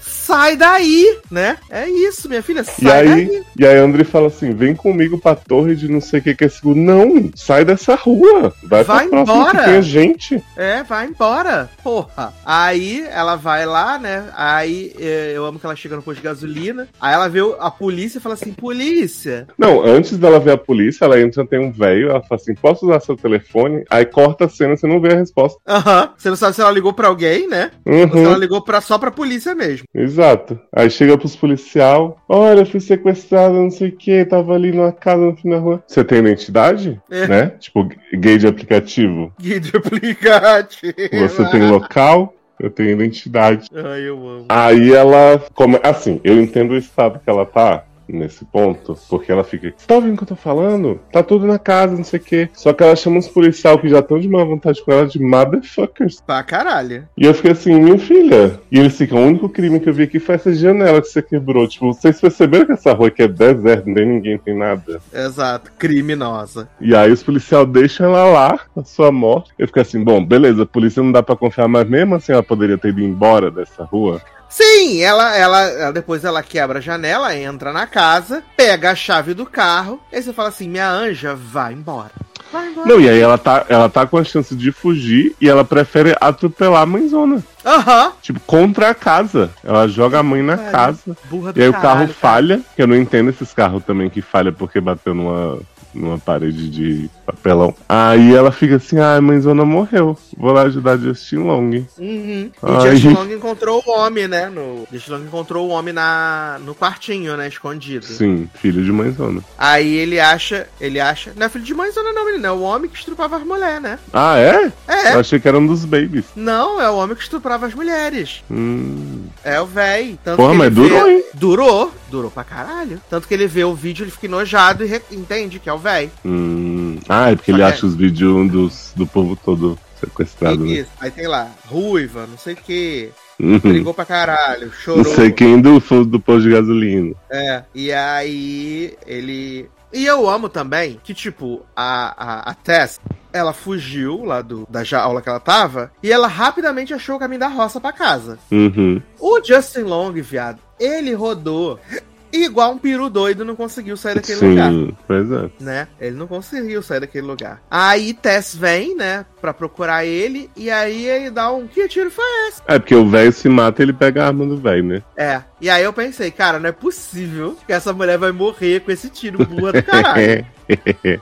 C: sai daí, né? É isso, minha filha, sai
D: E
C: daí.
D: aí, e aí André fala assim: vem comigo pra torre de não sei o que que é seguro. Não, sai dessa rua. Vai,
C: Vai
D: pra próxima
C: embora.
D: que tem a gente.
C: É, vai embora, porra. Aí ela vai lá, né? Aí é, eu amo que ela chega no posto de gasolina. Aí ela vê o- a polícia e fala assim: polícia.
D: Não, antes dela ver a polícia, ela entra, tem um velho, ela fala assim: posso usar seu telefone? Aí corta a cena, você não vê a resposta.
C: Aham. Você não sabe se ela ligou pra alguém, né? Ou se
D: Uhum,
C: ela ligou pra, só pra polícia mesmo.
D: exato. Aí chega pros policial: olha, fui sequestrada, não sei o que, tava ali numa casa no fim da rua. Você tem identidade?
C: É.
D: Né? Tipo, gay de aplicativo.
C: Que duplicate.
D: Você tem local, eu tenho identidade.
C: Ai, eu amo.
D: Aí ela. Come... Assim, eu entendo o estado que ela tá nesse ponto, porque ela fica. Você tá ouvindo o que eu tô falando? Tá tudo na casa, não sei o quê. Só que ela chama uns policial que já estão de má vontade com ela de motherfuckers.
C: Pra caralho.
D: E eu fiquei assim, minha filha. E eles ficam, o único crime que eu vi aqui foi essa janela que você quebrou. Tipo, vocês perceberam que essa rua aqui é deserto, não tem ninguém, tem nada.
C: Exato. Criminosa.
D: E aí os policial deixam ela lá, na sua morte. Eu fico assim, bom, beleza, a polícia não dá pra confiar, mas mesmo assim ela poderia ter ido embora dessa rua.
C: Sim, ela, ela, ela- depois ela quebra a janela, entra na casa, pega a chave do carro, aí você fala assim: minha anja, vai embora. Vai embora.
D: Não, e aí ela tá, ela tá com a chance de fugir e ela prefere atropelar a mãezona.
C: Aham.
D: Tipo, contra a casa. Ela joga a mãe na
C: Caralho.
D: casa.
C: Burra do
D: E aí o carro
C: caralho, cara.
D: falha, que eu não entendo esses carros também que falha porque bateu numa, numa parede de papelão. Aí ela fica assim, ai, a mãezona morreu. Vou lá ajudar Justin Long.
C: Uhum. E
D: Ai.
C: Justin Long encontrou o homem, né? No... Justin Long encontrou o homem na... no quartinho, né? Escondido.
D: Sim, filho de mãezona.
C: Aí ele acha. Ele acha. Não é filho de mãe, zona não, menino. É o homem que estrupava as mulheres, né?
D: Ah, é?
C: É.
D: Eu achei que era um dos babies.
C: Não, é o homem que estuprava as mulheres.
D: Hum.
C: É o véi. Tanto
D: Porra,
C: que
D: mas
C: ele
D: durou,
C: vê-
D: hein?
C: Durou. Durou pra caralho. Tanto que ele vê o vídeo, ele fica enojado e re- entende que é o véi.
D: Hum. Ah, é porque ele
C: Só que-
D: acha os vídeos um dos, do povo todo sequestrado, né?
C: Isso. Aí tem lá, ruiva, não sei o que.
D: Uhum.
C: Brigou pra caralho,
D: Não
C: chorou.
D: sei quem do, do posto de gasolina.
C: É, e aí ele. E eu amo também que, tipo, a, a, a Tess, ela fugiu lá do, da jaula que ela tava e ela rapidamente achou o caminho da roça pra casa.
D: Uhum.
C: O Justin Long, viado, ele rodou igual um peru doido não conseguiu sair daquele lugar
D: Sim, pois é.
C: né? Ele não conseguiu sair daquele lugar. Aí Tess vem, né, pra procurar ele, e aí ele dá um que tiro foi
D: É porque o velho se mata ele pega a arma do velho, né?
C: É. E aí eu pensei, cara, não é possível que essa mulher vai morrer com esse tiro burra do caralho.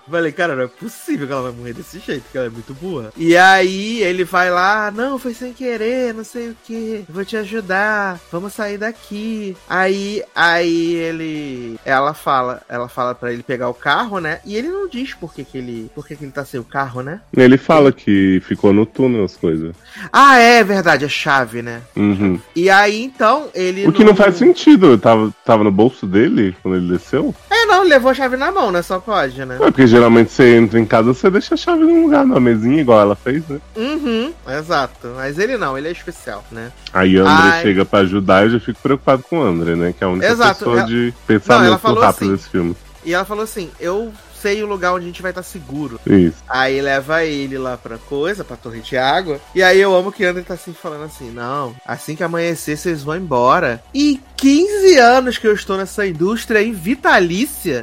C: Falei, cara, não é possível que ela vai morrer desse jeito, que ela é muito burra. E aí ele vai lá, não, foi sem querer, não sei o que, vou te ajudar, vamos sair daqui. Aí, aí ele, ela fala, ela fala pra ele pegar o carro, né? E ele não diz por que que ele, por que que ele tá sem o carro, né?
D: ele fala que ficou no túnel as coisas.
C: Ah, é verdade, é chave, né?
D: Uhum.
C: E aí então ele.
D: O que não faz assim? sentido, tava, tava no bolso dele quando ele desceu?
C: É, não, levou a chave na mão, né? Só pode, né?
D: É porque geralmente você entra em casa, você deixa a chave num lugar, numa mesinha, igual ela fez, né?
C: Uhum, exato. Mas ele não, ele é especial, né?
D: Aí o André
C: Ai.
D: chega pra ajudar e eu já fico preocupado com o André, né? Que é a única
C: Exato,
D: pessoa
C: ela-
D: de
C: Não, ela
D: pensamento
C: falou
D: rápido
C: assim.
D: desse filme.
C: E ela falou assim: eu sei o lugar onde a gente vai estar seguro.
D: Isso.
C: Aí leva ele lá pra coisa, pra torre de água. E aí eu amo que André tá assim falando assim: não, assim que amanhecer vocês vão embora. E 15 anos que eu estou nessa indústria em vitalícia.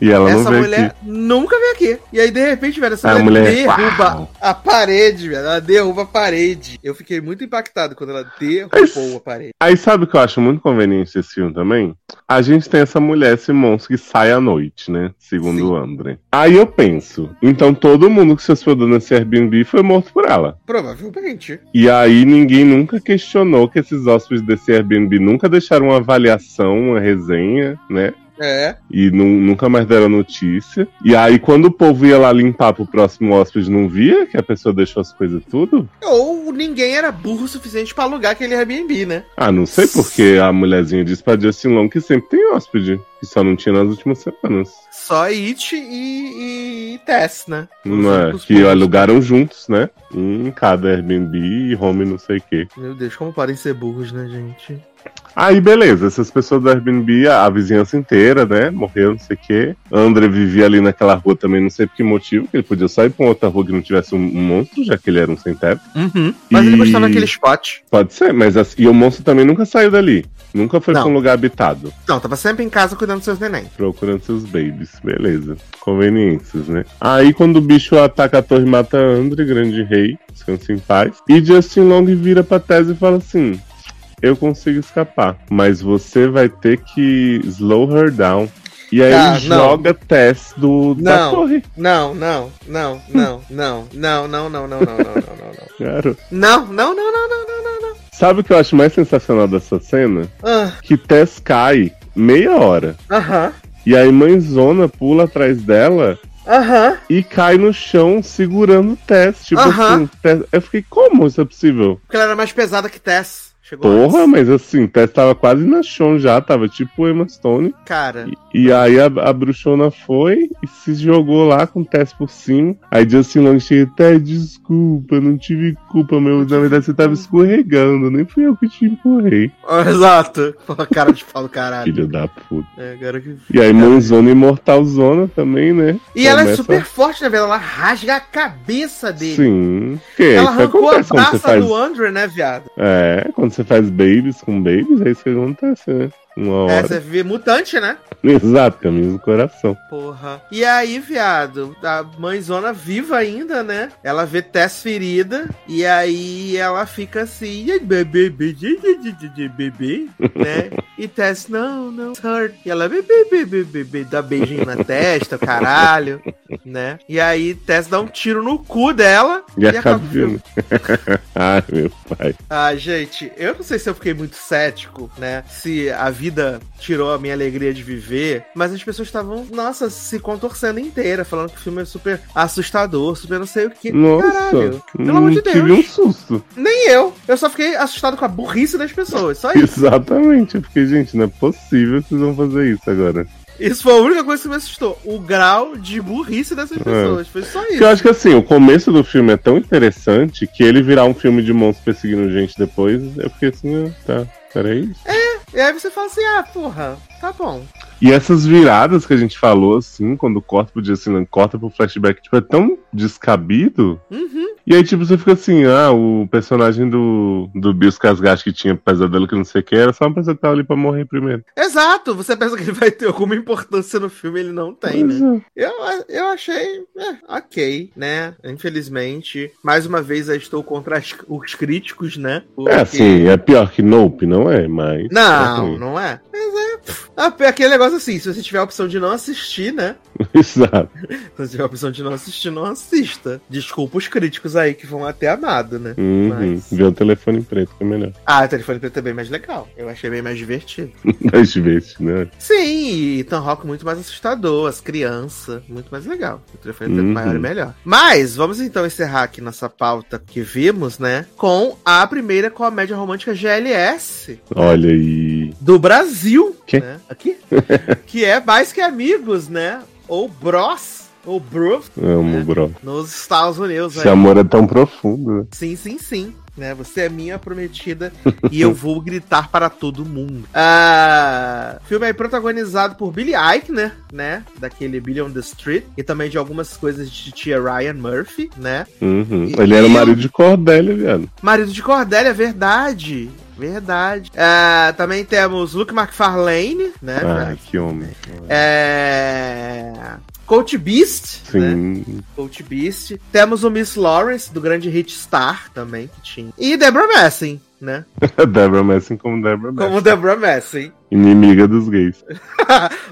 D: E ela não
C: essa
D: veio
C: mulher
D: aqui.
C: nunca veio aqui. E aí, de repente, velho, essa
D: A mulher, é
C: derruba
D: uau.
C: a parede, velho. Ela derruba a parede. Eu fiquei muito impactado quando ela derrubou a parede.
D: Aí sabe o que eu acho muito conveniente desse filme também? A gente tem essa mulher, esse monstro, que sai à noite, né? Segundo
C: Sim.
D: o André. Aí eu penso, então todo mundo que se hospedou nesse Airbnb foi morto por ela.
C: Provavelmente.
D: E aí ninguém nunca questionou que esses hóspedes desse Airbnb nunca deixaram uma avaliação, uma resenha, né?
C: É.
D: E nu- nunca mais deram notícia. E aí, quando o povo ia lá limpar pro próximo hóspede, não via que a pessoa deixou as coisas tudo?
C: Ou ninguém era burro o suficiente pra alugar aquele Airbnb, né?
D: Ah, não sei porque a mulherzinha disse pra Justin Long que sempre tem hóspede. Que só não tinha nas últimas semanas.
C: Só It e, e Tess, né?
D: Não é?
C: Os- os
D: Que
C: poucos.
D: alugaram juntos, né? Em cada Airbnb e home não sei o quê.
C: Meu Deus, como podem ser burros, né, gente?
D: Aí, beleza, essas pessoas do Airbnb, a, a vizinhança inteira, né? Morreu, não sei o quê. André vivia ali naquela rua também, não sei por que motivo, que ele podia sair pra uma outra rua que não tivesse um, um monstro, já que ele era um sem teto.
C: Uhum. Mas ele
D: E-
C: gostava daquele spot.
D: Pode ser, mas as- e o monstro também nunca saiu dali. Nunca foi
C: Não.
D: pra um lugar habitado,
C: Não, tava sempre em casa cuidando dos seus neném.
D: procurando seus babies. Beleza. Conveniências, né? Aí quando o bicho ataca a torre e mata André, grande rei, descansa em paz. E Justin Long vira pra Tese e fala assim. Eu consigo escapar, mas você vai ter que slow her down. E aí
C: Tá,
D: ele
C: não.
D: joga Tess do, da
C: Não.
D: torre.
C: Não, não, não, não, não, não, não, não, não, não, não, não, não, não.
D: Claro.
C: Não, não, não, não, não, não, não, não.
D: Sabe o que eu acho mais sensacional dessa cena?
C: Ah,
D: Que Tess cai meia hora.
C: Aham,
D: E aí mãezona pula atrás dela
C: aham.
D: e cai no chão segurando o Tess. Tipo
C: Aham.
D: assim, Tess... eu fiquei, como isso é possível?
C: Porque ela era mais pesada que Tess. Chegou
D: Porra,
C: antes.
D: mas assim, Tess tava quase na chão já, tava tipo Emma Stone.
C: Cara,
D: E, e aí a, a bruxona foi e se jogou lá com o Tess por cima. Aí Justin Long chega, Tess, desculpa, não tive culpa, meu. Na verdade você tava escorregando, nem fui eu que te empurrei,
C: exato. Porra, cara de pau do caralho.
D: filho da puta.
C: É, agora que
D: E aí mãezona imortalzona também, né?
C: E ela é
D: Começa-
C: super forte, né, velho? Ela rasga a cabeça dele.
D: Sim. Que é
C: Ela
D: isso que
C: arrancou a
D: acontece quando você
C: braça
D: faz
C: do Andrew, né, viado?
D: É, quando você faz babies com babies, é isso que acontece, né? Uma
C: É,
D: hora.
C: você vê mutante, né?
D: Exato, caminho do coração.
C: Porra. E aí, viado, a mãezona viva ainda, né? Ela vê Tess ferida e aí ela fica assim, "E aí, bebê, bebê, bebê, bebê, né? E Tess, não, não, it's hurt. E ela, bebê, bebê, bebê, dá beijinho na testa, caralho, né? E aí Tess dá um tiro no cu dela
D: E, acaba
C: o filme.
D: vindo. Ai, meu pai.
C: Ah, gente, eu não sei se eu fiquei muito cético, né? Se a vida tirou a minha alegria de viver, mas as pessoas estavam, nossa, se contorcendo inteira, falando que o filme é super assustador, super não sei o que.
D: Nossa.
C: Caralho, pelo
D: hum,
C: amor de
D: tive
C: Deus.
D: um susto.
C: Nem eu. Eu só fiquei assustado com a burrice das pessoas. Só isso.
D: Exatamente. Eu fiquei, gente, não é possível que vocês vão fazer isso agora.
C: Isso foi a única coisa que me assustou. O grau de burrice dessas pessoas. Foi só
D: É. Porque eu
C: isso.
D: acho que assim, o começo do filme é tão interessante que ele virar um filme de monstros perseguindo gente depois, eu fiquei assim, ah, tá, peraí.
C: E aí você fala assim: ah, porra, tá bom.
D: E essas viradas que a gente falou, assim, quando corta pro Justin Lang, corta pro flashback, tipo, é tão descabido.
C: Uhum.
D: E aí, tipo, você fica assim, ah, o personagem do, do Bill Skarsgård que tinha pesadelo que não sei o que, era só uma pessoa que tava ali pra morrer primeiro.
C: Exato. Você pensa que ele vai ter alguma importância no filme, ele não tem, né?
D: Pois é.
C: Eu, eu achei é, ok, né? Infelizmente. Mais uma vez, eu estou contra as- os críticos, né? Porque-
D: É, assim, é pior que Nope, não é, mas...
C: Não,
D: É,
C: não é. Mas é. pff, ah, Aquele negócio assim, se você tiver a opção de não assistir, né?
D: Exato.
C: Se você tiver a opção de não assistir, não assista. Desculpa os críticos aí que vão até amado, né?
D: Uhum.
C: Mas-
D: Ver o telefone preto que é melhor.
C: Ah, o telefone preto é bem mais legal. Eu achei bem mais divertido.
D: Mas divertido, né?
C: Sim, e Tom Rock muito mais assustador, as crianças, muito mais legal. O telefone preto
D: Uhum.
C: maior e melhor. Mas vamos então encerrar aqui nossa pauta que vimos, né? Com a primeira comédia romântica GLS
D: Olha aí...
C: do Brasil,
D: Que?
C: né? Aqui. que é mais que amigos, né? Ou Bros. o Bruv, É.
D: Amo, bro.
C: nos Estados Unidos. né?
D: Esse
C: aí.
D: amor é tão profundo, né?
C: Sim, sim, sim. Né? Você é minha prometida e eu vou gritar para todo mundo. Ah, filme aí protagonizado por Billy Eichner, né? Daquele Billy on the Street. E também de algumas coisas de tia Ryan Murphy, né?
D: Uhum.
C: E-
D: Ele era
C: e
D: o
C: eu-
D: marido de Cordélia, viado.
C: Marido de Cordélia, verdade. Verdade. Ah, também temos Luke McFarlane, né?
D: Ai, Ah, que homem.
C: É... Coach Beast, né?
D: Sim.
C: Coach Beast. Temos o Miss Lawrence, do grande hit Star também, que tinha. E Deborah Messing, né?
D: Deborah Messing como Deborah Messing.
C: Como Deborah Messing.
D: Inimiga dos gays.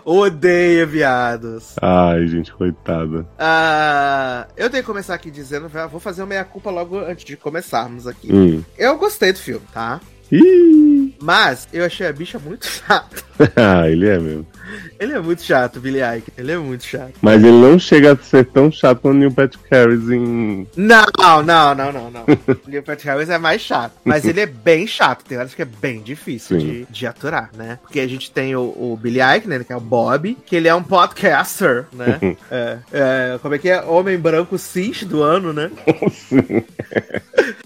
C: Odeia, viados.
D: Ai, gente, coitada.
C: Ah, eu tenho que começar aqui dizendo, vou fazer uma meia-culpa logo antes de começarmos aqui.
D: Hum.
C: Eu gostei do filme, tá?
D: Ih!
C: Mas eu achei a bicha muito chata.
D: ah, ele é mesmo.
C: Ele é muito chato, Billy Ike. Ele é muito chato.
D: Mas ele não chega a ser tão chato quanto o Neil Patrick Harris em.
C: Não, não, não, não, não. O Neil Patrick Harris é mais chato. Mas ele é bem chato. Tem horas que é bem difícil
D: Sim.
C: de, de aturar, né? Porque a gente tem o, o Billy Eichner, que é o Bob, que ele é um podcaster, né? É, é, como é que é? Homem branco cis do ano, né?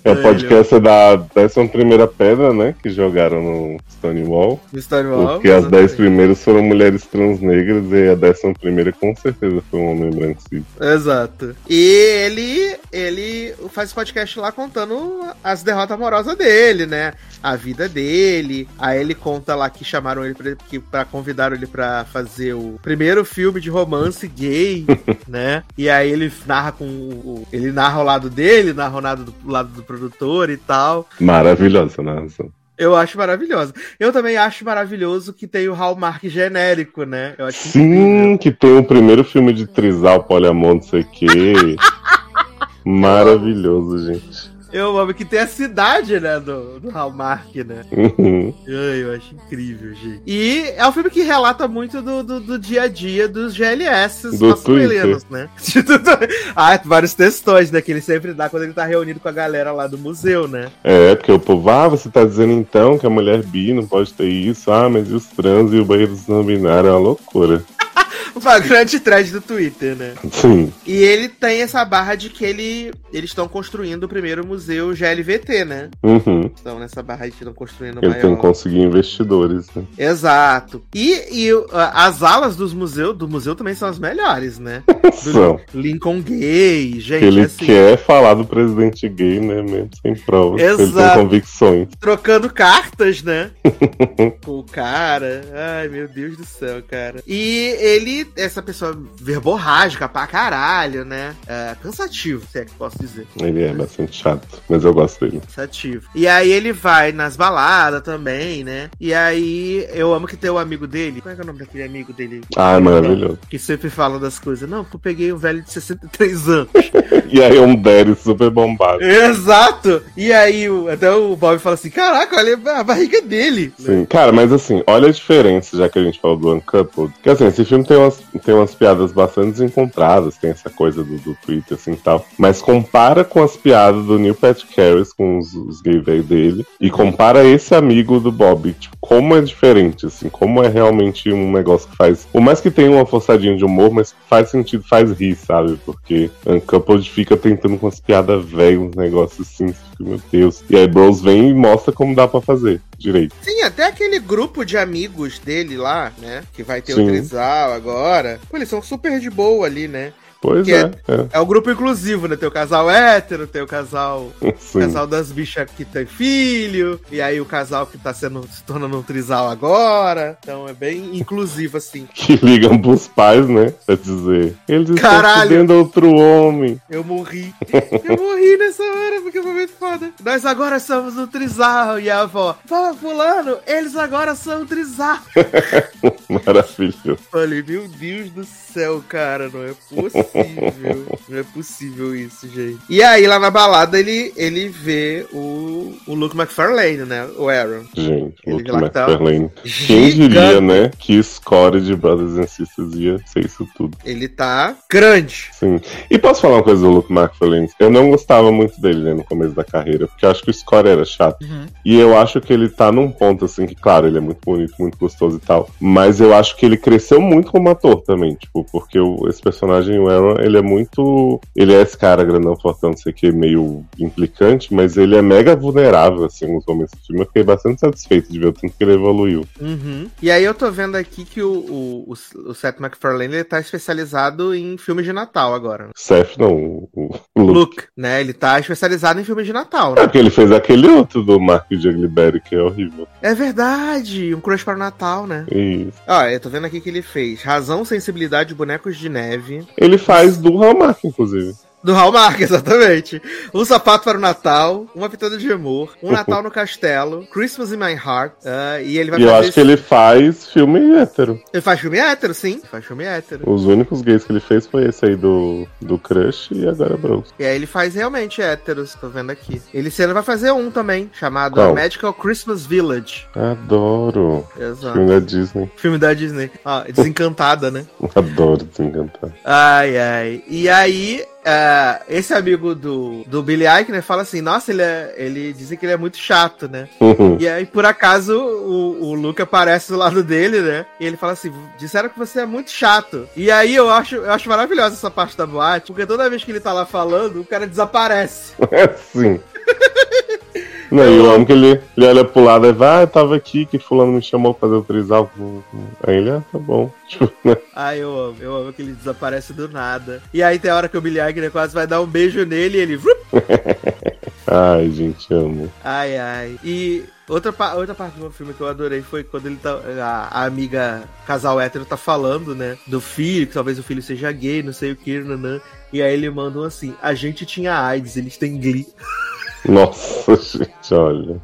D: É o podcast da 11 Pedra, né? Que jogaram no Stonewall.
C: No Stonewall.
D: Porque é as 10
C: exatamente.
D: primeiras foram mulheres trans negras e a 11 primeira com certeza foi um homem branco. cis.
C: Exato. E ele, ele faz podcast lá contando as derrotas amorosas dele, né? A vida dele. Aí ele conta lá que chamaram ele pra, que, pra convidaram ele pra fazer o primeiro filme de romance gay, né? E aí ele narra com o, ele narra o lado dele, narra o lado do, o lado do produtor e tal.
D: Maravilhosa narração.
C: Eu acho maravilhoso. Eu também acho maravilhoso que tem o Hallmark genérico, né? Eu acho incrível.
D: Sim, que tem o primeiro filme de trisal, poliamor, não sei o quê. Maravilhoso, gente.
C: Eu amo que tem a cidade, né, do, do Hallmark, né?
D: Uhum.
C: Ai, eu acho incrível, gente. E é um filme que relata muito do, do, do dia a dia dos GLS
D: Do
C: masculinos, né? De tudo- ah, vários textões, né? Que ele sempre dá quando ele tá reunido com a galera lá do museu, né?
D: É, porque o povo, ah, você tá dizendo então que a mulher bi não pode ter isso, ah, mas e os trans e o banheiro dos não binários é uma loucura.
C: Uma grande thread do Twitter, né?
D: Sim,
C: E ele tem essa barra de que ele, eles estão construindo o primeiro museu GLVT, né?
D: uhum.
C: Estão nessa barra de que estão construindo o
D: ele tem que
C: maior.
D: conseguir investidores, né?
C: Exato. E, e uh, as alas dos museus do museu também são as melhores, né?
D: São.
C: Lincoln Gay, gente,
D: Que é ele
C: assim.
D: quer falar do presidente gay, né? Mesmo sem provas. porque Ele
C: Exato.
D: tem convicções.
C: trocando cartas, né? Com o cara. Ai, meu Deus do céu, cara. E ele, essa pessoa verborrágica pra caralho, né? É, cansativo, se é que posso dizer.
D: Ele é bastante chato, mas eu gosto dele.
C: Cansativo. E aí ele vai nas baladas também, né? E aí eu amo que tem o amigo dele. Como é que é o nome daquele amigo dele?
D: Ah, é maravilhoso.
C: Que sempre fala das coisas. Não, porque eu peguei um velho de 63 anos.
D: E aí é um Derry super bombado.
C: Exato! E aí o- até o Bob fala assim: caraca, olha a barriga dele.
D: Sim, cara, mas assim, olha a diferença, já que a gente falou do Uncoupled. Que assim, esse filme tem umas, tem umas piadas bastante desencontradas, tem essa coisa do, do Twitter, assim e tal. Mas compara com as piadas do Neil Patrick Harris, com os, os gay velho dele, e compara esse amigo do Bob. Tipo, como é diferente, assim, como é realmente um negócio que faz. Por mais que tenha uma forçadinha de humor, mas faz sentido, faz rir, sabe? Porque Uncoupled fica tentando com as piadas velhas, uns negócios assim, você fica, meu Deus. E aí Bros vem e mostra como dá pra fazer direito.
C: Sim, até aquele grupo de amigos dele lá, né? Que vai ter o
D: Sim.
C: Trizal agora. Pô, eles são super de boa ali, né?
D: Pois
C: Que
D: é, é.
C: É o grupo inclusivo, né? Tem o casal hétero, tem o casal.
D: é, Sim.
C: Casal das bichas que tem filho, e aí o casal que tá sendo, se tornando um trisal agora. Então é bem inclusivo, assim.
D: Que ligam pros pais, né? Pra dizer. Eles estão
C: Caralho!
D: fudendo outro homem.
C: Eu morri. Eu morri nessa hora, porque foi muito foda. Nós agora somos um trisal, e a avó. Pô, fulano, eles agora são um trisal.
D: Maravilhoso.
C: Falei, meu Deus do céu, cara, não é possível. não é possível isso, gente. E aí, lá na balada, ele, ele vê o, o Luke McFarlane, né? O Aaron.
D: Gente,
C: Ele
D: Luke
C: lá tá
D: McFarlane. Quem diria, né? Que score de Brothers and Sisters ia ser isso tudo.
C: Ele tá grande.
D: Sim. E posso falar uma coisa do Luke McFarlane? Eu não gostava muito dele né, no começo da carreira, porque eu acho que o score era chato. E eu acho que ele tá num ponto, assim, que, claro, ele é muito bonito, muito gostoso e tal. Mas eu acho que ele cresceu muito como ator também, tipo, porque o- esse personagem, o Aaron, Então ele é muito. Ele é esse cara grandão fortão, não sei o que, meio implicante, mas ele é mega vulnerável, assim, nos momentos do filme. Eu fiquei bastante satisfeito de ver o tanto que ele evoluiu.
C: Uhum. E aí eu tô vendo aqui que o, o, o, o Seth MacFarlane ele tá especializado em filmes de Natal agora.
D: Seth não, o, o Luke.
C: Luke, né? Ele tá especializado em filmes de Natal,
D: É
C: né?
D: porque ele fez aquele outro do Mark Jagliberry, que é horrível.
C: É verdade, um crush para o Natal, né?
D: E
C: Ó, eu tô vendo aqui que ele fez Razão, Sensibilidade, Bonecos de Neve.
D: ele faz do Hallmark, inclusive.
C: Do Hallmark, exatamente. Um sapato para o Natal, uma pitada de amor, um Natal no castelo, Christmas in My Heart. ah, e ele vai
D: E eu
C: fazer
D: acho que ele faz filme hétero.
C: Ele faz filme hétero, sim. Faz filme hétero.
D: Os únicos gays que ele fez foi esse aí do, do Crush e agora é Bros.
C: E aí ele faz realmente héteros, tô vendo aqui. Ele sendo vai fazer um também, chamado
D: Qual?
C: A Magical Christmas Village.
D: Adoro.
C: Exato.
D: Filme da Disney.
C: Filme da Disney. Ó, desencantada, né?
D: Adoro desencantar.
C: Ai, ai. E aí, ah, esse amigo do, do Billy Eichner fala assim, nossa, ele, é, ele dizem que ele é muito chato, né? E aí, por acaso, o, o Luke aparece do lado dele, né? E ele fala assim: disseram que você é muito chato. E aí eu acho, eu acho maravilhosa essa parte da boate, porque toda vez que ele tá lá falando, o cara desaparece.
D: É assim. Não, e eu amo que ele, ele olha pro lado e vai, ah, eu tava aqui que fulano me chamou pra fazer o trisal. Aí ele, ah, tá bom. Tipo, né?
C: Ai, eu amo, eu amo que ele desaparece do nada. E aí tem a hora que o Billy Eichner quase vai dar um beijo nele e ele. vrup!
D: Ai, gente, amo.
C: Ai, ai. E. Outra, pa- outra parte do filme que eu adorei foi quando ele tá, a, a amiga casal hétero tá falando, né? Do filho, que talvez o filho seja gay, não sei o que, nanã. E aí ele manda um assim: a gente tinha AIDS, eles têm glee.
D: Nossa, gente, olha.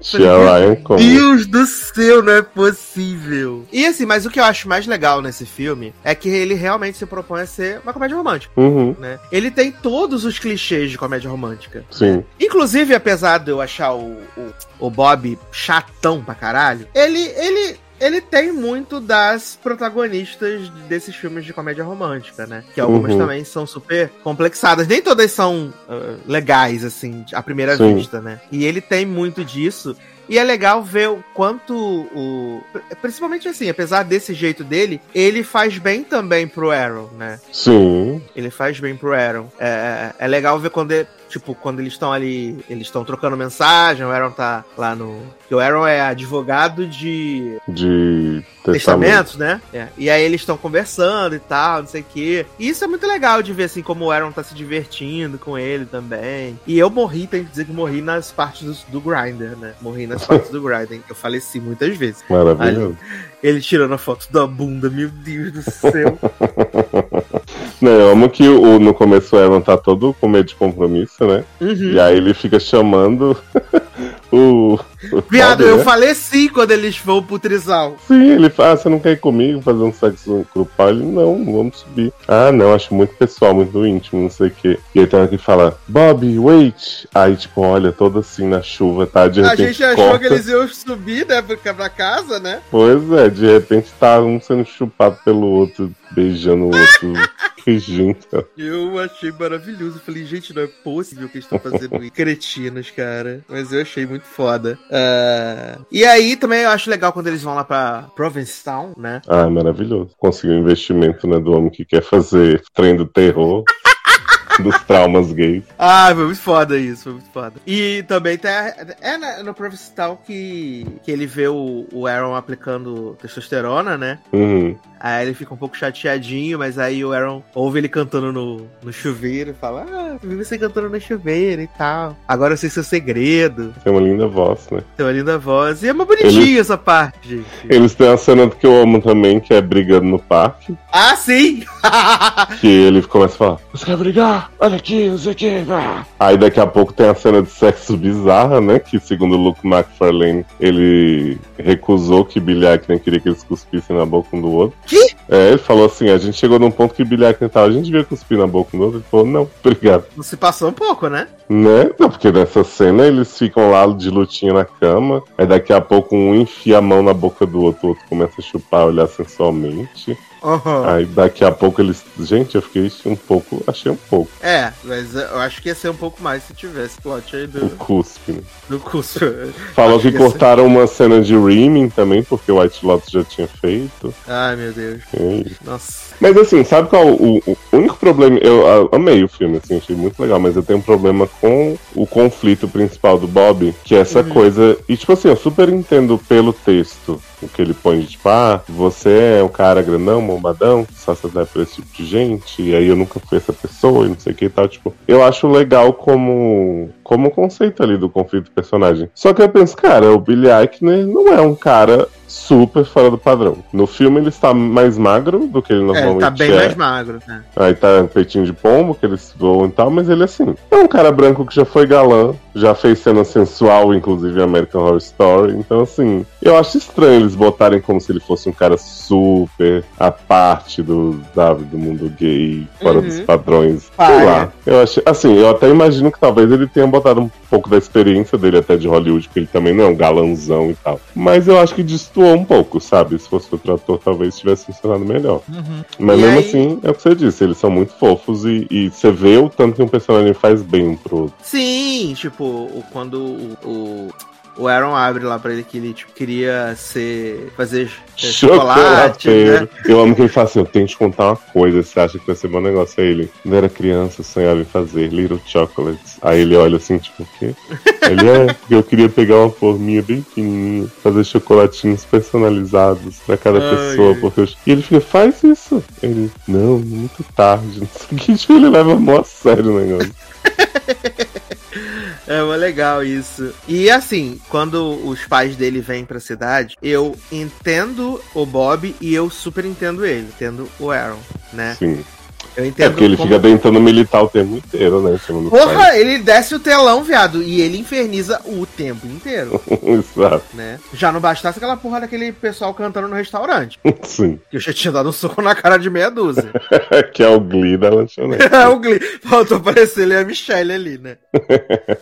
D: Tia
C: Meu
D: Ryan como?
C: Deus do céu, não é possível. E assim, mas o que eu acho mais legal nesse filme é que ele realmente se propõe a ser uma comédia romântica,
D: Uhum,
C: né? Ele tem todos os clichês de comédia romântica.
D: sim.
C: Inclusive, apesar de eu achar o, o, o Bob chatão pra caralho, ele, ele, ele tem muito das protagonistas desses filmes de comédia romântica, né? Que algumas
D: Uhum.
C: também são super complexadas. Nem todas são ah, legais, assim, à primeira
D: Sim.
C: vista, né? E ele tem muito disso. E é legal ver o quanto o. Principalmente assim, apesar desse jeito dele, ele faz bem também pro Arrow, né?
D: Sim.
C: Ele faz bem pro Aaron. É, é legal ver quando, ele- tipo, quando eles estão ali, eles estão trocando mensagem, o Aaron tá lá no... Porque o Aaron é advogado de
D: De testamento.
C: testamentos, né? É. E aí eles estão conversando e tal, não sei o quê. E isso é muito legal de ver, assim, como o Aaron tá se divertindo com ele também. E eu morri, tem que dizer que morri nas partes do, do Grindr, né? Morri nas partes do Grindr. Eu faleci muitas vezes.
D: Maravilhoso.
C: Ele tirando a foto da bunda, meu Deus do céu.
D: Não, eu amo que o, no começo o Aaron tá todo com medo de compromisso, né?
C: Uhum.
D: E aí ele fica chamando o. o
C: Viado,
D: Bob,
C: eu
D: né?
C: faleci quando eles vão pro Trizal.
D: Sim, ele fala, ah, você não quer ir comigo fazer um sexo grupal? Ele, não, vamos subir. Ah, não, acho muito pessoal, muito íntimo, não sei o quê. E aí tem hora que fala, Bob, wait! Aí, tipo, olha, todo assim na chuva, tá? De
C: A
D: repente
C: gente achou
D: corta.
C: que eles iam subir, né, pra, pra casa, né?
D: Pois é, de repente tá um sendo chupado pelo outro, beijando o outro, fingindo.
C: Eu achei maravilhoso. Falei, gente, não é possível que eles estão fazendo isso. Cretinos, cara. Mas eu achei muito foda. Ah, E aí, também eu acho legal quando eles vão lá pra Provincetown, né?
D: Ah, maravilhoso. Conseguiu um investimento, né, do homem que quer fazer trem do terror, dos traumas gays.
C: Ah, foi muito foda isso, foi muito foda. E também tem a- é na- no Provincetown que, que ele vê o, o Aaron aplicando testosterona, né?
D: Uhum.
C: Aí ele fica um pouco chateadinho, mas aí o Aaron ouve ele cantando no, no chuveiro e fala: Ah, eu vi você cantando no chuveiro e tal. Agora eu sei seu segredo,
D: Tem uma linda voz, né?
C: tem uma linda voz. E é uma bonitinha essa parte, gente.
D: Eles têm a cena que eu amo também, que é brigando no parque,
C: Ah, sim!
D: que ele começa a falar, você quer brigar? Olha aqui, não sei o que. Aí daqui a pouco tem a cena de sexo bizarra, né? Que segundo o Luke McFarlane, ele recusou que Billy Eichner queria que eles cuspissem na boca um do outro.
C: Que?
D: É, ele falou assim, a gente chegou num ponto que Billy Eichner tava, a gente devia cuspir na boca um do outro. Ele falou, não, obrigado.
C: Não se passou um pouco, né?
D: Né? Não, porque nessa cena eles ficam lá de lutinha na cama, aí daqui a pouco um enfia a mão na boca do outro, o outro começa a chupar, olhar sensualmente.
C: Aham.
D: Aí daqui a pouco eles. Gente, eu fiquei um pouco. Achei um pouco
C: É, mas eu acho que ia ser um pouco mais se tivesse plot aí
D: o
C: do,
D: cuspe, né?
C: do curso.
D: Falou
C: Acho ia
D: que
C: ser-
D: cortaram uma cena de Reaming também, porque o White Lotus já tinha feito.
C: Ai, meu Deus.
D: E-
C: Nossa.
D: Mas assim, sabe qual o, o único problema? Eu a- amei o filme, assim, achei muito legal, mas eu tenho um problema com o conflito principal do Bob, que é essa coisa. E tipo assim, eu super entendo pelo texto o que ele põe de tipo, ah, você é um cara grandão, bombadão, só se dá pra esse tipo de gente, e aí eu nunca fui essa pessoa e não sei o que e tal. Tipo, eu acho legal como, como conceito ali do conflito do personagem. Só que eu penso, cara, o Billy Eichner não é um cara super fora do padrão. No filme ele está mais magro do que ele
C: É, ele
D: normalmente é.
C: tá bem mais magro. né?
D: Aí tá peitinho de pombo, que eles voam e tal, mas ele assim. É um cara branco que já foi galã, já fez cena sensual, inclusive em American Horror Story. Então, assim, eu acho estranho eles botarem como se ele fosse um cara super à parte do, sabe, do mundo gay, fora
C: Uhum.
D: dos padrões.
C: Ah,
D: Sei
C: é.
D: lá. Eu acho, assim, eu até imagino que talvez ele tenha botado um pouco da experiência dele até de Hollywood, porque ele também não é um galãozão e tal. Mas eu acho que destoou um pouco, sabe? Se fosse outro ator, talvez tivesse funcionado melhor. Mas
C: E
D: mesmo
C: aí-
D: assim, é o que você disse, eles são muito fofos e, e você vê o tanto que um personagem faz bem pro outro.
C: Sim, tipo, o- quando o. o... o Aaron abre lá pra ele que ele tipo, queria ser. fazer é, chocolate, né?
D: Chocolateiro. Eu amo que ele fala assim: eu tenho que te contar uma coisa, você acha que vai ser bom negócio? Aí ele, quando era criança, eu sonhava em fazer Little Chocolates. Aí ele olha assim, tipo, o quê? Ele é, porque eu queria pegar uma forminha bem pequenininha, fazer chocolatinhos personalizados pra cada
C: Ai,
D: pessoa,
C: ai.
D: porque eu... E ele fica, faz isso. Ele, não, muito tarde, não sei o que. Tipo, ele leva mó a sério o negócio.
C: É mas legal isso. E assim, quando os pais dele vêm pra cidade, eu entendo o Bob e eu super entendo ele. Entendo o Aaron, né?
D: Sim.
C: Eu
D: É
C: entendo
D: porque ele
C: como-
D: fica tentando militar o tempo inteiro, né? se eu não
C: Porra, ele desce o telão, viado, e ele inferniza o tempo inteiro,
D: falo. Exato,
C: né? Já não bastasse aquela porra daquele pessoal cantando no restaurante,
D: sim.
C: que eu já tinha dado um soco na cara de meia dúzia.
D: que é o Glee da lanchonete.
C: É, o Glee. Faltou parecer ele e a Michelle ali, né?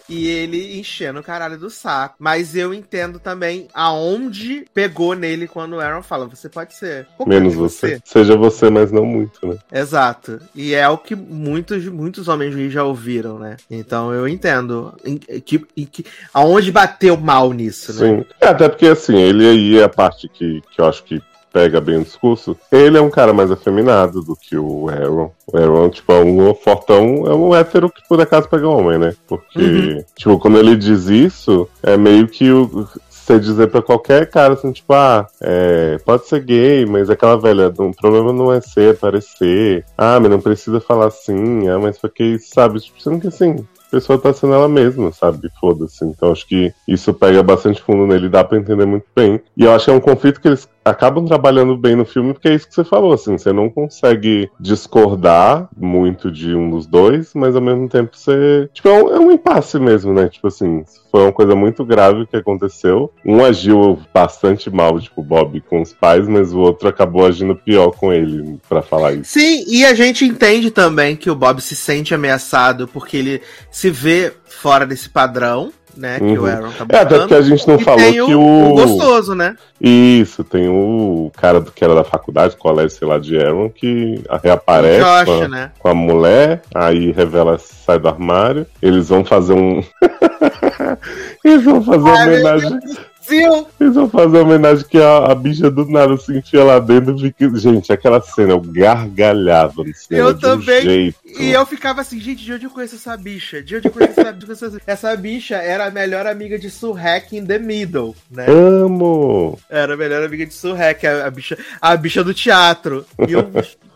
C: e ele enchendo o caralho do saco. Mas eu entendo também aonde pegou nele quando o Aaron fala: você pode ser. qualquer um
D: Menos
C: de
D: você. Seja você, mas não muito, né?
C: Exato. E é o que muitos, muitos homens gays já ouviram, né? Então eu entendo. Em- em que, em que- aonde bateu mal nisso, né?
D: Sim. É, até porque, assim, ele aí é a parte que, que eu acho que pega bem o discurso. Ele é um cara mais afeminado do que o Aaron. O Aaron, tipo, é um fortão, é um hétero que por acaso pega homem, né? Porque, tipo, quando ele diz isso, é meio que o. Você dizer pra qualquer cara assim, tipo, ah, é, pode ser gay, mas aquela velha, não- o problema não é ser, é parecer. Ah, mas não precisa falar assim, ah, mas porque, sabe, tipo, sendo que assim, a pessoa tá sendo ela mesma, sabe? Foda-se. Então acho que isso pega bastante fundo nele, dá pra entender muito bem. E eu acho que é um conflito que eles acabam trabalhando bem no filme, porque é isso que você falou, assim, você não consegue discordar muito de um dos dois, mas ao mesmo tempo você. Tipo, é um, é um impasse mesmo, né? Tipo assim, foi uma coisa muito grave que aconteceu. Um agiu bastante mal, tipo, o Bob com os pais, mas o outro acabou agindo pior com ele, pra falar isso.
C: Sim, e a gente entende também que o Bob se sente ameaçado porque ele se vê fora desse padrão, né? Que
D: Uhum.
C: o Aaron tá
D: É, até porque a gente não
C: E
D: falou
C: tem
D: que
C: o gostoso, né?
D: Isso, tem o cara do- que era da faculdade, colégio, sei lá, de Aaron, que reaparece
C: Josh,
D: com, a,
C: né?
D: com a mulher, aí revela, sai do armário. Eles vão fazer um. eles vão fazer uma
C: Ai, meu
D: homenagem.
C: Sim,
D: Eles vão fazer uma homenagem que a, a bicha do nada se enfia lá dentro e fica. Gente, aquela cena, eu gargalhava no cinema.
C: Eu
D: de
C: também,
D: Um jeito.
C: e eu ficava assim, gente, de onde eu conheço essa bicha? De onde eu conheço essa bicha? Essa bicha era a melhor amiga de Surrec in the Middle, né?
D: Amo!
C: Era a melhor amiga de Surrec, a, a bicha, a bicha do teatro. E eu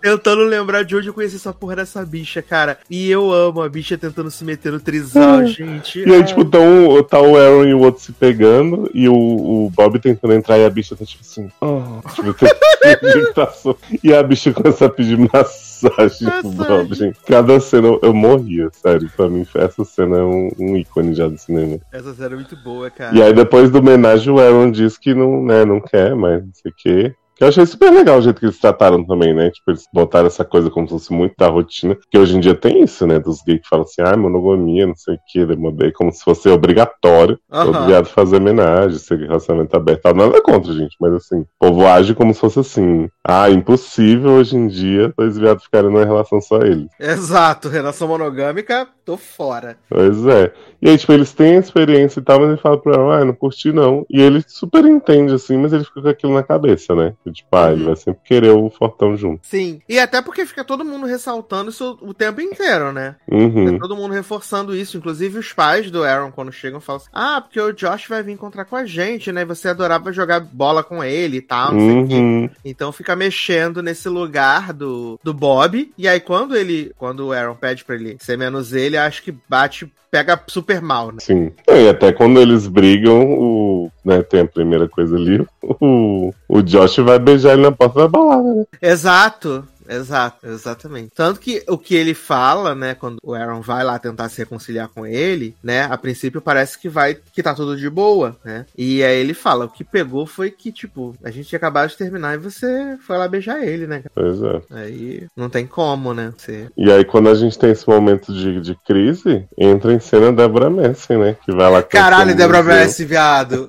C: tentando lembrar de onde eu conheci essa porra dessa bicha, cara. E eu amo a bicha tentando se meter no trisal,
D: Ah.
C: gente.
D: E aí, tipo, tão, tá o Aaron e o outro se pegando, e o, o Bob tentando entrar, e a bicha tá tipo assim. "Ah", tipo, tem- tá só- e a bicha começa a pedir massagem pro
C: Massagem.
D: Bob, gente. Cada cena eu, eu morria, sério. Pra mim, essa cena é um, um ícone já do cinema.
C: Essa cena é muito boa, cara.
D: E aí, depois do homenagem, o Aaron diz que não, né, não quer mais, não sei o quê. Eu achei super legal o jeito que eles trataram também, né? Tipo, eles botaram essa coisa como se fosse muito da rotina. Que hoje em dia tem isso, né? Dos gays que falam assim, ah, monogamia, não sei o quê, demodei, como se fosse obrigatório
C: Aham.
D: todo viado fazer homenagem, ser relacionamento aberto. tal. Nada contra, gente, mas assim, o povo age como se fosse assim. Ah, impossível hoje em dia dois viados ficarem numa relação só ele.
C: Exato, relação monogâmica, tô fora.
D: Pois é. E aí, tipo, eles têm a experiência e tal, mas ele fala pra ela, ah, não curti não. E ele super entende, assim, mas ele fica com aquilo na cabeça, né? Tipo, ah, ele vai sempre querer o Fortão junto.
C: Sim. E até porque fica todo mundo ressaltando isso o tempo inteiro, né? Fica
D: Uhum.
C: todo mundo reforçando isso. Inclusive os pais do Aaron, quando chegam, falam assim: Ah, porque o Josh vai vir encontrar com a gente, né? E Você adorava jogar bola com ele e tal, não sei o quê.
D: Uhum.
C: Então fica mexendo nesse lugar do, do Bob. E aí quando ele. Quando o Aaron pede pra ele ser menos ele, acho que bate, pega super mal, né?
D: Sim. É, E até quando eles brigam, o, né, tem a primeira coisa ali, o, o Josh vai beijar ele na porta da balada, né?
C: Exato. Exato, exatamente. Tanto que o que ele fala, né, quando o Aaron vai lá tentar se reconciliar com ele, né, a princípio parece que vai, que tá tudo de boa, né? E aí ele fala, o que pegou foi que, tipo, a gente tinha acabado de terminar e você foi lá beijar ele, né? cara?
D: Pois é.
C: Aí não tem como, né? Você...
D: E aí, quando a gente tem esse momento de, de crise, entra em cena a Débora Messi, né? Que vai lá
C: Caralho, Debra
D: Messi
C: Messi, viado.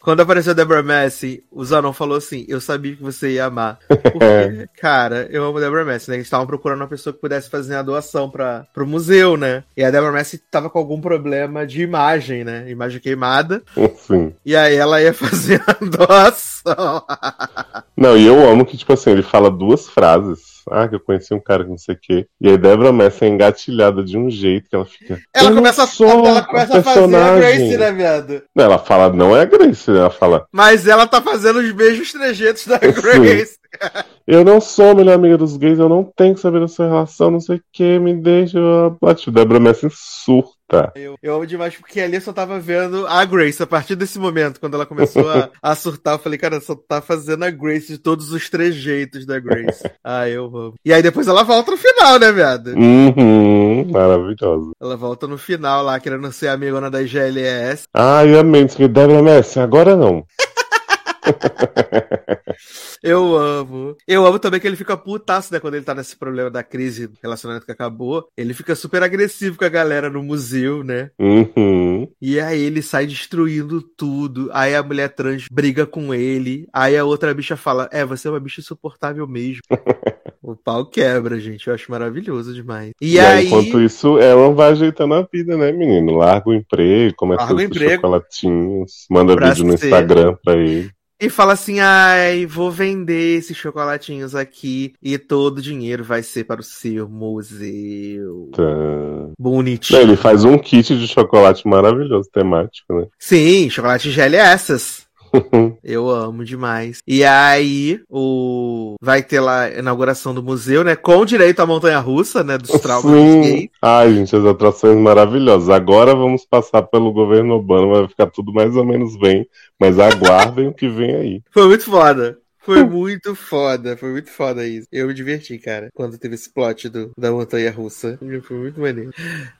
C: Quando apareceu Debra Messi, o Zanon falou assim: Eu sabia que você ia amar. Porque, cara, eu amo Debra Messi, né? Eles estavam procurando uma pessoa que pudesse fazer a doação para pro museu, né? E a Debra Messi tava com algum problema de imagem, né? Imagem queimada.
D: Sim.
C: E aí ela ia fazer a doação.
D: Não, e eu amo que, tipo assim, ele fala duas frases. Ah, que eu conheci um cara que não sei o quê. E aí Débora Messi é engatilhada de um jeito que ela fica.
C: Ela
D: "Eu não
C: começa, a,
D: sou
C: ela começa a fazer a
D: personagem."
C: Grace, né, viado?
D: Não, ela fala, não é a Grace, né? Ela fala,
C: Mas ela tá fazendo os mesmos trejeitos da Grace.
D: eu não sou a melhor amiga dos gays, eu não tenho que saber da sua relação, não sei o quê, me deixa. blá, blá." Tipo, Débora Messi surta.
C: Eu, eu amo demais, porque ali eu só tava vendo a Grace. A partir desse momento, quando ela começou a, a surtar, eu falei, cara, só tá fazendo a Grace de todos os trejeitos da Grace. ah, eu amo. E aí depois ela volta no final, né, viado?
D: Uhum, maravilhosa.
C: Ela volta no final lá, querendo ser amigona da GLS.
D: Ai, eu amei, não sei o quê. Débora Messi, agora não.
C: Eu amo. Eu amo também que ele fica putaço, né? Quando ele tá nesse problema da crise do relacionamento que acabou. Ele fica super agressivo com a galera no museu, né?
D: Uhum.
C: E aí ele sai destruindo tudo. Aí a mulher trans briga com ele. Aí a outra bicha fala: É, você é uma bicha insuportável mesmo. o pau quebra, gente. Eu acho maravilhoso demais. E,
D: E, aí,
C: aí.
D: enquanto isso, Aaron vai ajeitando a vida, né, menino? Larga o emprego, começa
C: Larga o
D: a fazer
C: emprego.
D: chocolatinhos, manda
C: Pra
D: vídeo no
C: ser.
D: Instagram pra ele.
C: E fala assim: Ai, vou vender esses chocolatinhos aqui. E todo o dinheiro vai ser para o seu museu.
D: Tá. Não,
C: Bonitinho.
D: ele faz um kit de chocolate maravilhoso, temático, né?
C: Sim, chocolate GLS. Eu amo demais. E aí, o vai ter lá a inauguração do museu, né? Com direito à montanha russa, né? Dos traumas dos gays.
D: Sim. Ai, gente, as atrações maravilhosas. Agora vamos passar pelo governo Obama, vai ficar tudo mais ou menos bem, mas aguardem o que vem aí.
C: Foi muito foda. Foi muito foda, foi muito foda isso. Eu me diverti, cara, quando teve esse plot do, da montanha russa. Foi muito maneiro.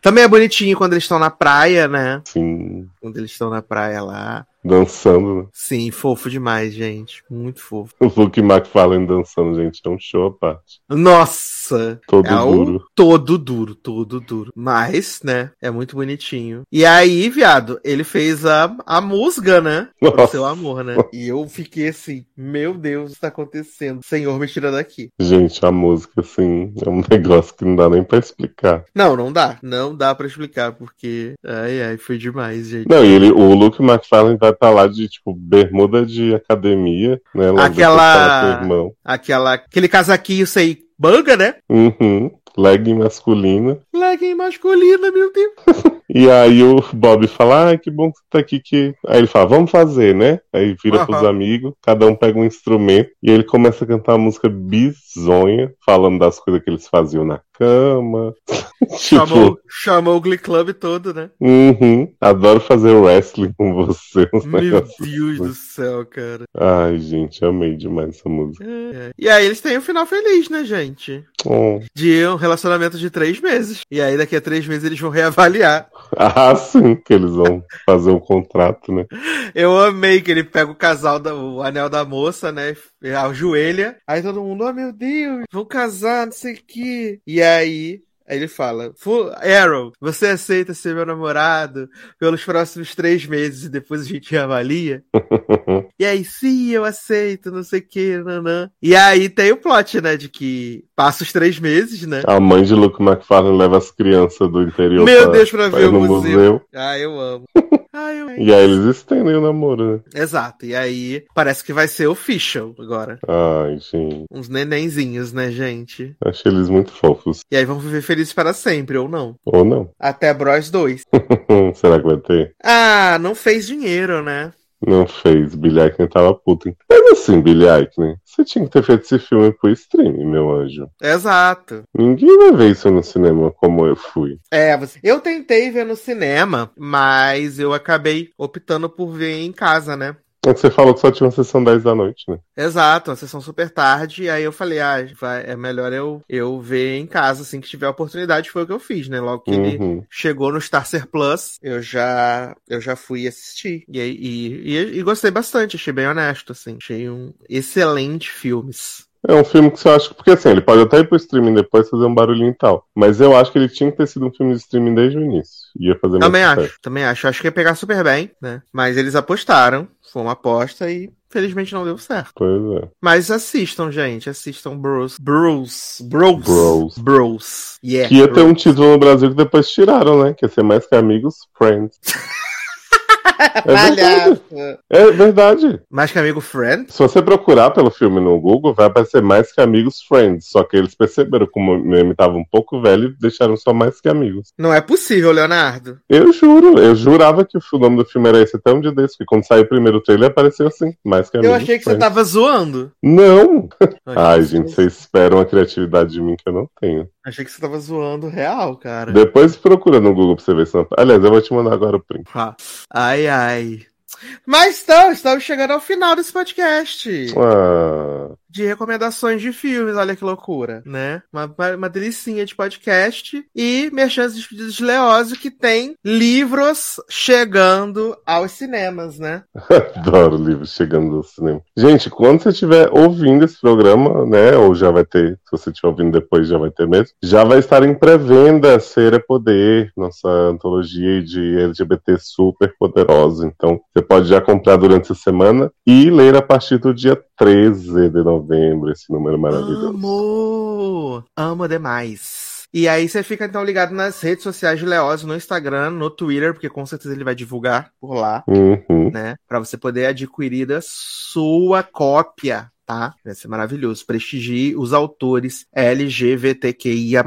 C: Também é bonitinho quando eles estão na praia, né?
D: Sim,
C: Quando eles estão na praia lá.
D: dançando, né?
C: Sim, fofo demais, gente. Muito fofo.
D: O Luke McFarlane dançando, gente, é um show à parte.
C: Nossa!
D: Todo
C: é um
D: duro.
C: todo duro, todo duro. Mas, né, é muito bonitinho. E aí, viado, ele fez a, a musga, né? Pro
D: Nossa.
C: seu amor, né? E eu fiquei assim, meu Deus, o que tá acontecendo? Senhor, me tira daqui.
D: Gente, a música, assim, é um negócio que não dá nem pra explicar.
C: Não, não dá. Não dá pra explicar, porque. Ai, ai, foi demais, gente.
D: Não, e ele, o Luke McFarlane vai pra lá de, tipo, bermuda de academia, né? Lá
C: Aquela-
D: depois fala com o irmão.
C: Aquela, aquele casaquinho sem manga, né?
D: Uhum. Legging masculina.
C: Legging masculina, meu Deus.
D: E aí o Bob fala, ah, que bom que você tá aqui. Que... Aí ele fala, vamos fazer, né? Aí vira
C: Aham.
D: pros amigos, cada um pega um instrumento. E ele começa a cantar uma música bizonha, falando das coisas que eles faziam na cama.
C: Tá
D: tipo,
C: Chamou, chamou o Glee Club todo, né?
D: uhum, adoro fazer wrestling com você. uns
C: Meu
D: negócios
C: Deus
D: assim.
C: do céu, cara.
D: Ai, gente, amei demais essa música.
C: Ai, ai. E aí eles têm um final feliz, né, gente?
D: Oh.
C: de um relacionamento de três meses. E aí, daqui a três meses, eles vão reavaliar
D: Ah, sim, que eles vão fazer um contrato, né?
C: Eu amei que ele pega o casal, da, o anel da moça, né? e Ajoelha. Aí todo mundo, oh meu Deus, vão casar, não sei o que. E aí. Aí ele fala, "Fu- Arrow, você aceita ser meu namorado pelos próximos três meses e depois a gente avalia? E aí, sim, eu aceito, não sei o que, nanã. E aí tem o plot, né, de que passa os três meses, né?
D: A mãe de Luke McFarlane leva as crianças do interior
C: Meu
D: pra,
C: Deus, pra
D: pra
C: ver
D: ir
C: o
D: no
C: museu.
D: museu.
C: Ah, eu amo. Ah, eu amo.
D: E aí eles estendem o namoro, né?
C: Exato, e aí parece que vai ser official agora.
D: Ai, gente.
C: Uns nenenzinhos, né, gente?
D: Achei eles muito fofos.
C: E aí vão viver felizes para sempre, ou não.
D: Ou não.
C: Até Bros 2.
D: Será que vai ter?
C: Ah, não fez dinheiro, né?
D: Não fez. Billy Eichner tava puto, hein? Mas assim, Billy Eichner, você tinha que ter feito esse filme pro stream, meu anjo.
C: Exato.
D: Ninguém vai ver isso no cinema como eu fui.
C: É, você- eu tentei ver no cinema, mas eu acabei optando por ver em casa, né?
D: É que Você falou que só tinha uma sessão 10 da noite, né?
C: Exato, a sessão super tarde, e aí eu falei, ah, vai- é melhor eu, eu ver em casa, assim que tiver a oportunidade, foi o que eu fiz, né? Logo que ele
D: Uhum.
C: chegou no Starcer Plus, eu já eu já fui assistir. E, aí- e, e, e gostei bastante, achei bem honesto, assim. Achei um excelente filmes.
D: É um filme que você acha que. Porque assim, ele pode até ir pro streaming depois fazer um barulhinho e tal. Mas eu acho que ele tinha que ter sido um filme de streaming desde o início. Ia fazer mais
C: Também
D: sucesso.
C: acho, também acho. Acho que ia pegar super bem, né? Mas eles apostaram, foi uma aposta e felizmente não deu certo.
D: Pois é.
C: Mas assistam, gente, assistam Bros. Bros. Bros.
D: Bros.
C: Bros. Yeah.
D: Que ia ter
C: Bros.
D: um título no Brasil que depois tiraram, né? Que ia ser mais que amigos, Friends. é, verdade.
C: Palhaço.
D: é verdade.
C: Mais que amigo Friend?
D: Se você procurar pelo filme no Google, vai aparecer mais que amigos, Friends. Só que eles perceberam como o meme tava um pouco velho e deixaram só mais que amigos.
C: Não é possível, Leonardo.
D: Eu juro, eu jurava que o nome do filme era esse até um dia desse, porque quando saiu o primeiro trailer apareceu assim, mais que
C: Eu
D: amigos.
C: achei que você
D: Friends.
C: tava zoando.
D: Não! Ai,
C: Achei que
D: gente,
C: você-
D: vocês esperam a criatividade de mim que eu não tenho.
C: Achei que você tava zoando real, cara.
D: Depois procura no Google pra você ver se não. Aliás, eu vou te mandar agora o print.
C: Ah, Ai, ai. Mas então, estamos chegando ao final desse podcast.
D: Ah,
C: De recomendações de filmes, olha que loucura, né? Uma, uma delicinha de podcast. E Merchantes Despedidos de Leózio, que tem livros chegando aos cinemas, né?
D: adoro livros chegando no cinema. Gente, quando você estiver ouvindo esse programa, né? Ou já vai ter, se você estiver ouvindo depois, já vai ter mesmo. Já vai estar em pré-venda Ser é Poder, nossa antologia de LGBT super poderosa. Então, você pode já comprar durante essa semana e ler a partir do dia 13 de novembro esse número maravilhoso.
C: Amo! Amo demais. E aí você fica então ligado nas redes sociais de Leózio, no Instagram, no Twitter, porque com certeza ele vai divulgar por lá.
D: Uhum.
C: né? Para você poder adquirir a sua cópia, tá? Vai ser maravilhoso. Prestigie os autores LGBTQIA,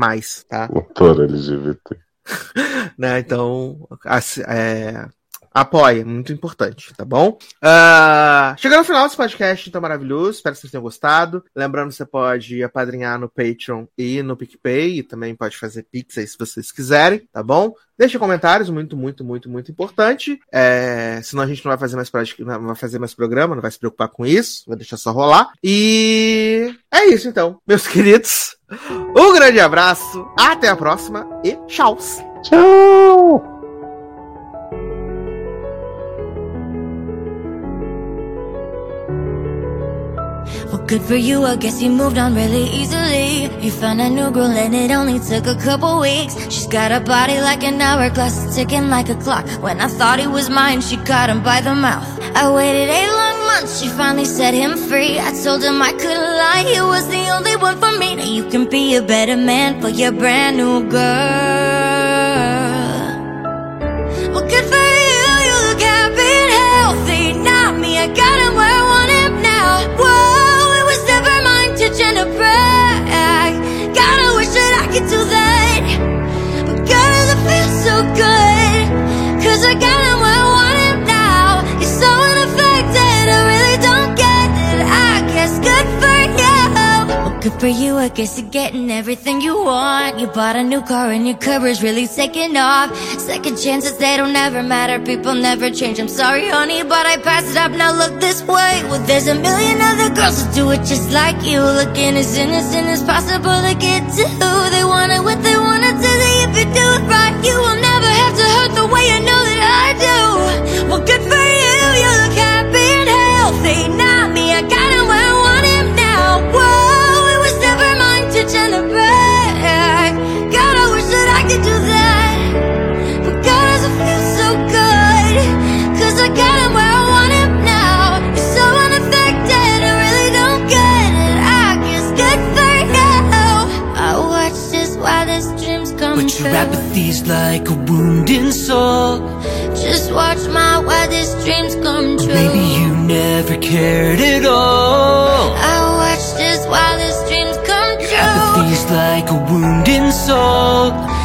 C: tá?
D: Motor LGBT.
C: Né? Então, ass- é, apoia, muito importante, tá bom? Ah, chegando ao final desse podcast, então maravilhoso. Espero que vocês tenham gostado. Lembrando, você pode apadrinhar no Patreon e no PicPay. E também pode fazer Pix aí se vocês quiserem, tá bom? Deixa comentários, muito, muito, muito, muito importante. É, senão a gente não vai fazer mais prod- não vai fazer mais programa, não vai se preocupar com isso, vai deixar só rolar. E é isso então, meus queridos. Um grande abraço, até a próxima e tchau!
D: Tchau!
E: Well, good for you, I guess you moved on really easily. You found a new girl and it only took a couple weeks. She's got a body like an hourglass, ticking like a clock. When I thought he was mine, she caught him by the mouth. I waited eight long months, she finally set him free. I told him I couldn't lie, he was the only one for me. Now you can be a better man for your brand new girl. Well, good for you, you look happy and healthy. Not me, I got him where I want him now. Whoa, it was never mine to gender brag. God, I wish that I could do that. But God, does it feel so good? Cause I got him where I want him now. You're so unaffected, I really don't get it. I guess good for you. Well, good for you, I guess you're getting everything you want. You bought a new car and your cover's really taking off. Second chances, they don't ever matter. People never change. I'm sorry, honey, but I passed it up. Now look this way. Well, there's a million other girls who do it just like you. Looking as innocent as possible to get to who they want it, what they want it to. If you do it right, you will never have to hurt
B: like a wounded soul.
E: Just watch my wildest dreams come true.
B: Maybe you never cared at all.
E: I watched his wildest dreams come true.
B: Apathy's like a wounded soul.